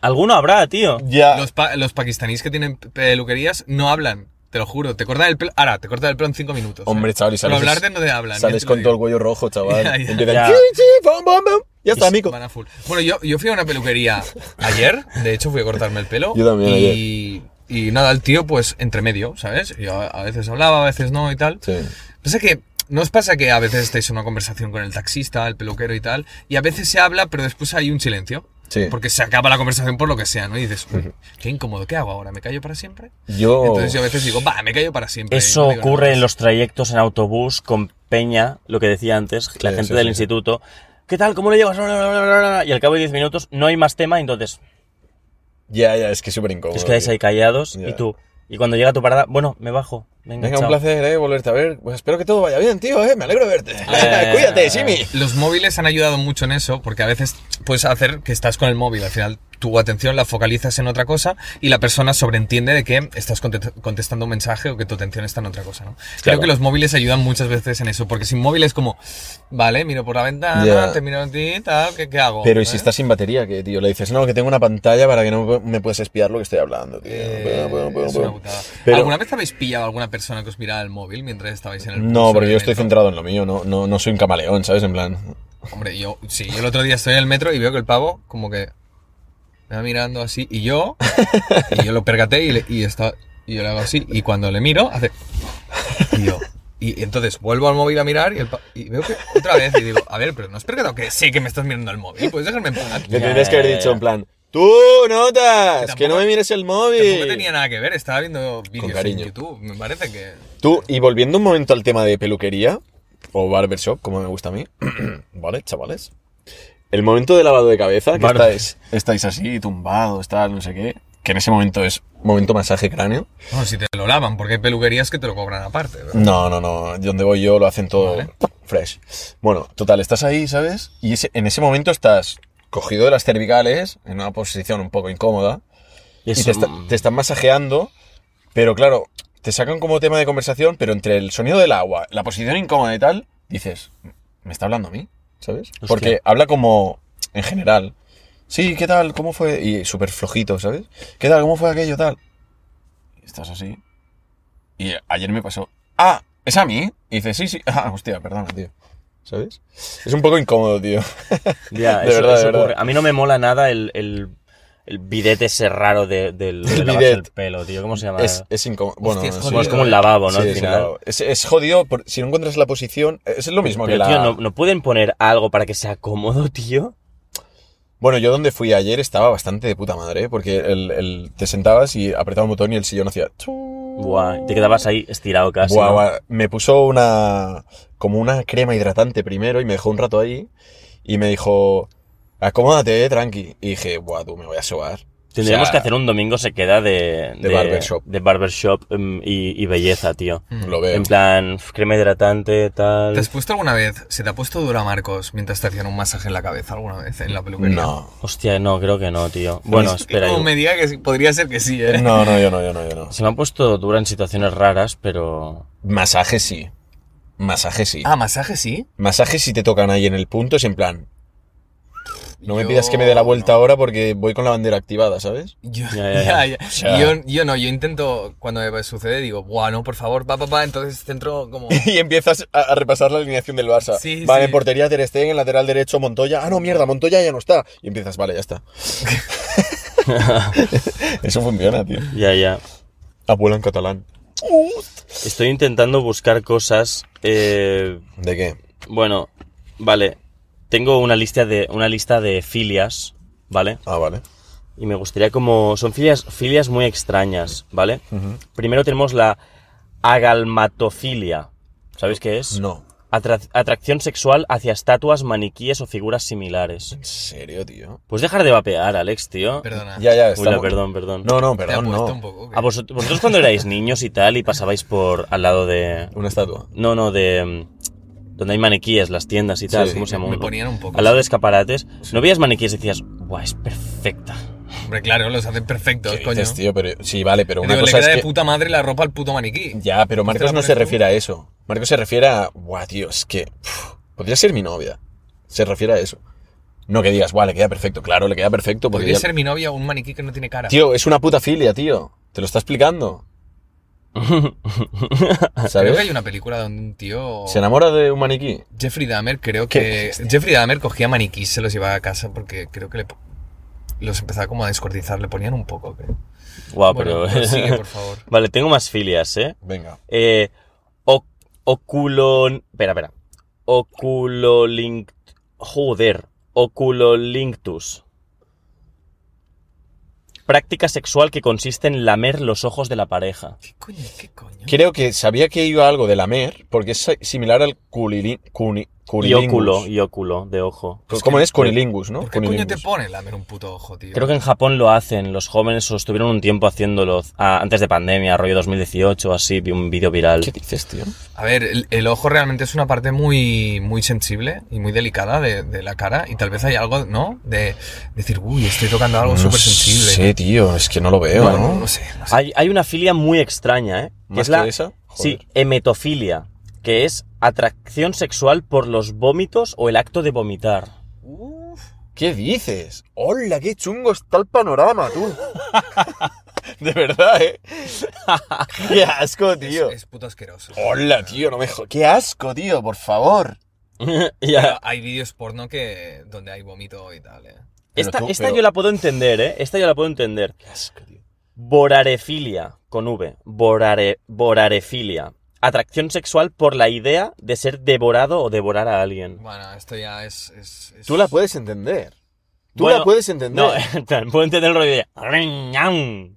Speaker 2: Alguno habrá, tío.
Speaker 1: Ya.
Speaker 3: Los, pa- los pakistaníes que tienen peluquerías no hablan, te lo juro. Te cortan el pelo. Ahora, te cortan el pelo en 5 minutos. ¿eh?
Speaker 1: Hombre, chaval, y
Speaker 3: Por
Speaker 1: sales,
Speaker 3: hablarte no te hablan.
Speaker 1: sales
Speaker 3: ya te lo
Speaker 1: con todo el
Speaker 3: digo.
Speaker 1: cuello rojo, chaval.
Speaker 3: Ya, ya.
Speaker 1: Empiezan,
Speaker 2: Ya.
Speaker 1: "Sí, sí, bom, bom, bom". Ya está, amigo.
Speaker 3: Van a full. Bueno, yo, yo fui a una peluquería ayer, de hecho fui a cortarme el pelo.
Speaker 1: Yo también
Speaker 3: y, y nada, el tío, pues entre medio, ¿sabes? Yo a a veces hablaba, a veces no y tal.
Speaker 1: Sí.
Speaker 3: Pasa que, ¿no os pasa que a veces estáis en una conversación con el taxista, el peluquero y tal? Y a veces se habla, pero después hay un silencio.
Speaker 1: Sí.
Speaker 3: Porque se acaba la conversación por lo que sea, ¿no? Y dices, "Uy, qué incómodo, ¿qué hago ahora? ¿Me callo para siempre?
Speaker 1: Yo.
Speaker 3: Entonces yo a veces digo, va, me callo para siempre.
Speaker 2: Oh. Eso
Speaker 3: no digo nada
Speaker 2: ocurre en
Speaker 3: más".
Speaker 2: los trayectos en autobús con Peña, lo que decía antes, la
Speaker 1: Sí,
Speaker 2: gente
Speaker 1: sí,
Speaker 2: del
Speaker 1: sí, sí.
Speaker 2: instituto. ¿Qué tal? ¿Cómo lo llevas? Y al cabo de 10 minutos no hay más tema, entonces
Speaker 1: Ya, ya, es que es súper incómodo.
Speaker 2: os quedáis
Speaker 1: tío.
Speaker 2: ahí callados
Speaker 1: Ya.
Speaker 2: y tú. Y cuando llega tu parada, bueno, me bajo. Venga,
Speaker 1: Venga, un
Speaker 2: chao.
Speaker 1: placer, eh, volverte a ver. Pues espero que todo vaya bien, tío, eh. Me alegro de verte.
Speaker 2: Eh.
Speaker 1: Cuídate, Simi.
Speaker 3: Los móviles han ayudado mucho en eso, porque a veces puedes hacer que estás con el móvil, al final tu atención la focalizas en otra cosa y la persona sobreentiende de que estás conte- contestando un mensaje o que tu atención está en otra cosa, ¿no?
Speaker 1: Claro.
Speaker 3: Creo que los móviles ayudan muchas veces en eso, porque sin móvil es como, vale, miro por la ventana,
Speaker 1: Ya.
Speaker 3: te miro a ti, tal, ¿qué, qué hago?
Speaker 1: Pero ¿y
Speaker 3: ¿Eh?
Speaker 1: si estás sin batería? Que, tío, le dices, no, que tengo una pantalla para que no me puedes espiar lo que estoy hablando, tío.
Speaker 3: Eh,
Speaker 1: Bueno, bueno, bueno,
Speaker 3: es una
Speaker 1: bueno.
Speaker 3: putada.
Speaker 1: Pero-
Speaker 3: ¿Alguna vez habéis pillado a alguna persona que os miraba el móvil mientras estabais en el bus o
Speaker 1: No,
Speaker 3: en
Speaker 1: porque
Speaker 3: el
Speaker 1: yo estoy
Speaker 3: metro?
Speaker 1: centrado en lo mío, no, no, no soy un camaleón, ¿sabes? En plan.
Speaker 3: Hombre, yo, sí, yo el otro día estoy en el metro y veo que el pavo como que me va mirando así y yo, y yo lo percaté y, le- y, está, y yo le hago así y cuando le miro hace... Y yo... Y entonces vuelvo al móvil a mirar y, el pa- y veo que otra vez y digo, a ver, pero no has percatado que sí que me estás mirando el móvil, puedes dejarme en paz.
Speaker 1: Le
Speaker 2: Ya,
Speaker 1: tendrías que
Speaker 2: ya,
Speaker 1: haber
Speaker 2: ya,
Speaker 1: dicho,
Speaker 2: ya.
Speaker 1: en plan, tú notas, que no me mires el móvil.
Speaker 3: Tampoco tenía nada que ver, estaba viendo vídeos en
Speaker 1: cariño.
Speaker 3: YouTube, me parece que...
Speaker 1: Tú, y volviendo un momento al tema de peluquería, o barbershop, como me gusta a mí, ¿vale, chavales? El momento de lavado de cabeza, que
Speaker 2: Barber-
Speaker 1: estáis, estáis así, tumbados, tal, no sé qué, que en ese momento es momento masaje cráneo.
Speaker 3: Bueno, si te lo lavan, porque hay peluquerías que te lo cobran aparte. ¿verdad?
Speaker 1: No, no, no, donde voy yo lo hacen todo
Speaker 3: Vale.
Speaker 1: fresh. Bueno, total, estás ahí, ¿sabes? Y ese- en ese momento estás cogido de las cervicales, en una posición un poco incómoda,
Speaker 2: Y
Speaker 1: y
Speaker 2: eso,
Speaker 1: te, está-
Speaker 2: mm,
Speaker 1: te están masajeando, pero claro, te sacan como tema de conversación, pero entre el sonido del agua, la posición incómoda y tal, dices, ¿me está hablando a mí? ¿Sabes?
Speaker 2: Hostia.
Speaker 1: Porque habla como en general. Sí, ¿qué tal? ¿Cómo fue? Y súper flojito, ¿sabes? ¿Qué tal? ¿Cómo fue aquello? Tal. Estás así. Y ayer me pasó. Ah, ¿es a mí? Y dices, sí, sí. Ah, hostia, perdona, tío. ¿Sabes? Es un poco incómodo, tío.
Speaker 2: Ya,
Speaker 1: De
Speaker 2: eso,
Speaker 1: verdad,
Speaker 2: eso
Speaker 1: de verdad.
Speaker 2: ocurre. A mí no me mola nada el, el- el bidete ese raro de, del de
Speaker 1: El
Speaker 2: lavarse el
Speaker 1: bidet.
Speaker 2: pelo, tío. ¿Cómo se llama?
Speaker 1: Es, es incómodo. Bueno,
Speaker 3: Hostia, es
Speaker 1: sí.
Speaker 2: Bueno, es
Speaker 3: jodido,
Speaker 2: como un
Speaker 3: eh.
Speaker 2: lavabo,
Speaker 1: Sí,
Speaker 2: ¿no? Al
Speaker 1: sí,
Speaker 2: final.
Speaker 1: claro. es, es jodido, por- si no encuentras la posición, es lo mismo que
Speaker 2: Pero,
Speaker 1: la...
Speaker 2: tío, ¿no, no pueden poner algo para que sea cómodo, tío?
Speaker 1: Bueno, yo donde fui ayer estaba bastante de puta madre, ¿eh? porque el, el- te sentabas y apretaba un botón y el sillón hacía... chu-
Speaker 2: Buah, y te quedabas ahí estirado casi.
Speaker 1: Buah,
Speaker 2: ¿no?
Speaker 1: buah. Me puso una... como una crema hidratante primero y me dejó un rato ahí y me dijo, acomódate, eh, tranqui. Y dije, buah, tú, me voy a sobar.
Speaker 2: Tendríamos que hacer un domingo se queda de,
Speaker 1: de barbershop.
Speaker 2: de barbershop, em, y, y belleza, tío.
Speaker 1: un... Lo veo.
Speaker 2: En plan, f- crema hidratante, tal.
Speaker 3: ¿Te has puesto alguna vez, se te ha puesto dura Marcos mientras te hacían un masaje en la cabeza alguna vez en la peluquería?
Speaker 1: No.
Speaker 2: Hostia, no, creo que no, tío. Bueno,
Speaker 3: Es que
Speaker 2: espera.
Speaker 3: Como
Speaker 2: yo-
Speaker 3: me diga que sí, podría ser que sí, ¿eh?
Speaker 1: No, no, yo no, yo no, yo no.
Speaker 2: Se me han puesto dura en situaciones raras, pero.
Speaker 1: Masaje sí. Masaje sí.
Speaker 3: Ah, masaje sí.
Speaker 1: Masaje si te tocan ahí en el punto, es en plan... No me
Speaker 3: Yo-
Speaker 1: pidas que me dé la vuelta
Speaker 3: no.
Speaker 1: ahora porque voy con la bandera activada, ¿sabes?
Speaker 3: Yo,
Speaker 2: Ya, ya, ya.
Speaker 3: ya, ya.
Speaker 1: O sea-
Speaker 3: Yo, yo no, yo intento, cuando me sucede, digo, buah, no, por favor, pa, pa, pa, entonces centro como...
Speaker 1: Y empiezas a, a repasar la alineación del Barça.
Speaker 3: Sí,
Speaker 1: vale,
Speaker 3: sí.
Speaker 1: en portería Ter Stegen, en lateral derecho Montoya. Ah, no, mierda, Montoya ya no está. Y empiezas, vale, ya está. Eso funciona, tío.
Speaker 2: Ya, ya.
Speaker 1: Abuela en catalán.
Speaker 2: Estoy intentando buscar cosas. eh,
Speaker 1: ¿De qué?
Speaker 2: bueno, vale. Tengo una lista de. una lista de filias, ¿vale?
Speaker 1: Ah, vale.
Speaker 2: Y me gustaría como. Son filias, filias muy extrañas, ¿vale? Primero tenemos la agalmatofilia. ¿Sabéis qué es?
Speaker 1: No.
Speaker 2: Atra- atracción sexual hacia estatuas, maniquíes o figuras similares.
Speaker 1: ¿En serio, tío?
Speaker 2: Pues dejar de vapear, Alex, tío.
Speaker 3: Perdona.
Speaker 1: Ya, ya,
Speaker 2: Uy,
Speaker 1: estamos...
Speaker 2: no, perdón, perdón.
Speaker 1: No, no,
Speaker 3: Te ha
Speaker 1: perdón,
Speaker 3: puesto
Speaker 1: no.
Speaker 3: un poco. ¿qué?
Speaker 2: ¿A vosot- vosotros cuando erais niños y tal y pasabais por al lado de...
Speaker 1: Una estatua.
Speaker 2: No, no, de... mm, Donde hay maniquíes, las tiendas y tal,
Speaker 1: Sí,
Speaker 2: ¿cómo se llama?
Speaker 3: me ponían un poco.
Speaker 2: Al lado de escaparates, no veías maniquíes y decías, ¡buah, es perfecta!
Speaker 3: Hombre, claro, los hacen perfectos,
Speaker 1: ¿Qué
Speaker 3: coño.
Speaker 1: dices, tío? Pero... Sí, vale, pero
Speaker 3: Te
Speaker 1: una
Speaker 3: digo, le
Speaker 1: cosa
Speaker 3: queda
Speaker 1: es
Speaker 3: de
Speaker 1: que...
Speaker 3: puta madre la ropa al puto maniquí.
Speaker 1: Ya, pero Marcos
Speaker 3: Entonces la
Speaker 1: no se
Speaker 3: pones tú.
Speaker 1: refiere a eso. Marcos se refiere a, guau, tío, es que pf, podría ser mi novia. Se refiere a eso. No que digas, guau, le queda perfecto. Claro, le queda perfecto.
Speaker 3: Podría
Speaker 1: podría-
Speaker 3: ser mi novia un maniquí que no tiene cara.
Speaker 1: Tío, es una puta filia, tío. Te lo está explicando.
Speaker 3: Creo
Speaker 1: ¿Sabes?
Speaker 3: que hay una película donde un tío...
Speaker 1: Se enamora de un maniquí.
Speaker 3: Jeffrey Dahmer creo
Speaker 1: ¿Qué
Speaker 3: que... Jeffrey Dahmer cogía maniquís, se los llevaba a casa porque creo que le... po- Los empezaba como a descortizar, le ponían un poco, creo.
Speaker 2: ¡Guau,
Speaker 3: Bueno,
Speaker 2: Ah, pero...
Speaker 3: prosigue, por favor.
Speaker 2: vale, tengo más filias, ¿eh?
Speaker 1: Venga.
Speaker 2: Eh, o- oculon... Espera, espera. Oculolinct... Joder. Oculolinctus. Práctica sexual que consiste en lamer los ojos de la pareja.
Speaker 3: ¿Qué coño? ¿Qué coño?
Speaker 1: Creo que sabía que iba algo de lamer, porque es similar al culilin, cuni,
Speaker 2: Y
Speaker 1: cunilingus.
Speaker 2: óculo, y óculo, de ojo.
Speaker 1: Pues ¿Cómo es? Cunilingus, ¿no?
Speaker 3: ¿Por qué coño te
Speaker 1: Cunilingus.
Speaker 3: pone lamer un puto ojo, tío?
Speaker 2: Creo que en Japón lo hacen, los jóvenes o estuvieron un tiempo haciéndolo ah, antes de pandemia, rollo 2018 o así, vi un vídeo viral.
Speaker 1: ¿Qué dices, tío?
Speaker 3: A ver, el, el ojo realmente es una parte muy, muy sensible y muy delicada de, de la cara y tal vez hay algo, ¿no? De decir, uy, estoy tocando algo súper sensible.
Speaker 1: Sí, tío, es que no lo veo,
Speaker 3: Bueno,
Speaker 1: ¿no?
Speaker 3: no sé, no sé.
Speaker 2: Hay, hay una filia muy extraña, ¿eh? Que
Speaker 1: ¿Más
Speaker 2: es la,
Speaker 1: que esa?
Speaker 2: Sí,
Speaker 1: Joder.
Speaker 2: emetofilia, que es atracción sexual por los vómitos o el acto de vomitar.
Speaker 3: Uf.
Speaker 1: ¿Qué dices? ¡Hola, qué chungo está el panorama, tú! De verdad, ¿eh? ¡Qué asco,
Speaker 3: Es-
Speaker 1: tío!
Speaker 3: Es, puto asqueroso.
Speaker 1: ¡Hola, tío! No me jo- ¡Qué asco, tío! ¡Por favor!
Speaker 2: Ya.
Speaker 3: Hay vídeos porno que donde hay vómito y tal, ¿eh?
Speaker 1: Pero
Speaker 2: Esta,
Speaker 1: tú-
Speaker 2: esta
Speaker 1: pero-
Speaker 2: yo la puedo entender, ¿eh? Esta yo la puedo entender.
Speaker 1: ¡Qué asco, tío!
Speaker 2: Borarefilia, con V. Borare, borarefilia. Atracción sexual por la idea de ser devorado o devorar a alguien.
Speaker 3: Bueno, esto ya es... es- es-
Speaker 1: Tú la puedes entender. Tú
Speaker 2: Bueno,
Speaker 1: la puedes entender.
Speaker 2: No, en plan, puedo entender el rollo de... "Riñam".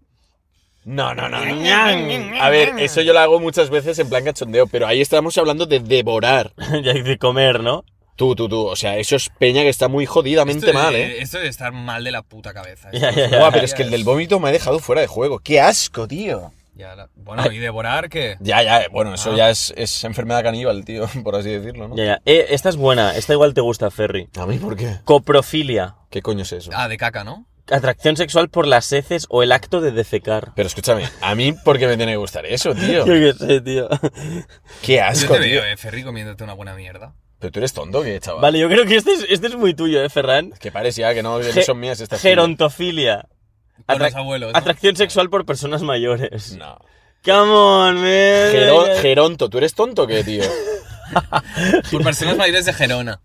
Speaker 1: No, no, no. A ver, eso yo lo hago muchas veces en plan cachondeo, pero ahí estamos hablando de devorar.
Speaker 2: Ya dice comer, ¿no?
Speaker 1: Tú, tú, tú. O sea, eso es peña que está muy jodidamente
Speaker 3: esto,
Speaker 1: mal,
Speaker 3: de-
Speaker 1: ¿eh?
Speaker 3: Esto de estar mal de la puta cabeza.
Speaker 2: Ya, ya, ya.
Speaker 1: Buah, pero es que el del vómito me ha dejado fuera de juego. ¡Qué asco, tío!
Speaker 3: Ya la- Bueno, ¿y devorar qué?
Speaker 1: Ya, ya, eh, bueno, eso
Speaker 3: Ah.
Speaker 1: ya es, es enfermedad caníbal, tío, por así decirlo, ¿no?
Speaker 2: Ya, ya. Eh, esta es buena, esta igual te gusta, Ferry.
Speaker 1: ¿A mí por qué?
Speaker 2: Coprofilia.
Speaker 1: ¿Qué coño es eso?
Speaker 3: Ah, de caca, ¿no?
Speaker 2: Atracción sexual por las heces o el acto de defecar.
Speaker 1: Pero escúchame, a mí por qué me tiene que gustar eso, tío.
Speaker 2: Yo qué sé, tío.
Speaker 1: Qué
Speaker 3: Yo
Speaker 1: asco,
Speaker 3: te
Speaker 1: tío.
Speaker 3: veo, eh, Ferry, comiéndote una buena mierda.
Speaker 1: Pero tú eres tonto, ¿qué, chaval?
Speaker 2: Vale, yo creo que este es, este es muy tuyo, ¿eh, Ferran?
Speaker 1: Que pares ya, que no, que no
Speaker 2: Ge-
Speaker 1: son mías estas.
Speaker 2: Gerontofilia.
Speaker 3: Con los
Speaker 2: Atrac-
Speaker 3: abuelos, ¿no?
Speaker 2: Atracción sexual por personas
Speaker 1: fillas.
Speaker 2: mayores.
Speaker 1: No.
Speaker 2: Come on, man.
Speaker 1: Gero- Geronto, ¿tú eres tonto o qué, tío?
Speaker 3: Por personas mayores de Gerona.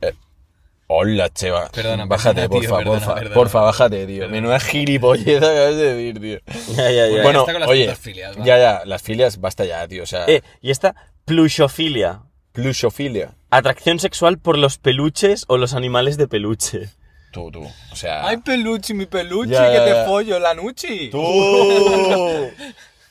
Speaker 1: Hola, Cheva.
Speaker 3: Perdona,
Speaker 1: bájate, porfa,
Speaker 3: perdona, tío,
Speaker 1: porfa,
Speaker 3: perdona, perdona.
Speaker 1: porfa, bájate, tío.
Speaker 3: Perdona.
Speaker 1: Menuda gilipollez acabas de decir, tío.
Speaker 2: Ya, ya, ya.
Speaker 1: Bueno,
Speaker 3: está con las
Speaker 1: oye,
Speaker 3: putas filias, va.
Speaker 1: ya, ya, las filias, basta ya, tío. O sea,
Speaker 2: Eh, y esta plushofilia.
Speaker 1: plushofilia.
Speaker 2: Atracción sexual por los peluches o los animales de peluche.
Speaker 1: Tú, tú. O sea,
Speaker 3: Ay, peluchi, mi peluchi,
Speaker 1: Ya,
Speaker 3: que
Speaker 1: ya,
Speaker 3: te
Speaker 1: ya.
Speaker 3: follo, la nuchi.
Speaker 1: tú.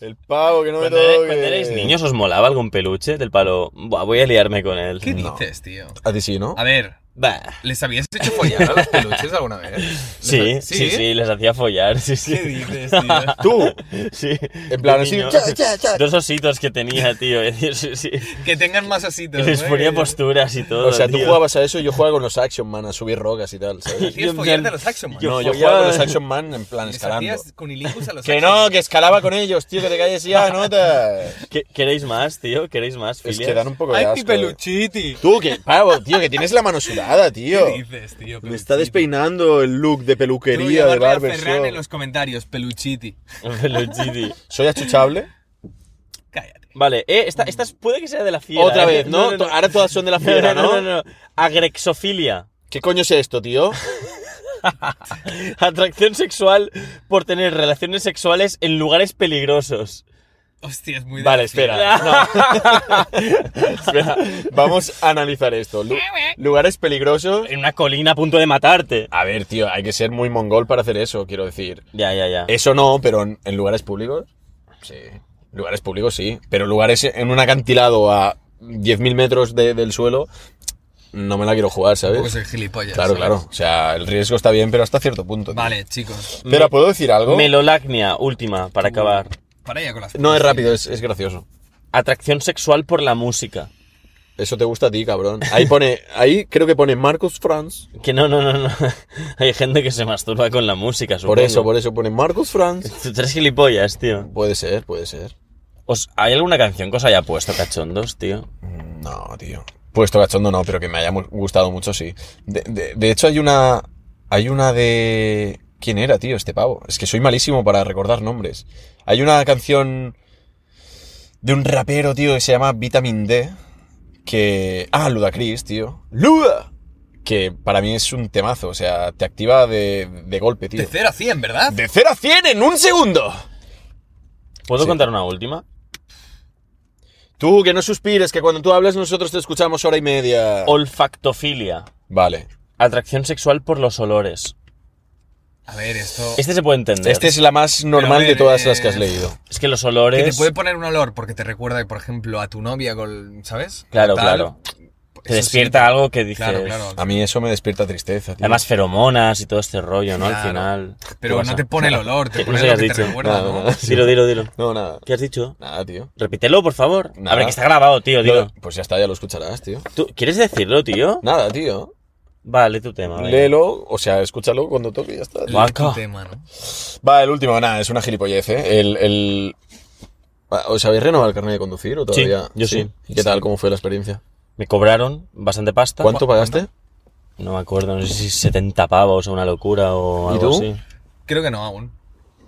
Speaker 1: El pavo que no me
Speaker 2: Cuando, era-
Speaker 1: toque.
Speaker 2: cuando erais niños os molaba algún peluche del palo. "Buah, voy a liarme con él.
Speaker 3: ¿Qué
Speaker 1: No.
Speaker 3: dices, tío?
Speaker 1: A ti sí, ¿no?
Speaker 3: A ver,
Speaker 2: Bah.
Speaker 3: ¿les habías hecho follar a los peluches alguna vez? ¿Les
Speaker 2: Sí,
Speaker 3: ha-
Speaker 2: sí, sí, les hacía follar. Sí, sí.
Speaker 3: ¿Qué dices, tío?
Speaker 1: Tú.
Speaker 2: Sí.
Speaker 1: En plan,
Speaker 2: de
Speaker 1: así,
Speaker 2: niño.
Speaker 1: ya, ya, ya.
Speaker 2: Dos ositos que tenía, tío. Sí, sí, sí.
Speaker 3: Que tengan más ¿eh?
Speaker 2: Y
Speaker 3: asitos.
Speaker 2: les
Speaker 3: ¿no?
Speaker 2: ponía
Speaker 3: Que-
Speaker 2: posturas y todo.
Speaker 1: O sea, tú
Speaker 2: tío.
Speaker 1: jugabas a eso y yo jugaba con los Action Man a subir rocas y tal, ¿sabes?
Speaker 3: Hacías
Speaker 2: Yo-
Speaker 3: follarte
Speaker 2: yo-
Speaker 3: a los Action Man.
Speaker 2: yo-
Speaker 1: no, yo
Speaker 2: follaba-
Speaker 1: jugaba con los Action Man en plan
Speaker 3: Les
Speaker 1: escalando.
Speaker 3: hacías cunilingus a los
Speaker 1: Que
Speaker 3: Action
Speaker 1: no,
Speaker 3: Man.
Speaker 1: que escalaba con ellos, tío, que te calles ya, nota.
Speaker 2: ¿Qué- ¿Queréis más, tío? ¿Queréis más?
Speaker 1: Es
Speaker 2: Filias?
Speaker 1: que dan un poco de
Speaker 3: Ay,
Speaker 1: asco.
Speaker 3: mi
Speaker 1: eh.
Speaker 3: peluchiti.
Speaker 1: Tú, que pavo, tío, que tienes la mano sudada, tío.
Speaker 3: ¿Qué dices, tío?
Speaker 1: Me está
Speaker 3: peluchiti?
Speaker 1: despeinando el look de peluquería
Speaker 3: Tú
Speaker 1: de
Speaker 3: llamarle a
Speaker 1: barber
Speaker 3: Ferran
Speaker 1: shop.
Speaker 3: en los comentarios, peluchiti.
Speaker 2: Peluchiti.
Speaker 1: ¿Soy achuchable?
Speaker 3: Cállate.
Speaker 2: Vale, eh, esta, esta es- puede que sea de la fiera.
Speaker 1: Otra
Speaker 2: eh.
Speaker 1: vez, ¿no? To- Ahora todas son de la fiera, ¿no?
Speaker 2: No, no, no. Agrexofilia.
Speaker 1: ¿Qué coño es esto, tío?
Speaker 2: Atracción sexual por tener relaciones sexuales en lugares peligrosos.
Speaker 3: Hostia, es muy de
Speaker 1: Vale,
Speaker 3: la fiera.
Speaker 1: espera. no. espera, vamos a analizar esto. Lu- lugares peligrosos.
Speaker 2: En una colina a punto de matarte.
Speaker 1: A ver, tío, hay que ser muy mongol para hacer eso, quiero decir.
Speaker 2: Ya, ya, ya.
Speaker 1: Eso no, pero en, en lugares públicos, sí. Lugares públicos, sí. Pero lugares en un acantilado a 10.000 metros de- del suelo, no me la quiero jugar,
Speaker 3: Tampoco
Speaker 1: ¿sabes?
Speaker 3: soy gilipollas.
Speaker 1: Claro,
Speaker 3: ¿sabes?
Speaker 1: claro. O sea, el riesgo está bien, pero hasta cierto punto. tío.
Speaker 3: Vale, chicos.
Speaker 1: Espera, ¿puedo decir algo?
Speaker 2: Melolacnia, última, para acabar.
Speaker 3: Para ya con las
Speaker 1: No, es rápido, es, es gracioso.
Speaker 2: Atracción sexual por la música.
Speaker 1: Eso te gusta a ti, cabrón. Ahí pone, ahí creo que pone Marcus Franz.
Speaker 2: Que no, no, no, no. Hay gente que se masturba con la música,
Speaker 1: Por
Speaker 2: supongo.
Speaker 1: eso, por eso pone Marcus Franz.
Speaker 2: Tú tres gilipollas, tío.
Speaker 1: Puede ser, puede ser.
Speaker 2: ¿Os- ¿Hay alguna canción que os haya puesto cachondos, tío?
Speaker 1: No, tío. Puesto cachondo no, pero que me haya mu- gustado mucho, sí. De, de- de hecho, hay una. Hay una de. ¿Quién era, tío, este pavo? Es que soy malísimo para recordar nombres. Hay una canción de un rapero, tío, que se llama Vitamin D. Que. Ah, Ludacris, tío. ¡Luda! Que para mí es un temazo, o sea, te activa de, de golpe, tío.
Speaker 3: De 0 a 100, ¿verdad?
Speaker 1: De 0 a 100 en un segundo.
Speaker 2: ¿Puedo
Speaker 1: Sí.
Speaker 2: contar una última?
Speaker 1: Tú, que no suspires, que cuando tú hablas nosotros te escuchamos hora y media.
Speaker 2: Olfactofilia.
Speaker 1: Vale.
Speaker 2: Atracción sexual por los olores.
Speaker 3: A ver, esto.
Speaker 2: Este se puede entender.
Speaker 1: Esta es la más
Speaker 3: Pero a
Speaker 1: normal
Speaker 3: ver,
Speaker 1: de todas las
Speaker 3: eh,
Speaker 1: que has leído.
Speaker 2: Es que los
Speaker 3: Que te
Speaker 2: olores.
Speaker 3: puede poner un olor porque te recuerda, por ejemplo, a tu novia, con, ¿sabes?
Speaker 2: Claro,
Speaker 3: Tal.
Speaker 2: claro. Te
Speaker 3: Eso sí.
Speaker 2: despierta algo que dices.
Speaker 3: Claro, claro.
Speaker 1: A mí eso me despierta tristeza, tío.
Speaker 2: Además, feromonas y todo este rollo, ¿no?
Speaker 3: Claro.
Speaker 2: Al final. ¿Qué
Speaker 3: Pero
Speaker 2: pasa?
Speaker 3: no te pone el olor, te
Speaker 2: ¿Qué-
Speaker 3: pone
Speaker 2: no sé
Speaker 3: lo
Speaker 2: qué
Speaker 3: que
Speaker 2: has
Speaker 3: te
Speaker 2: dicho?
Speaker 3: recuerda,
Speaker 1: Nada,
Speaker 3: ¿no?
Speaker 1: nada.
Speaker 2: Dilo, dilo, dilo.
Speaker 1: No, nada.
Speaker 2: ¿Qué has dicho?
Speaker 1: Nada, tío.
Speaker 2: Repítelo, por favor.
Speaker 1: Nada.
Speaker 2: A ver, que está grabado, tío, dilo.
Speaker 1: Lo- Pues ya está, ya lo escucharás, tío.
Speaker 2: ¿Tú quieres decirlo, tío?
Speaker 1: Nada, tío.
Speaker 2: Vale, tu tema. venga.
Speaker 1: Léelo, o sea, escúchalo cuando toque y ya está. tío.
Speaker 2: Guau.
Speaker 3: Es tu
Speaker 2: Vaca.
Speaker 3: tema, ¿no?
Speaker 1: Va, el último, nada, es una gilipollez, ¿eh? El, el... Ah, ¿Os habéis renovado el carnet de conducir o
Speaker 2: Sí,
Speaker 1: todavía?
Speaker 2: yo sí.
Speaker 1: ¿Y ¿Qué tal? ¿Cómo fue la experiencia?
Speaker 2: Me cobraron bastante pasta.
Speaker 1: ¿Cuánto pagaste?
Speaker 2: No me acuerdo, no sé si 70 pavos o una locura o
Speaker 1: ¿Y
Speaker 2: algo
Speaker 1: tú?
Speaker 2: así.
Speaker 3: Creo que no aún.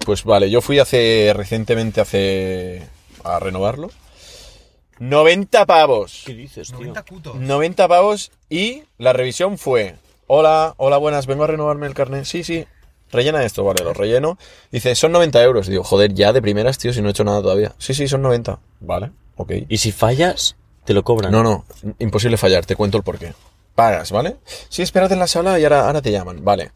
Speaker 1: Pues vale, yo fui hace recientemente hace a renovarlo. 90 pavos.
Speaker 2: ¿Qué dices, tío?
Speaker 3: 90 cutos.
Speaker 1: 90 pavos y la revisión fue, hola, hola, buenas, vengo a renovarme el carnet. Sí, sí, rellena esto, vale, lo relleno. Dice, son 90 euros. Digo, joder, ya de primeras, tío, si no he hecho nada todavía. Sí, sí, son 90. Vale, ok.
Speaker 2: Y si fallas, te lo cobran.
Speaker 1: No, no, imposible fallar, te cuento el porqué. Pagas, ¿vale? Sí, espérate en la sala y ahora, ahora te llaman, vale.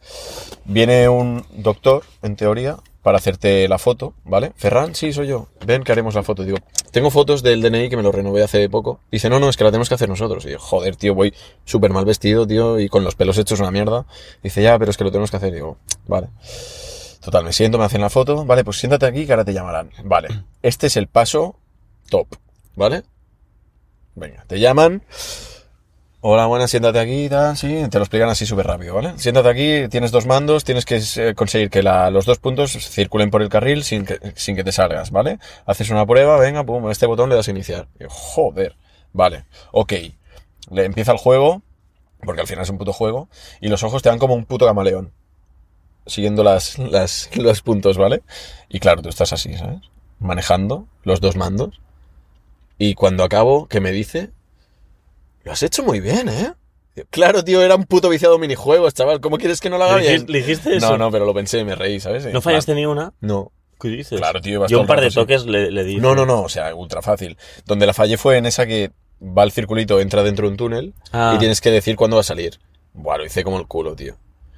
Speaker 1: Viene un doctor, en teoría, para hacerte la foto, ¿vale? Ferran, sí, soy yo. Ven que haremos la foto. Digo, tengo fotos del DNI que me lo renové hace poco. Dice, no, no, es que la tenemos que hacer nosotros. Y yo, joder, tío, voy súper mal vestido, tío, y con los pelos hechos una mierda. Dice, ya, pero es que lo tenemos que hacer. Digo, vale. Total, me siento, me hacen la foto. Vale, pues siéntate aquí que ahora te llamarán. Vale. Este es el paso top, ¿vale? Venga, te llaman. Hola, buenas, siéntate aquí, tal, sí, te lo explican así súper rápido, ¿vale? Siéntate aquí, tienes dos mandos, tienes que eh, conseguir que la- los dos puntos circulen por el carril sin que, sin que te salgas, ¿vale? Haces una prueba, venga, pum, a este botón le das a iniciar. Y yo, joder, vale, ok. Le empieza el juego, porque al final es un puto juego, y los ojos te dan como un puto camaleón, siguiendo las, las, los puntos, ¿vale? Y claro, tú estás así, ¿sabes? Manejando los dos mandos. Y cuando acabo, que me dice, lo has hecho muy bien, ¿eh? Claro, tío, era un puto viciado a minijuegos, chaval. ¿Cómo quieres que no lo haga
Speaker 2: ¿Le
Speaker 1: bien?
Speaker 2: dijiste, le dijiste eso?
Speaker 1: No, no, pero lo pensé, me reí, ¿sabes? Ah,
Speaker 2: ¿No fallaste ni una?
Speaker 1: No.
Speaker 2: ¿Qué dices?
Speaker 1: Claro, tío, ibas
Speaker 2: Yo
Speaker 1: todo
Speaker 2: un par
Speaker 1: el
Speaker 2: de
Speaker 1: rato
Speaker 2: toques le, le di.
Speaker 1: No, no, no, o sea, ultra fácil. Donde la fallé fue en esa que va el circulito, entra dentro de un túnel
Speaker 2: Ah.
Speaker 1: y tienes que decir cuándo va a salir. Bueno, hice como el culo, tío.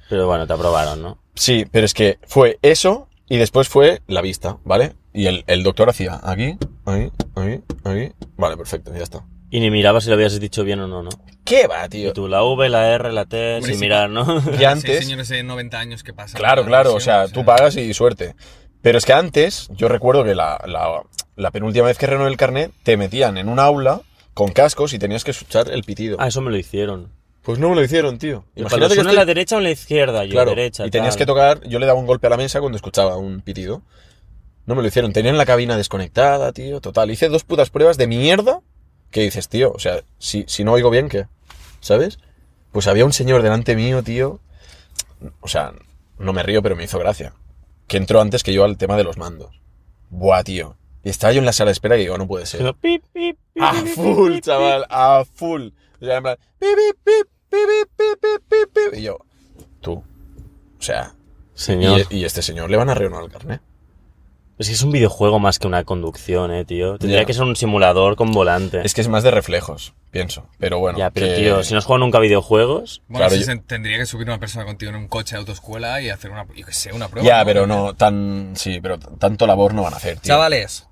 Speaker 2: Pero bueno, te aprobaron, ¿no?
Speaker 1: Sí, pero es que fue eso y después fue la vista, ¿vale? Y el, el doctor hacía aquí, aquí, aquí, aquí. Vale, perfecto, ya está.
Speaker 2: Y ni miraba si lo habías dicho bien o no, ¿no?
Speaker 1: ¿Qué va,
Speaker 2: Y
Speaker 1: tío?
Speaker 2: tú la V, la R, la T,
Speaker 3: Hombre,
Speaker 2: sin
Speaker 3: sí.
Speaker 2: mirar, ¿no?
Speaker 1: Y antes...
Speaker 3: señores de 90 años que pasan.
Speaker 1: Claro,
Speaker 3: la
Speaker 1: claro, o sea,
Speaker 3: presión,
Speaker 1: tú pagas y suerte. Pero es que antes, yo recuerdo que la, la- la penúltima vez que renové el carnet, te metían en un aula con cascos y tenías que escuchar el pitido.
Speaker 2: ah, eso me lo hicieron.
Speaker 1: Pues no me lo hicieron, tío.
Speaker 2: Imagínate
Speaker 1: Imagínate
Speaker 2: que
Speaker 1: que
Speaker 2: a la
Speaker 1: estoy-
Speaker 2: derecha o en la izquierda, yo
Speaker 1: claro,
Speaker 2: derecha.
Speaker 1: y tenías que
Speaker 2: tal.
Speaker 1: tocar, yo le daba un golpe a la mesa cuando escuchaba un pitido. No me lo hicieron, tenían la cabina desconectada, tío, total. Hice dos putas pruebas de mierda que dices, tío, o sea, si, si no oigo bien, ¿qué? ¿Sabes? Pues había un señor delante mío, tío. O sea, no me río, pero me hizo gracia. Que entró antes que yo al tema de los mandos. Buah, tío. Y estaba yo en la sala de espera y digo, no puede ser.
Speaker 2: Pero pip, pip, pip,
Speaker 1: A
Speaker 2: pip,
Speaker 1: Ah,
Speaker 2: pip,
Speaker 1: full,
Speaker 2: pip,
Speaker 1: chaval, a full. O sea, en plan, pi, pi, pi, pi, pi, pi, pi, pi, pi. Y yo, tú. O sea,
Speaker 2: pip.
Speaker 1: y,
Speaker 2: Señor.
Speaker 1: y este señor le van a renovar el carnet.
Speaker 2: Es que Pues es un videojuego más que una conducción, eh, tío. Tendría
Speaker 1: Ya.
Speaker 2: que ser un simulador con volante.
Speaker 1: Es que es más de reflejos, pienso. Pero bueno.
Speaker 2: ya, pero
Speaker 1: que-
Speaker 2: tío, si no has jugado nunca a videojuegos.
Speaker 3: Bueno,
Speaker 1: Claro,
Speaker 3: sí
Speaker 1: yo-
Speaker 3: se- tendría que subir una persona contigo en un coche de autoescuela y hacer una, yo que sé, una prueba.
Speaker 1: Ya, pero no, tan. Sí, pero t- tanto labor no van a hacer, tío.
Speaker 3: Chavales,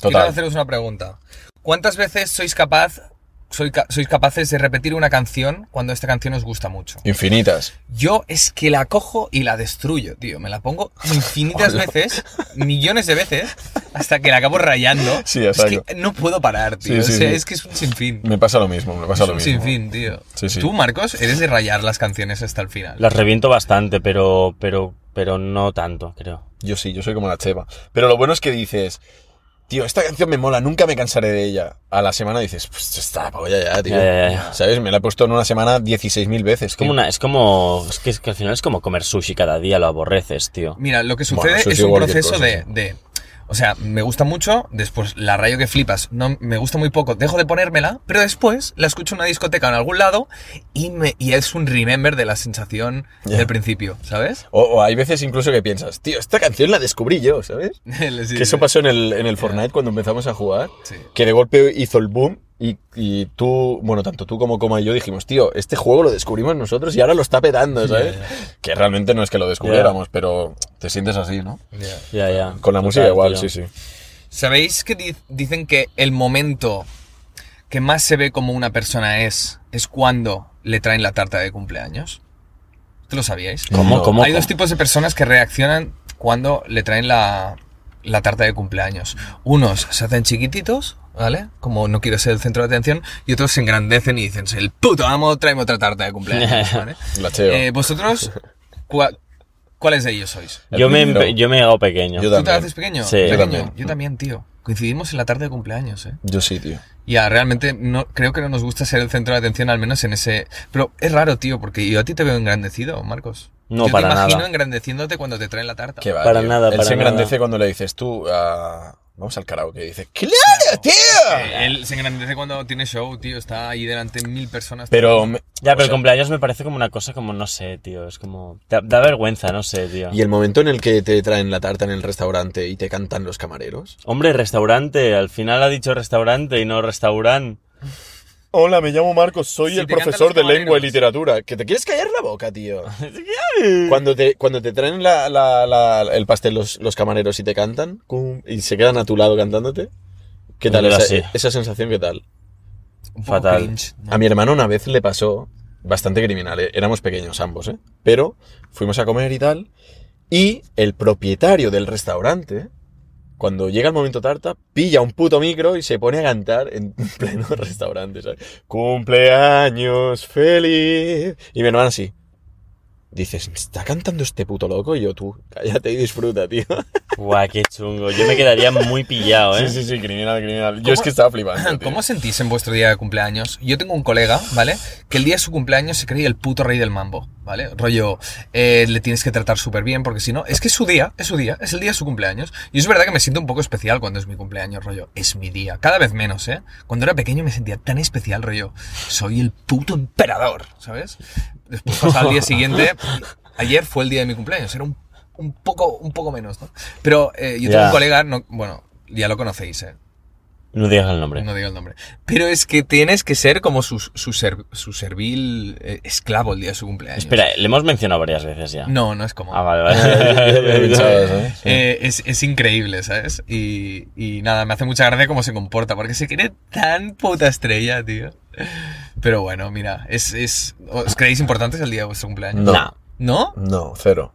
Speaker 3: quiero
Speaker 1: Total.
Speaker 3: haceros una pregunta. ¿Cuántas veces sois capaz, soy ca- sois capaces de repetir una canción cuando esta canción os gusta mucho?
Speaker 1: Infinitas.
Speaker 3: Yo es que la cojo y la destruyo, tío. Me la pongo infinitas
Speaker 1: Hola.
Speaker 3: veces, millones de veces, hasta que la acabo rayando.
Speaker 1: Sí,
Speaker 3: es
Speaker 1: exacto.
Speaker 3: que no puedo parar, tío.
Speaker 1: Sí, sí,
Speaker 3: O sea,
Speaker 1: sí.
Speaker 3: es que es un sinfín.
Speaker 1: Me pasa lo mismo, me pasa
Speaker 3: Es
Speaker 1: lo
Speaker 3: un
Speaker 1: mismo.
Speaker 3: sinfín, tío.
Speaker 1: Sí, sí.
Speaker 3: Tú, Marcos, eres de rayar las canciones hasta el final.
Speaker 2: Las reviento bastante, pero, pero, pero no tanto, creo.
Speaker 1: Yo sí, yo soy como la cheva. Pero lo bueno es que dices, tío, esta canción me mola, nunca me cansaré de ella. A la semana dices, pues esta polla ya, tío.
Speaker 2: Ya, ya, ya.
Speaker 1: ¿Sabes? Me la he puesto en una semana 16.000 veces.
Speaker 2: Es como
Speaker 1: tío.
Speaker 2: una, es como, es que, es que al final es como comer sushi cada día, lo aborreces,
Speaker 1: Mm.
Speaker 2: tío.
Speaker 3: Mira, lo que
Speaker 1: Bueno,
Speaker 3: sucede
Speaker 1: eso
Speaker 3: es
Speaker 1: sí,
Speaker 3: un
Speaker 1: cualquier
Speaker 3: proceso
Speaker 1: cosa,
Speaker 3: de,
Speaker 1: sí.
Speaker 3: de- O sea, me gusta mucho, después la rayo que flipas, no, me gusta muy poco, dejo de ponérmela, pero después la escucho en una discoteca en algún lado y, me, y es un remember de la sensación
Speaker 1: Ya.
Speaker 3: del principio, ¿sabes?
Speaker 1: O, o hay veces incluso que piensas, tío, esta canción la descubrí yo, ¿sabes?
Speaker 3: Sí,
Speaker 1: que eso
Speaker 3: sí.
Speaker 1: pasó en el, en el Fortnite cuando empezamos a jugar,
Speaker 3: Sí.
Speaker 1: que de golpe hizo el boom y, y tú, bueno, tanto tú como Coma y yo dijimos, tío, este juego lo descubrimos nosotros y ahora lo está petando, ¿sabes? Que realmente no es que lo descubriéramos, pero te sientes así, ¿no?
Speaker 3: Ya.
Speaker 2: Ya, ya.
Speaker 1: Con la
Speaker 2: Total,
Speaker 1: música igual,
Speaker 2: tío.
Speaker 1: sí, sí.
Speaker 3: ¿Sabéis que di- dicen que el momento que más se ve como una persona es es cuando le traen la tarta de cumpleaños? ¿Te lo sabíais?
Speaker 2: ¿Cómo,
Speaker 1: No.
Speaker 2: cómo?
Speaker 3: Hay dos tipos de personas que reaccionan cuando le traen la, la tarta de cumpleaños. Unos se hacen chiquititos, ¿vale? Como no quiero ser el centro de atención, y otros se engrandecen y dicen, "Soy el puto amo, tráeme otra tarta de cumpleaños, ¿vale?
Speaker 1: La cheo.
Speaker 3: Eh, ¿Vosotros cua- cuáles de ellos sois?
Speaker 1: El
Speaker 2: Yo me,
Speaker 1: primero.
Speaker 2: empe- yo me he llegado pequeño.
Speaker 1: Yo
Speaker 3: ¿Tú te
Speaker 1: también.
Speaker 3: haces pequeño?
Speaker 2: Sí.
Speaker 3: Pequeño.
Speaker 1: Yo también.
Speaker 3: Yo también, tío. Coincidimos en la tarta de cumpleaños, ¿eh?
Speaker 1: Yo sí, tío.
Speaker 3: Ya, realmente no, creo que no nos gusta ser el centro de atención, al menos en ese... Pero es raro, tío, porque yo a ti te veo engrandecido, Marcos.
Speaker 2: No,
Speaker 3: yo
Speaker 2: para
Speaker 3: te imagino
Speaker 2: nada.
Speaker 3: engrandeciéndote cuando te traen la tarta.
Speaker 1: Qué va,
Speaker 2: Para
Speaker 1: tío.
Speaker 2: nada,
Speaker 1: Él
Speaker 2: para
Speaker 1: se
Speaker 2: nada.
Speaker 1: engrandece cuando le dices tú, ah, vamos al karaoke, y dices, ¡Claro, tío!
Speaker 3: Eh, él se engrandece cuando tiene show, tío. Está ahí delante de mil personas.
Speaker 1: Pero... me-
Speaker 2: Ya, pero
Speaker 1: o
Speaker 2: el
Speaker 1: sea,
Speaker 2: cumpleaños me parece como una cosa como, no sé, tío, es como... Da, da vergüenza, no sé, tío.
Speaker 1: ¿Y el momento en el que te traen la tarta en el restaurante y te cantan los camareros?
Speaker 2: Hombre, restaurante, al final ha dicho restaurante y no restaurant.
Speaker 1: Hola, me llamo Marcos, soy
Speaker 3: Si
Speaker 1: el
Speaker 3: te cantan
Speaker 1: profesor
Speaker 3: los
Speaker 1: de lengua y
Speaker 3: camareros.
Speaker 1: literatura. Que te quieres callar la boca, tío. cuando, te, cuando te traen la- la- la- el pastel los, los camareros y te cantan cum, y se quedan a tu lado cantándote, ¿qué tal?
Speaker 2: Yo
Speaker 1: Esa,
Speaker 2: sí.
Speaker 1: esa sensación, ¿qué tal?
Speaker 3: Un poco
Speaker 2: fatal.
Speaker 3: cringe, ¿no?
Speaker 1: A mi hermano una vez le pasó, bastante criminal, eh, éramos pequeños ambos, ¿eh? Pero fuimos a comer y tal, y el propietario del restaurante, cuando llega el momento tarta, pilla un puto micro y se pone a cantar en pleno restaurante, ¿sabes? Cumpleaños feliz. Y mi hermano así. dices, "¿Me está cantando este puto loco? Y yo, tú, cállate y disfruta, tío.
Speaker 2: Guau, qué chungo. Yo me quedaría muy pillado, ¿eh?
Speaker 1: Sí, sí, sí, criminal, criminal. Yo es que estaba flipando. tío.
Speaker 3: ¿Cómo os sentís en vuestro día de cumpleaños? Yo tengo un colega, ¿vale? Que el día de su cumpleaños se creía el puto rey del mambo, ¿vale? Rollo, eh, le tienes que tratar súper bien porque si no, es que es su día, es su día, es el día de su cumpleaños. Y es verdad que me siento un poco especial cuando es mi cumpleaños, rollo, es mi día. Cada vez menos, ¿eh? Cuando era pequeño me sentía tan especial, rollo, soy el puto emperador, ¿sabes? Después pasaba el día siguiente, ayer fue el día de mi cumpleaños, era un, un poco, un poco menos, ¿no? Pero eh, yo tengo
Speaker 2: Ya.
Speaker 3: un colega, no- bueno, ya lo conocéis, ¿eh?
Speaker 2: No digas el nombre.
Speaker 3: No digo el nombre. Pero es que tienes que ser como su, su, ser- su servil eh, esclavo el día de su cumpleaños.
Speaker 2: Espera, le hemos mencionado varias veces ya.
Speaker 3: No, no es como.
Speaker 2: Ah, vale, vale.
Speaker 1: Yo lo he pensado, ¿sabes?
Speaker 3: Eh, es, es increíble, ¿sabes? Y, y nada, me hace mucha gracia cómo se comporta, porque se cree tan puta estrella, tío. Pero bueno, mira, es, es, ¿os creéis importantes el día de vuestro cumpleaños?
Speaker 1: No.
Speaker 2: No,
Speaker 3: ¿No?
Speaker 1: No, cero.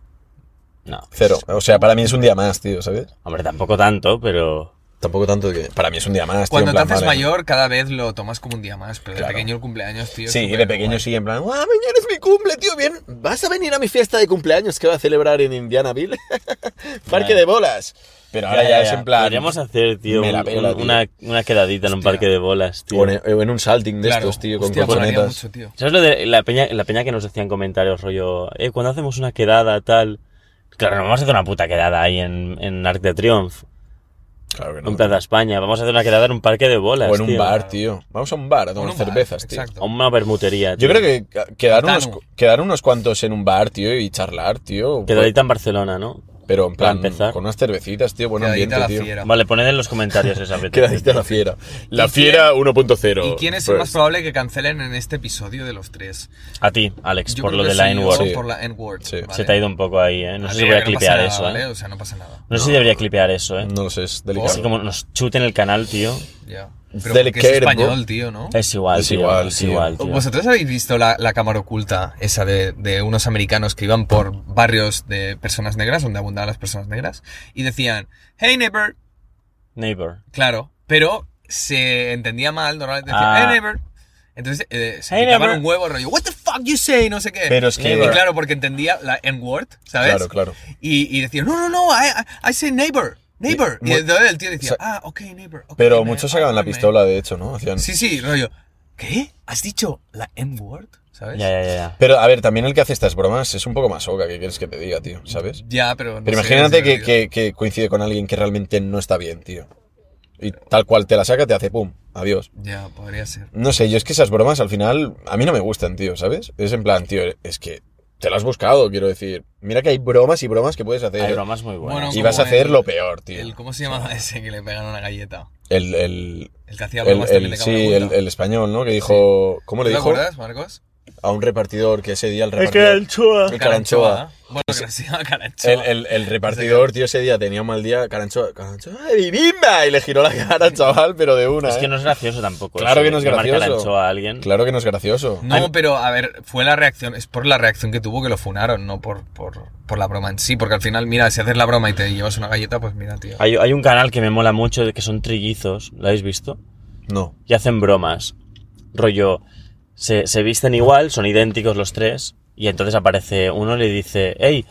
Speaker 2: no.
Speaker 1: Cero. O sea, para mí es un día más, tío, ¿sabes?
Speaker 2: Hombre, tampoco tanto, pero.
Speaker 1: Tampoco tanto que. Para mí es un día más, tío.
Speaker 3: Cuando
Speaker 1: en
Speaker 3: te
Speaker 1: plan,
Speaker 3: haces
Speaker 1: vale.
Speaker 3: mayor, cada vez lo tomas como un día más, pero de
Speaker 1: Claro.
Speaker 3: pequeño el cumpleaños, tío. es
Speaker 1: Sí,
Speaker 3: súper
Speaker 1: de pequeño
Speaker 3: guay.
Speaker 1: sí, en plan, ¡ah, mañana es mi cumple, tío! Bien, ¿vas a venir a mi fiesta de cumpleaños que va a celebrar en Indianaville? Parque
Speaker 2: Ya.
Speaker 1: de bolas. Pero ahora ya, es en plan.
Speaker 2: Podríamos hacer, tío,
Speaker 1: Me la
Speaker 2: un-
Speaker 1: pela,
Speaker 2: un-
Speaker 1: tío.
Speaker 2: Una, una quedadita en un
Speaker 3: Hostia.
Speaker 2: parque de bolas, tío.
Speaker 1: O en, o eh, en un salting de
Speaker 3: Claro,
Speaker 1: estos, tío, con
Speaker 3: hostia, molaría
Speaker 1: colchonetas.
Speaker 3: mucho, tío.
Speaker 2: ¿Sabes lo de la peña, la peña que nos decían comentarios, rollo, eh, cuando hacemos una quedada, tal? Claro, no vamos a hacer una puta quedada ahí en, en Arc de Triunf,
Speaker 1: Claro que
Speaker 2: en Plaza España. Vamos a hacer una quedada en un parque de bolas,
Speaker 1: O en un
Speaker 2: tío.
Speaker 1: bar, tío. Vamos a un bar a
Speaker 3: Con
Speaker 1: tomar
Speaker 3: un bar,
Speaker 1: cervezas, tío.
Speaker 3: Exacto.
Speaker 2: O una bermutería,
Speaker 1: Yo
Speaker 2: tío.
Speaker 1: creo que ca- quedar unos,
Speaker 3: Tano.
Speaker 1: quedar unos cuantos en un bar, tío, y charlar, tío. pues,
Speaker 2: Quedadita en Barcelona, ¿no?
Speaker 1: Pero en
Speaker 2: para
Speaker 1: plan,
Speaker 2: empezar.
Speaker 1: con unas cervecitas, tío, buen
Speaker 3: Quedadita
Speaker 1: ambiente,
Speaker 3: la
Speaker 1: tío.
Speaker 3: fiera.
Speaker 2: Vale, poned en los comentarios esa vete.
Speaker 1: Quedadita la fiera. La
Speaker 3: quién-
Speaker 1: fiera 1.0.
Speaker 3: ¿Y quién es el
Speaker 1: pues.
Speaker 3: más probable que cancelen en este episodio de los tres?
Speaker 2: A ti, Alex,
Speaker 3: Yo
Speaker 2: por
Speaker 3: creo
Speaker 2: lo
Speaker 3: que
Speaker 2: de la
Speaker 3: soy yo,
Speaker 2: N-word.
Speaker 1: Sí.
Speaker 3: Por la N-word.
Speaker 1: Sí.
Speaker 2: Se te ha ido un poco ahí, ¿eh? No sé si voy a clipear eso, ¿eh?
Speaker 3: O sea, no pasa nada.
Speaker 2: No sé si debería clipear eso, ¿eh?
Speaker 1: No lo sé, es delicado.
Speaker 2: Así como nos chuten el canal, tío.
Speaker 3: Ya.
Speaker 1: It's
Speaker 3: Pero porque es
Speaker 1: delicate, bro.
Speaker 3: español, tío, ¿no?
Speaker 2: Es igual,
Speaker 1: Es
Speaker 2: tío.
Speaker 1: igual,
Speaker 2: es
Speaker 1: tío.
Speaker 2: igual, tío.
Speaker 3: ¿Vosotros habéis visto la, la cámara oculta, esa de, de unos americanos que iban por barrios de personas negras, donde abundaban las personas negras, y decían, hey neighbor,
Speaker 2: Neighbor.
Speaker 3: claro, pero se entendía mal, normalmente decían,
Speaker 2: Ah.
Speaker 3: hey neighbor. Entonces eh, se
Speaker 2: Hey,
Speaker 3: quitaban
Speaker 2: neighbor.
Speaker 3: un huevo rollo, what the fuck you say, no sé qué.
Speaker 1: Pero es que-
Speaker 3: Y claro, porque entendía la N-word, ¿sabes?
Speaker 1: Claro, claro.
Speaker 3: Y, y decía, no, no, no, I, I, I say neighbor, neighbor. Y
Speaker 1: Mu-
Speaker 3: entonces el tío decía,
Speaker 1: Sa-
Speaker 3: ah, ok, neighbor. ok,
Speaker 1: Pero
Speaker 3: man,
Speaker 1: muchos
Speaker 3: ok,
Speaker 1: sacaban la
Speaker 3: man".
Speaker 1: pistola, de hecho, ¿no? Hacían-
Speaker 3: Sí, sí, rollo, ¿qué? ¿Has dicho la N-word? ¿Sabes?
Speaker 2: Ya, ya, ya, ya.
Speaker 1: Pero a ver, también el que hace estas bromas es un poco más oca, ¿qué quieres que te diga, tío? ¿Sabes?
Speaker 3: Ya, pero no
Speaker 1: Pero
Speaker 3: sé,
Speaker 1: imagínate
Speaker 3: es
Speaker 1: que, que-
Speaker 3: divertido.
Speaker 1: que coincide con alguien que realmente no está bien, tío. Y tal cual te la saca, te hace pum, adiós.
Speaker 3: Ya, podría ser.
Speaker 1: No sé, yo es que esas bromas al final a mí no me gustan, tío, ¿sabes? Es en plan, tío, es que te lo has buscado, quiero decir. Mira que hay bromas y bromas que puedes hacer.
Speaker 2: Hay bromas muy buenas.
Speaker 1: Eh, y
Speaker 3: Bueno,
Speaker 1: vas a
Speaker 3: como
Speaker 1: hacer
Speaker 3: el-
Speaker 1: lo peor, tío.
Speaker 3: El, ¿Cómo se llamaba ese que le pegan una galleta?
Speaker 1: El, el,
Speaker 3: El que hacía
Speaker 1: el,
Speaker 3: bromas también
Speaker 1: el-
Speaker 3: de
Speaker 1: sí,
Speaker 3: cámara
Speaker 1: el,
Speaker 3: oculta.
Speaker 1: el español, ¿no? Que dijo, ¿cómo
Speaker 3: ¿Tú
Speaker 1: le
Speaker 3: te
Speaker 1: dijo?
Speaker 3: acuerdas, Marcos?
Speaker 1: A un repartidor que ese día el repartidor...
Speaker 2: chua.
Speaker 1: El Caranchoa.
Speaker 3: Bueno, que se llama Caranchoa.
Speaker 1: ¿ah? El, el- el repartidor, tío, ese día tenía un mal día. Caranchoa, Caranchoa de bibimba. Y le giró la cara al chaval, pero de una.
Speaker 2: Es
Speaker 1: ¿eh?
Speaker 2: que no es gracioso tampoco.
Speaker 1: Claro
Speaker 2: eso,
Speaker 1: que no es
Speaker 2: llamar
Speaker 1: gracioso.
Speaker 2: caranchoa a alguien.
Speaker 1: Claro que no es gracioso.
Speaker 3: No, pero a ver, fue la reacción, es por la reacción que tuvo que lo funaron, no por, por, por la broma en sí, porque al final, mira, si haces la broma y te llevas una galleta, pues mira, tío.
Speaker 2: Hay, hay un canal que me mola mucho, que son trillizos, ¿lo habéis visto?
Speaker 1: No.
Speaker 2: Y hacen bromas. Rollo, se, se visten igual, son idénticos los tres, y entonces aparece uno y le dice, hey,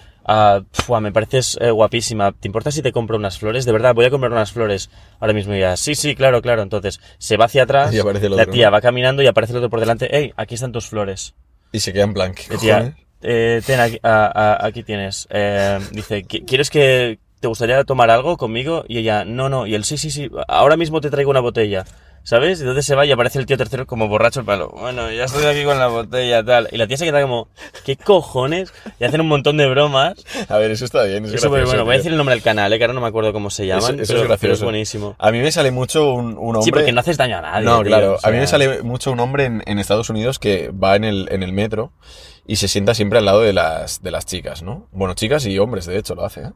Speaker 2: me pareces eh, guapísima, ¿te importa si te compro unas flores? De verdad, voy a comprar unas flores ahora mismo. Y ella, sí, sí, claro, claro. Entonces se va hacia atrás,
Speaker 1: Y aparece el
Speaker 2: la
Speaker 1: otro,
Speaker 2: tía
Speaker 1: ¿no?
Speaker 2: va caminando y aparece el otro por delante, hey, aquí están tus flores.
Speaker 1: Y se queda en plan. ¿qué
Speaker 2: Eh, tía,
Speaker 1: cojones?
Speaker 2: eh, ten aquí, a- a- aquí tienes. Eh, dice, "¿Qui- ¿quieres que te gustaría tomar algo conmigo? Y ella, no, no. Y él, sí, sí, sí, ahora mismo te traigo una botella. ¿Sabes? Y Entonces se va y aparece el tío tercero como borracho el palo. Bueno, ya estoy aquí con la botella, tal. Y la tía se queda como, ¿qué cojones? Y hacen un montón de bromas.
Speaker 1: A ver, eso está bien. Es
Speaker 2: Eso,
Speaker 1: gracioso,
Speaker 2: bueno, voy a
Speaker 1: tío.
Speaker 2: decir el nombre del canal, eh, que ahora no me acuerdo cómo se
Speaker 1: Eso- eso
Speaker 2: llaman, pero,
Speaker 1: es
Speaker 2: pero
Speaker 1: gracioso.
Speaker 2: buenísimo.
Speaker 1: A mí me sale mucho un, un hombre.
Speaker 2: Sí, porque no haces daño a nadie.
Speaker 1: No,
Speaker 2: tío,
Speaker 1: claro.
Speaker 2: o sea,
Speaker 1: A mí me sale mucho un hombre en, en Estados Unidos que va en el, en el metro y se sienta siempre al lado de las, de las chicas, ¿no? Bueno, chicas y hombres, de hecho, lo hace, ¿eh?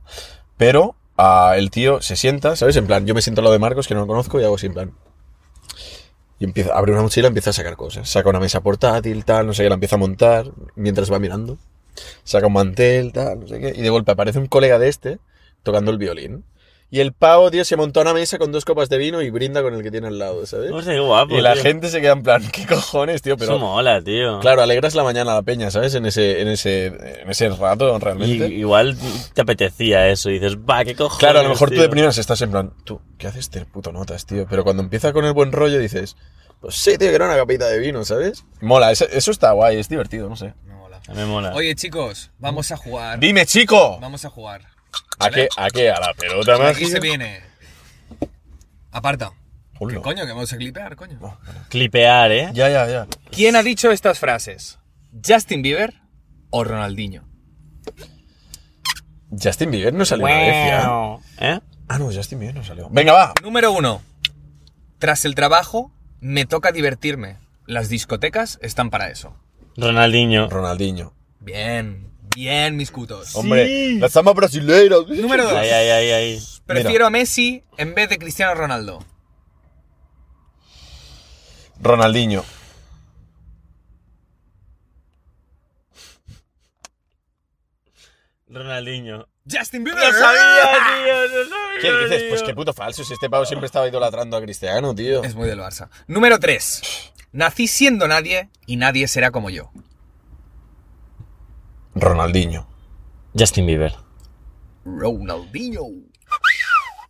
Speaker 1: Pero ah, el tío se sienta, ¿sabes? En plan, yo me siento al lado de Marcos, que no lo conozco, y hago así, en plan. Y empieza, abre una mochila, empieza a sacar cosas. Saca una mesa portátil, tal, no sé qué, la empieza a montar mientras va mirando. Saca un mantel, tal, no sé qué. Y de golpe aparece un colega de este tocando el violín. Y el pavo, tío, se monta a una mesa con dos copas de vino y brinda con el que tiene al lado, ¿sabes?
Speaker 2: Hostia, qué guapo.
Speaker 1: y la
Speaker 2: tío.
Speaker 1: gente se queda en plan, ¿qué cojones, tío?
Speaker 2: Eso
Speaker 1: Pero
Speaker 2: mola, tío.
Speaker 1: claro, alegras la mañana a la peña, ¿sabes? En ese, en ese, en ese rato,
Speaker 2: Y-
Speaker 1: realmente.
Speaker 2: igual te apetecía eso y dices, va, qué cojones.
Speaker 1: Claro, a lo mejor tú
Speaker 2: tío?".
Speaker 1: de primeras estás en plan, tú, ¿qué haces este puto notas, tío? Pero cuando empieza con el buen rollo dices, pues sí, tío, que era una capita de vino, ¿sabes? Mola, eso, eso está guay, es divertido, no sé.
Speaker 3: Me mola.
Speaker 2: Me mola.
Speaker 3: Oye, chicos, vamos a jugar.
Speaker 1: ¡Dime, chico!
Speaker 3: Vamos a jugar.
Speaker 1: ¿A qué? ¿A qué? ¿A la pelota
Speaker 3: Aquí se
Speaker 1: mágica?
Speaker 3: viene. Aparta.
Speaker 1: Hola.
Speaker 3: ¿Qué coño? Que vamos a clipear, coño.
Speaker 2: Clipear, ¿eh?
Speaker 1: Ya, ya, ya.
Speaker 3: ¿Quién ha dicho estas frases? ¿Justin Bieber o Ronaldinho?
Speaker 1: Justin Bieber no salió una vez, ya.
Speaker 2: ¿Eh?
Speaker 1: Ah, no, Justin Bieber no salió. Venga, va.
Speaker 3: Número uno. Tras el trabajo, me toca divertirme. Las discotecas están para eso.
Speaker 2: Ronaldinho.
Speaker 1: Ronaldinho.
Speaker 3: Bien, bien, mis cutos.
Speaker 1: Oh, Hombre, la samba brasileira.
Speaker 3: Número dos.
Speaker 2: Ay, ay, ay, ay.
Speaker 3: Prefiero a Messi en vez de Cristiano Ronaldo.
Speaker 1: Ronaldinho.
Speaker 2: Ronaldinho.
Speaker 3: ¡Justin Bieber!
Speaker 2: No
Speaker 1: Ah.
Speaker 2: sabía, tío, no sabía.
Speaker 1: ¿Qué dices? Pues
Speaker 2: tío.
Speaker 1: qué puto falso, si este pavo siempre estaba idolatrando a Cristiano, tío.
Speaker 3: Es muy del Barça. Número 3. Nací siendo nadie y nadie será como yo.
Speaker 1: Ronaldinho.
Speaker 2: Justin Bieber.
Speaker 3: Ronaldinho.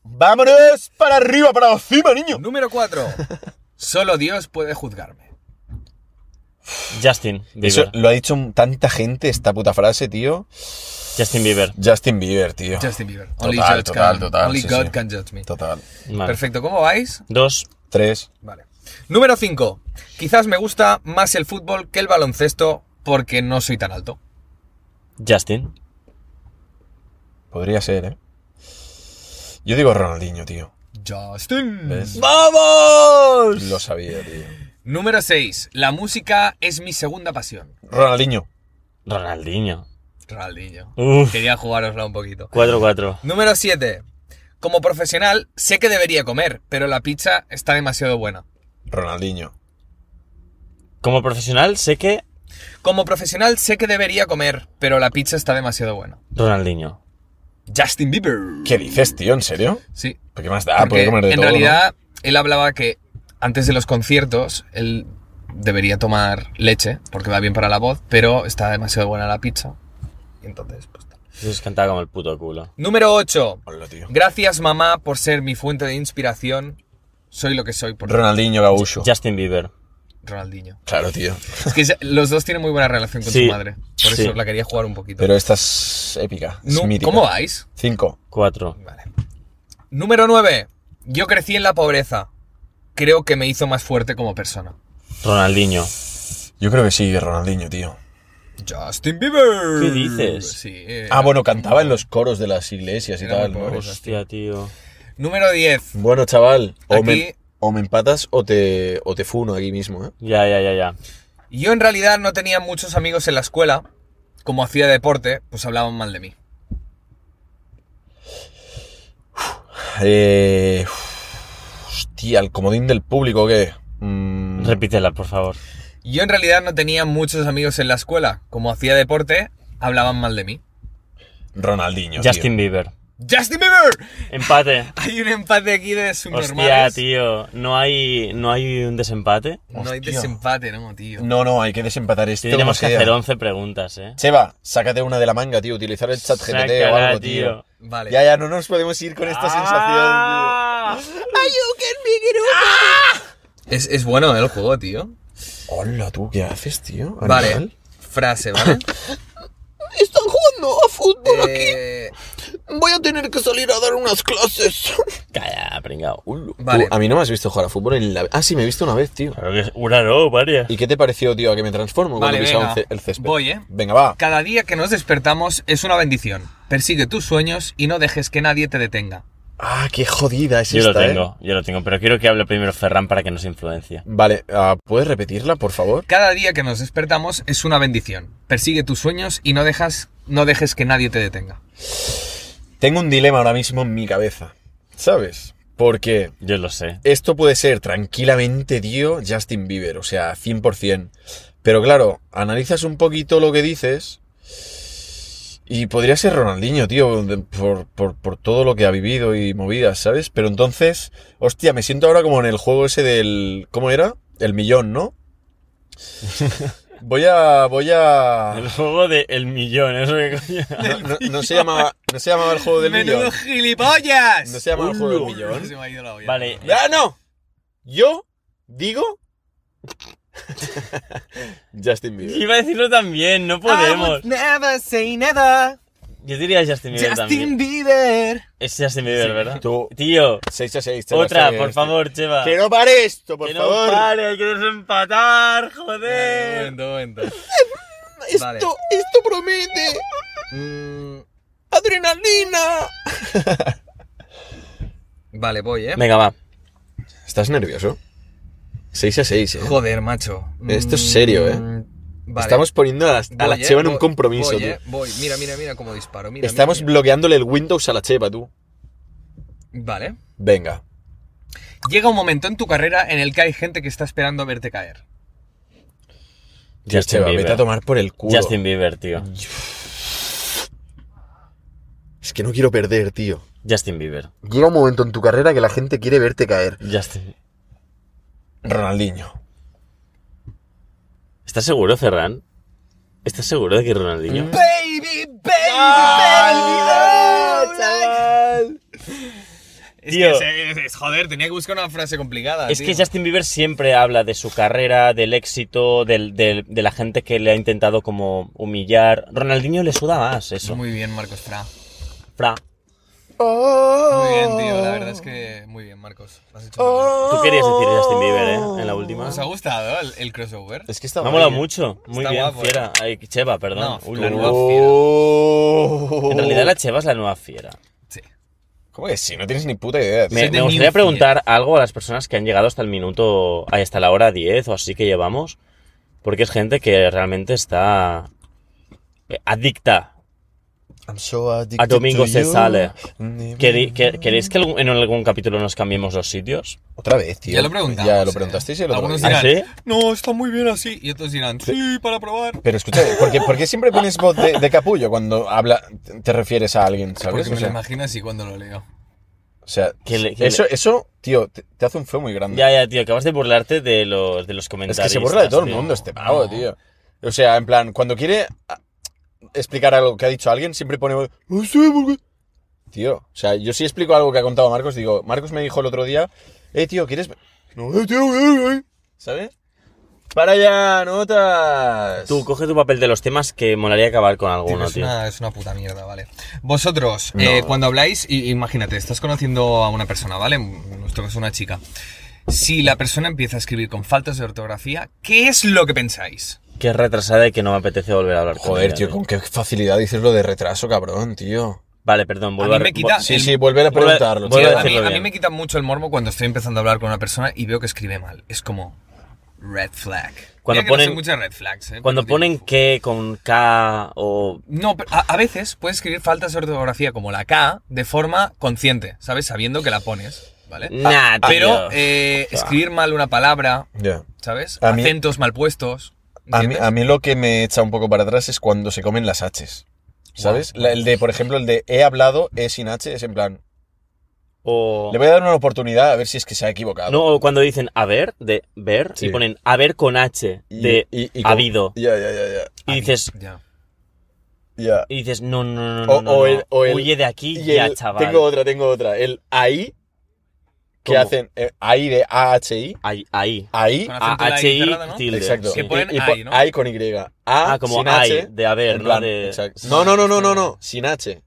Speaker 1: ¡Vámonos para arriba, para encima, niño!
Speaker 3: Número 4. Solo Dios puede juzgarme.
Speaker 2: Justin Bieber.
Speaker 1: Eso lo ha dicho tanta gente esta puta frase, tío.
Speaker 2: Justin Bieber.
Speaker 1: Justin Bieber, tío.
Speaker 3: Justin Bieber.
Speaker 1: Total,
Speaker 3: Only, judge
Speaker 1: total,
Speaker 3: can-
Speaker 1: total,
Speaker 3: only
Speaker 1: sí,
Speaker 3: God
Speaker 1: sí.
Speaker 3: can judge me.
Speaker 1: Total.
Speaker 2: Vale.
Speaker 3: Perfecto, ¿cómo vais?
Speaker 2: Dos.
Speaker 1: Tres.
Speaker 3: Vale. Número 5. Quizás me gusta más el fútbol que el baloncesto porque no soy tan alto.
Speaker 2: Justin.
Speaker 1: Podría ser, ¿eh? Yo digo Ronaldinho, tío.
Speaker 3: Justin.
Speaker 1: ¿Ves?
Speaker 2: ¡Vamos!
Speaker 1: Lo sabía, tío.
Speaker 3: Número 6. La música es mi segunda pasión.
Speaker 1: Ronaldinho.
Speaker 2: Ronaldinho.
Speaker 3: Ronaldinho.
Speaker 2: Uf.
Speaker 3: Quería jugárosla un poquito.
Speaker 2: 4-4.
Speaker 3: Número 7. Como profesional, sé que debería comer, pero la pizza está demasiado buena.
Speaker 1: Ronaldinho.
Speaker 2: Como profesional sé que
Speaker 3: Como profesional, sé que debería comer, pero la pizza está demasiado buena.
Speaker 2: Ronaldinho.
Speaker 3: Justin Bieber.
Speaker 1: ¿Qué dices, tío? ¿En serio?
Speaker 3: Sí.
Speaker 1: ¿Por qué más da?
Speaker 3: porque
Speaker 1: Ah, Puede comer de
Speaker 3: en
Speaker 1: todo, ¿no?
Speaker 3: realidad, él hablaba que antes de los conciertos, él debería tomar leche, porque va bien para la voz, pero está demasiado buena la pizza. Y entonces, pues tal.
Speaker 2: Eso es cantar como el puto culo.
Speaker 3: Número 8.
Speaker 1: Hola, tío.
Speaker 3: Gracias, mamá, por ser mi fuente de inspiración. Soy lo que soy por
Speaker 1: Ronaldinho Gaúcho.
Speaker 2: Justin Bieber.
Speaker 3: Ronaldinho.
Speaker 1: Claro, tío.
Speaker 3: Es que ya- los dos tienen muy buena relación con
Speaker 2: Sí,
Speaker 3: su madre. Por
Speaker 2: sí.
Speaker 3: eso la quería jugar un poquito.
Speaker 1: Pero esta es épica. Es
Speaker 3: Nu-
Speaker 1: mítica.
Speaker 3: ¿Cómo vais?
Speaker 1: Cinco.
Speaker 2: 4.
Speaker 3: Vale. Número 9. Yo crecí en la pobreza. Creo que me hizo más fuerte como persona.
Speaker 2: Ronaldinho.
Speaker 1: Yo creo que sí, Ronaldinho, tío.
Speaker 3: Justin Bieber.
Speaker 2: ¿Qué dices?
Speaker 3: Sí. eh,
Speaker 1: Ah, bueno, cantaba en los coros de las iglesias y
Speaker 3: Era
Speaker 1: tal,
Speaker 3: muy
Speaker 1: ¿no?
Speaker 3: pobre.
Speaker 2: Hostia, tío.
Speaker 3: eh, Número 10.
Speaker 1: Bueno, chaval, o,
Speaker 3: Aquí-
Speaker 1: me, o me empatas o te, o te funo aquí mismo, ¿eh?
Speaker 2: Ya, ya, ya, ya.
Speaker 3: Yo en realidad no tenía muchos amigos en la escuela. Como hacía deporte, pues hablaban mal de mí.
Speaker 1: Eh, uf, hostia, el comodín del público, ¿qué? Mm,
Speaker 2: Repítela, por favor.
Speaker 3: Yo en realidad no tenía muchos amigos en la escuela. Como hacía deporte, hablaban mal de mí.
Speaker 1: Ronaldinho.
Speaker 2: Justin Bieber.
Speaker 3: Justin Bieber.
Speaker 2: Empate.
Speaker 3: Hay un empate aquí de subnormales.
Speaker 2: Hostia, tío. No hay, no hay un desempate.
Speaker 3: No hay
Speaker 1: Hostia.
Speaker 3: desempate, no,
Speaker 1: tío.
Speaker 3: tío.
Speaker 1: No, no, hay que desempatar este.
Speaker 2: Tenemos que
Speaker 1: como sea.
Speaker 2: hacer 11 preguntas, eh.
Speaker 1: Cheva, sácate una de la manga, tío. Utilizar el chat GPT o
Speaker 2: Sácala,
Speaker 1: algo, tío.
Speaker 3: Vale.
Speaker 1: Ya, ya, no nos podemos ir con esta
Speaker 2: Ah.
Speaker 3: Es, es bueno ¿eh, el juego, tío.
Speaker 1: sensación, tío. Hola, tú, ¿qué haces, tío?
Speaker 3: Vale.
Speaker 1: Animal.
Speaker 3: Frase, ¿vale?
Speaker 4: Están jugando a fútbol.
Speaker 3: Eh,
Speaker 4: Voy a tener que salir a dar unas clases.
Speaker 2: Calla, pringao.
Speaker 1: Hola, tú,
Speaker 3: Vale.
Speaker 1: a mí no me has visto jugar a fútbol en la... Ah, sí, me he visto una vez, tío.
Speaker 2: Claro que una no, varias.
Speaker 1: ¿Y qué te pareció, tío, a que me transformo
Speaker 3: Vale,
Speaker 1: cuando pisaba
Speaker 3: venga.
Speaker 1: un ce- el césped?
Speaker 3: Voy, ¿eh?
Speaker 1: Venga, va.
Speaker 3: Cada día que nos despertamos es una bendición. Persigue tus sueños y no dejes que nadie te detenga.
Speaker 1: Ah, qué jodida es
Speaker 2: Yo
Speaker 1: esta,
Speaker 2: lo
Speaker 1: ¿eh?
Speaker 2: tengo, yo lo tengo, pero quiero que hable primero Ferran para que nos influencie.
Speaker 1: Vale, ah, ¿puedes repetirla, por favor?
Speaker 3: Cada día que nos despertamos es una bendición. Persigue tus sueños y no dejas, no dejes que nadie te detenga.
Speaker 1: Tengo un dilema ahora mismo en mi cabeza, ¿sabes? Porque
Speaker 2: Yo lo sé.
Speaker 1: esto puede ser tranquilamente, tío, Justin Bieber, o sea, 100%. Pero claro, analizas un poquito lo que dices Y podría ser Ronaldinho, tío, de- por, por- por todo lo que ha vivido y movidas, ¿sabes? Pero entonces, hostia, me siento ahora como en el juego ese del... ¿Cómo era? El millón, ¿no? Voy a... Voy a...
Speaker 2: El juego de El Millón, eso que coño.
Speaker 1: No, no- no se llamaba, no se llamaba el juego del millón.
Speaker 3: gilipollas!
Speaker 1: No se llamaba el juego del
Speaker 3: Uy,
Speaker 1: millón.
Speaker 3: se me ha ido la olla.
Speaker 2: Vale.
Speaker 3: Eh.
Speaker 1: ¡Ah, no! Yo digo... Justin Bieber.
Speaker 2: Iba a decirlo también, no podemos.
Speaker 3: pues- Never say never.
Speaker 2: Yo diría Justin Bieber también.
Speaker 3: Bieber.
Speaker 2: Es Justin Bieber, ¿verdad?
Speaker 1: Tú,
Speaker 2: Tío,
Speaker 1: 6 a 6.
Speaker 2: otra,
Speaker 1: este.
Speaker 2: por favor, Cheva.
Speaker 1: Que no pare esto, por
Speaker 2: Que no
Speaker 1: favor.
Speaker 2: pare, que desempatar, joder.
Speaker 3: Un momento, un momento.
Speaker 4: Esto,
Speaker 3: Vale. Mm,
Speaker 4: esto promete. Adrenalina.
Speaker 3: Vale, voy, eh.
Speaker 2: Venga, va.
Speaker 1: ¿Estás nervioso? 6 a 6, eh.
Speaker 3: Joder, macho.
Speaker 1: Esto es serio, eh.
Speaker 3: Mm, Vale.
Speaker 1: Estamos poniendo a la, a la
Speaker 3: Voy, eh,
Speaker 1: Cheva en un
Speaker 3: voy,
Speaker 1: compromiso,
Speaker 3: voy,
Speaker 1: tío.
Speaker 3: eh, voy. mira, mira, mira cómo disparo. Mira, mira,
Speaker 1: Estamos
Speaker 3: mira.
Speaker 1: bloqueándole el Windows a la Cheva, tú.
Speaker 3: Vale.
Speaker 1: Venga.
Speaker 3: Llega un momento en tu carrera en el que hay gente que está esperando verte caer.
Speaker 1: Tío,
Speaker 2: Justin
Speaker 1: Cheva,
Speaker 2: Bieber.
Speaker 1: vete a tomar por el culo.
Speaker 2: Justin Bieber, tío.
Speaker 1: Es que no quiero perder, tío.
Speaker 2: Justin Bieber.
Speaker 1: Llega un momento en tu carrera que la gente quiere verte caer.
Speaker 2: Justin.
Speaker 1: Ronaldinho.
Speaker 2: ¿Estás seguro, Ferran? ¿Estás seguro de que Ronaldinho?
Speaker 1: Mm.
Speaker 3: Baby, baby, baby. Es
Speaker 2: Tío.
Speaker 3: que es- es- es- joder, tenía que buscar una frase complicada.
Speaker 2: Es
Speaker 3: tío.
Speaker 2: que Justin Bieber siempre habla de su carrera, del éxito, del, del- de la gente que le ha intentado como humillar. Ronaldinho le suda más eso.
Speaker 3: Muy bien, Marcos Fra.
Speaker 2: Fra,
Speaker 1: Oh.
Speaker 3: Muy bien, tío. La verdad es que muy bien, Marcos. Lo has hecho muy bien.
Speaker 2: tú querías decir Justin Bieber, ¿eh? En la última.
Speaker 3: ¿Os ha gustado el, el crossover?
Speaker 1: Es que
Speaker 2: Me
Speaker 1: estaba.
Speaker 2: ha molado mucho. Muy
Speaker 3: Está
Speaker 2: bien,
Speaker 3: guapo, eh.
Speaker 2: fiera. Ay, Cheva, perdón.
Speaker 3: No,
Speaker 2: Uy,
Speaker 3: tú.
Speaker 2: la nueva-
Speaker 1: Oh.
Speaker 2: En realidad la Cheva es la nueva fiera.
Speaker 3: Sí.
Speaker 1: ¿Cómo que sí? No tienes ni puta idea. tío.
Speaker 2: Me,
Speaker 3: Soy
Speaker 2: me
Speaker 3: de
Speaker 2: gustaría
Speaker 3: New Fiera.
Speaker 2: preguntar algo a las personas que han llegado hasta el minuto, ay, hasta la hora 10 o así que llevamos, porque es gente que realmente está eh, adicta.
Speaker 1: I'm so addicted
Speaker 2: A Domingo
Speaker 1: to
Speaker 2: se
Speaker 1: you.
Speaker 2: sale.
Speaker 1: Never-
Speaker 2: ¿Queri- que- ¿Queréis que algún- en algún capítulo nos cambiemos los sitios?
Speaker 1: Otra vez, tío.
Speaker 3: Ya lo preguntamos.
Speaker 1: Ya lo
Speaker 3: eh.
Speaker 1: preguntasteis el otro
Speaker 3: Algunos
Speaker 1: día.
Speaker 2: dirán-
Speaker 3: dirán,
Speaker 2: ¿Ah, sí?
Speaker 3: no, está muy bien así. Y otros dirán, sí, para probar.
Speaker 1: Pero escucha, ¿por qué, por qué siempre pones voz de, de capullo cuando habla, te refieres a alguien,
Speaker 3: Porque
Speaker 1: ¿sabes? O
Speaker 3: me lo
Speaker 1: sea,
Speaker 3: imagino así cuando lo leo.
Speaker 1: o sea,
Speaker 2: Que le- que
Speaker 1: eso,
Speaker 2: le-
Speaker 1: eso, tío, te, te hace un feo muy grande.
Speaker 2: Ya, ya, tío, acabas de burlarte de los, de los
Speaker 1: es
Speaker 2: comentarios.
Speaker 1: que se burla de todo el mundo este pavo,
Speaker 3: No.
Speaker 1: tío. O sea, en plan, cuando quiere ah, explicar algo que ha dicho alguien, siempre pone... voz, No sé por qué". Tío, o sea, yo sí explico algo que ha contado Marcos, digo, Marcos me dijo el otro día, eh, tío, ¿quieres...? ver-?" No, eh, tío, eh, eh". ¿sabes? Para allá, notas.
Speaker 2: Tú, coge tu papel de los temas que molaría acabar con alguno,
Speaker 3: es,
Speaker 2: tío.
Speaker 3: una, es una puta mierda, ¿vale? Vosotros, eh, cuando habláis, i- imagínate, estás conociendo a una persona, ¿vale? En nuestro caso, una chica. Si la persona empieza a escribir con faltas de ortografía, ¿qué es lo que pensáis?
Speaker 2: Que es retrasada y que no me apetece volver a hablar con
Speaker 1: Joder,
Speaker 2: ella,
Speaker 1: tío, con qué facilidad dices lo de retraso, cabrón, tío.
Speaker 2: Vale, perdón, vuelvo
Speaker 3: a mí me
Speaker 2: vo-
Speaker 3: quita
Speaker 1: Sí,
Speaker 3: el-
Speaker 1: sí, volver a
Speaker 2: vuelve-
Speaker 1: preguntarlo.
Speaker 2: vuelve
Speaker 1: tío.
Speaker 2: a
Speaker 3: a, mí,
Speaker 2: decirlo
Speaker 3: a mí
Speaker 2: bien.
Speaker 3: me quita mucho el mormo cuando estoy empezando a hablar con una persona y veo que escribe mal. Es como red flag.
Speaker 2: Cuando
Speaker 3: Mira que no
Speaker 2: ponen-
Speaker 3: sé muchas red flags, ¿eh?
Speaker 2: Cuando
Speaker 3: Pero tiene
Speaker 2: ponen
Speaker 3: fu-
Speaker 2: que con K o
Speaker 3: No, pero a, a veces puedes escribir faltas de ortografía como la K de forma consciente, ¿sabes? Sabiendo que la pones, ¿vale?
Speaker 2: Nah,
Speaker 3: Ah,
Speaker 2: tío.
Speaker 3: Pero eh, escribir mal una palabra,
Speaker 1: Ya.
Speaker 3: ¿sabes?
Speaker 1: A mí-
Speaker 3: Acentos mal puestos.
Speaker 1: A mí,
Speaker 3: ¿entiendes?
Speaker 1: a mí lo que me echa un poco para atrás es cuando se comen las H's. ¿Sabes? La- el de, por ejemplo, el de he hablado, he sin H, es en plan.
Speaker 2: o
Speaker 1: Le voy a dar una oportunidad a ver si es que se ha equivocado.
Speaker 2: no o cuando dicen a ver de ver
Speaker 1: Sí.
Speaker 2: y ponen a ver con H
Speaker 1: Y-
Speaker 2: de
Speaker 1: y- y como-
Speaker 2: habido
Speaker 1: Ya, ya, ya, ya.
Speaker 2: y dices
Speaker 3: Ya.
Speaker 1: ya.
Speaker 2: y dices no no no
Speaker 1: O-
Speaker 2: no, no,
Speaker 1: o
Speaker 2: no.
Speaker 1: el- o el-
Speaker 2: huye de aquí
Speaker 1: Y
Speaker 2: ya
Speaker 1: el-
Speaker 2: chaval
Speaker 1: Tengo otra, tengo otra. El ahí, que
Speaker 2: ¿Cómo?
Speaker 1: hacen eh, ahí de AHI.
Speaker 2: ahí ahí
Speaker 1: Ahí.
Speaker 3: Con
Speaker 2: a
Speaker 3: acento en la
Speaker 2: H
Speaker 3: I
Speaker 2: I
Speaker 3: cerrada, ¿no?
Speaker 2: tilde
Speaker 1: Exacto.
Speaker 2: sí.
Speaker 3: Que ponen
Speaker 1: y, y pon-
Speaker 3: ahí, ¿no?
Speaker 1: ahí con Y. A,
Speaker 2: ah como
Speaker 1: sin H,
Speaker 2: hay de haber
Speaker 1: en
Speaker 2: no
Speaker 1: plan,
Speaker 2: de
Speaker 1: exacto. no, no, no, no, no, no, sin H.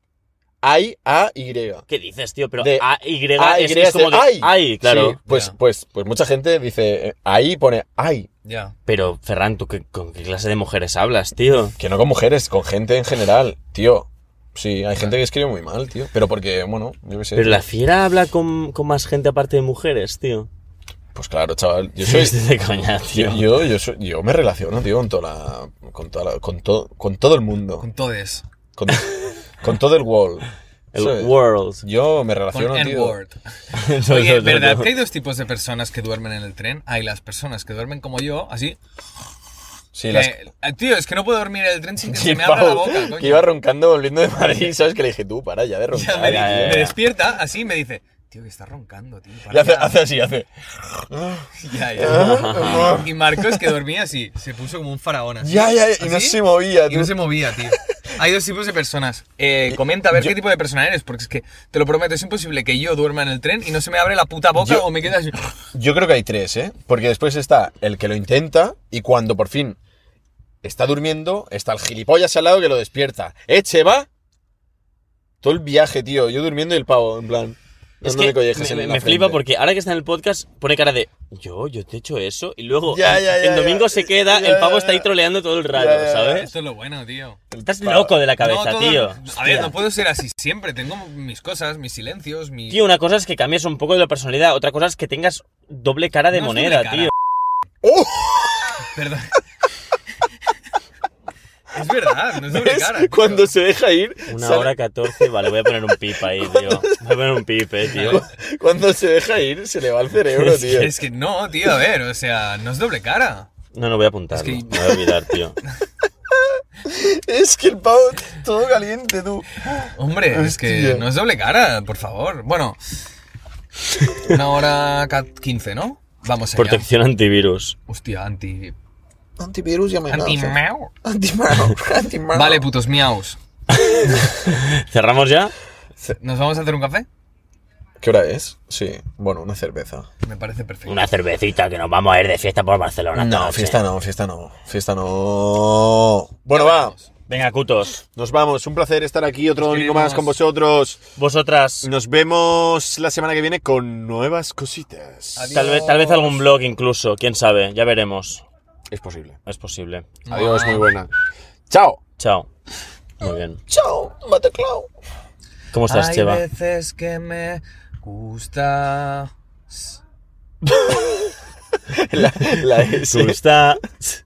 Speaker 1: Hay A, Y.
Speaker 2: qué dices tío pero
Speaker 1: De-
Speaker 2: a y
Speaker 1: Ah,
Speaker 2: es,
Speaker 1: Y
Speaker 2: es como
Speaker 1: de
Speaker 2: de
Speaker 1: ay.
Speaker 2: ay, claro
Speaker 1: Sí, pues,
Speaker 3: Ya.
Speaker 1: pues, pues mucha gente dice, eh, ahí pone ay.
Speaker 3: Ya.
Speaker 2: pero Ferran tú qué, con qué clase de mujeres hablas tío
Speaker 1: Que no con mujeres, con gente en general, tío. Sí, hay gente que escribe muy mal, tío. Pero porque, bueno, yo qué sé.
Speaker 2: pero la fiera habla con, con más gente aparte de mujeres tío
Speaker 1: Pues claro, chaval. Yo soy.
Speaker 2: de coña
Speaker 1: yo,
Speaker 2: tío
Speaker 1: yo, yo soy- yo me relaciono, tío, con toda la. con toda la- con, to- con todo el mundo.
Speaker 3: Con todes.
Speaker 1: Con, con todo el world. ¿sabes?
Speaker 2: el world
Speaker 1: Yo me
Speaker 3: Con
Speaker 1: relaciono, tío.
Speaker 3: N-word. Oye, ¿verdad que hay dos tipos de personas que duermen en el tren? Hay las personas que duermen como yo, así.
Speaker 1: Sí,
Speaker 3: Que-
Speaker 1: las-
Speaker 3: eh, Tío, es que no puedo dormir en el tren sin que
Speaker 1: Sí,
Speaker 3: se me abra la
Speaker 1: Pau,
Speaker 3: boca, coño.
Speaker 1: que iba roncando volviendo de Madrid, ¿sabes? Que le dije, tú, para ya de
Speaker 3: Ya
Speaker 1: roncar.
Speaker 3: me,
Speaker 1: tío".
Speaker 2: ya, ya.
Speaker 3: me despierta así y me dice, tío, que estás roncando, tío. para
Speaker 1: Y hace,
Speaker 3: ya".
Speaker 1: hace así, hace.
Speaker 3: Ya, ya. Y Marcos, que dormía así, se puso como un faraón. así.
Speaker 1: Ya, ya, ya, y no
Speaker 3: Así,
Speaker 1: se movía,
Speaker 3: Y no
Speaker 1: tú.
Speaker 3: se movía, tío. Hay dos tipos de personas. Eh, comenta a ver qué tipo de persona eres, porque es que te lo prometo, es imposible que yo duerma en el tren y no se me abre la puta boca
Speaker 1: Yo- ¿Eh?
Speaker 3: o me queda así.
Speaker 1: Yo creo que hay tres, ¿eh? Porque después está el que lo intenta y cuando por fin está durmiendo, está el gilipollas al lado que lo despierta. ¡Eche, va! Todo el viaje, tío. Yo durmiendo y el pavo, en plan.
Speaker 2: Es
Speaker 1: dándome
Speaker 2: que
Speaker 1: collejas en
Speaker 2: me,
Speaker 1: la
Speaker 2: me flipa
Speaker 1: frente.
Speaker 2: porque ahora que está en el podcast pone cara de yo, yo te he hecho eso y luego
Speaker 1: Ya,
Speaker 2: el,
Speaker 1: ya, ya,
Speaker 2: el domingo
Speaker 1: ya.
Speaker 2: se queda,
Speaker 1: Ya,
Speaker 2: el pavo
Speaker 1: ya,
Speaker 2: está ahí
Speaker 1: ya.
Speaker 2: troleando todo el rato,
Speaker 1: Ya, ya, ya.
Speaker 2: ¿sabes?
Speaker 3: Esto es lo bueno, tío.
Speaker 2: Estás loco de la cabeza,
Speaker 3: No, todo-
Speaker 2: tío.
Speaker 3: A ver, no puedo ser así siempre. Tengo mis cosas, mis silencios, mis.
Speaker 2: Tío, una cosa es que cambies un poco de la personalidad, otra cosa es que tengas doble cara de
Speaker 3: No es doble
Speaker 2: moneda,
Speaker 3: cara.
Speaker 2: tío.
Speaker 3: Perdón. es verdad, no es doble
Speaker 1: ¿Ves?
Speaker 3: cara. tío.
Speaker 1: Cuando se deja ir.
Speaker 2: Una
Speaker 1: sale-
Speaker 2: hora catorce, vale, voy a poner un pip ahí, tío. Voy a poner un pip, eh, tío.
Speaker 1: Cuando se deja ir, se le va el cerebro,
Speaker 2: Es que
Speaker 1: tío.
Speaker 3: Es que no, tío, a ver, o sea, no es doble cara.
Speaker 2: No, no voy a apuntarlo,
Speaker 3: Es que-
Speaker 2: me voy a olvidar, tío.
Speaker 1: Es que el pavo, todo caliente, tú.
Speaker 3: Hombre, es que
Speaker 1: Hostia.
Speaker 3: no es doble cara, por favor. Bueno, una hora ca- 15, ¿no? Vamos allá.
Speaker 2: Protección antivirus.
Speaker 3: Hostia, anti.
Speaker 1: Antivirus y amenaza.
Speaker 3: Anti miau.
Speaker 1: Antimao, antimao.
Speaker 3: Vale, putos miaus.
Speaker 2: ¿Cerramos ya?
Speaker 3: ¿Nos vamos a hacer un café?
Speaker 1: ¿Qué hora es? Sí, bueno, una cerveza.
Speaker 3: Me parece perfecto.
Speaker 2: Una cervecita que nos vamos a ir de fiesta por Barcelona. esta
Speaker 1: No,
Speaker 2: noche.
Speaker 1: fiesta no, fiesta no, fiesta no. Bueno, va,
Speaker 2: Venga, cutos.
Speaker 1: nos vamos. Un placer estar aquí otro
Speaker 3: Nos
Speaker 1: domingo
Speaker 3: queremos.
Speaker 1: más con vosotros.
Speaker 2: Vosotras,
Speaker 1: Nos vemos la semana que viene con nuevas cositas.
Speaker 3: Adiós.
Speaker 2: tal vez, tal vez algún blog incluso, quién sabe, ya veremos.
Speaker 1: Es posible.
Speaker 2: Es posible.
Speaker 1: Adiós, muy buena. Chao.
Speaker 2: Chao. Muy bien.
Speaker 1: Chao, Mataclau.
Speaker 2: ¿Cómo estás,
Speaker 3: Hay
Speaker 2: Cheva?
Speaker 3: veces que me gusta.
Speaker 1: La, la S.
Speaker 2: Tú estás-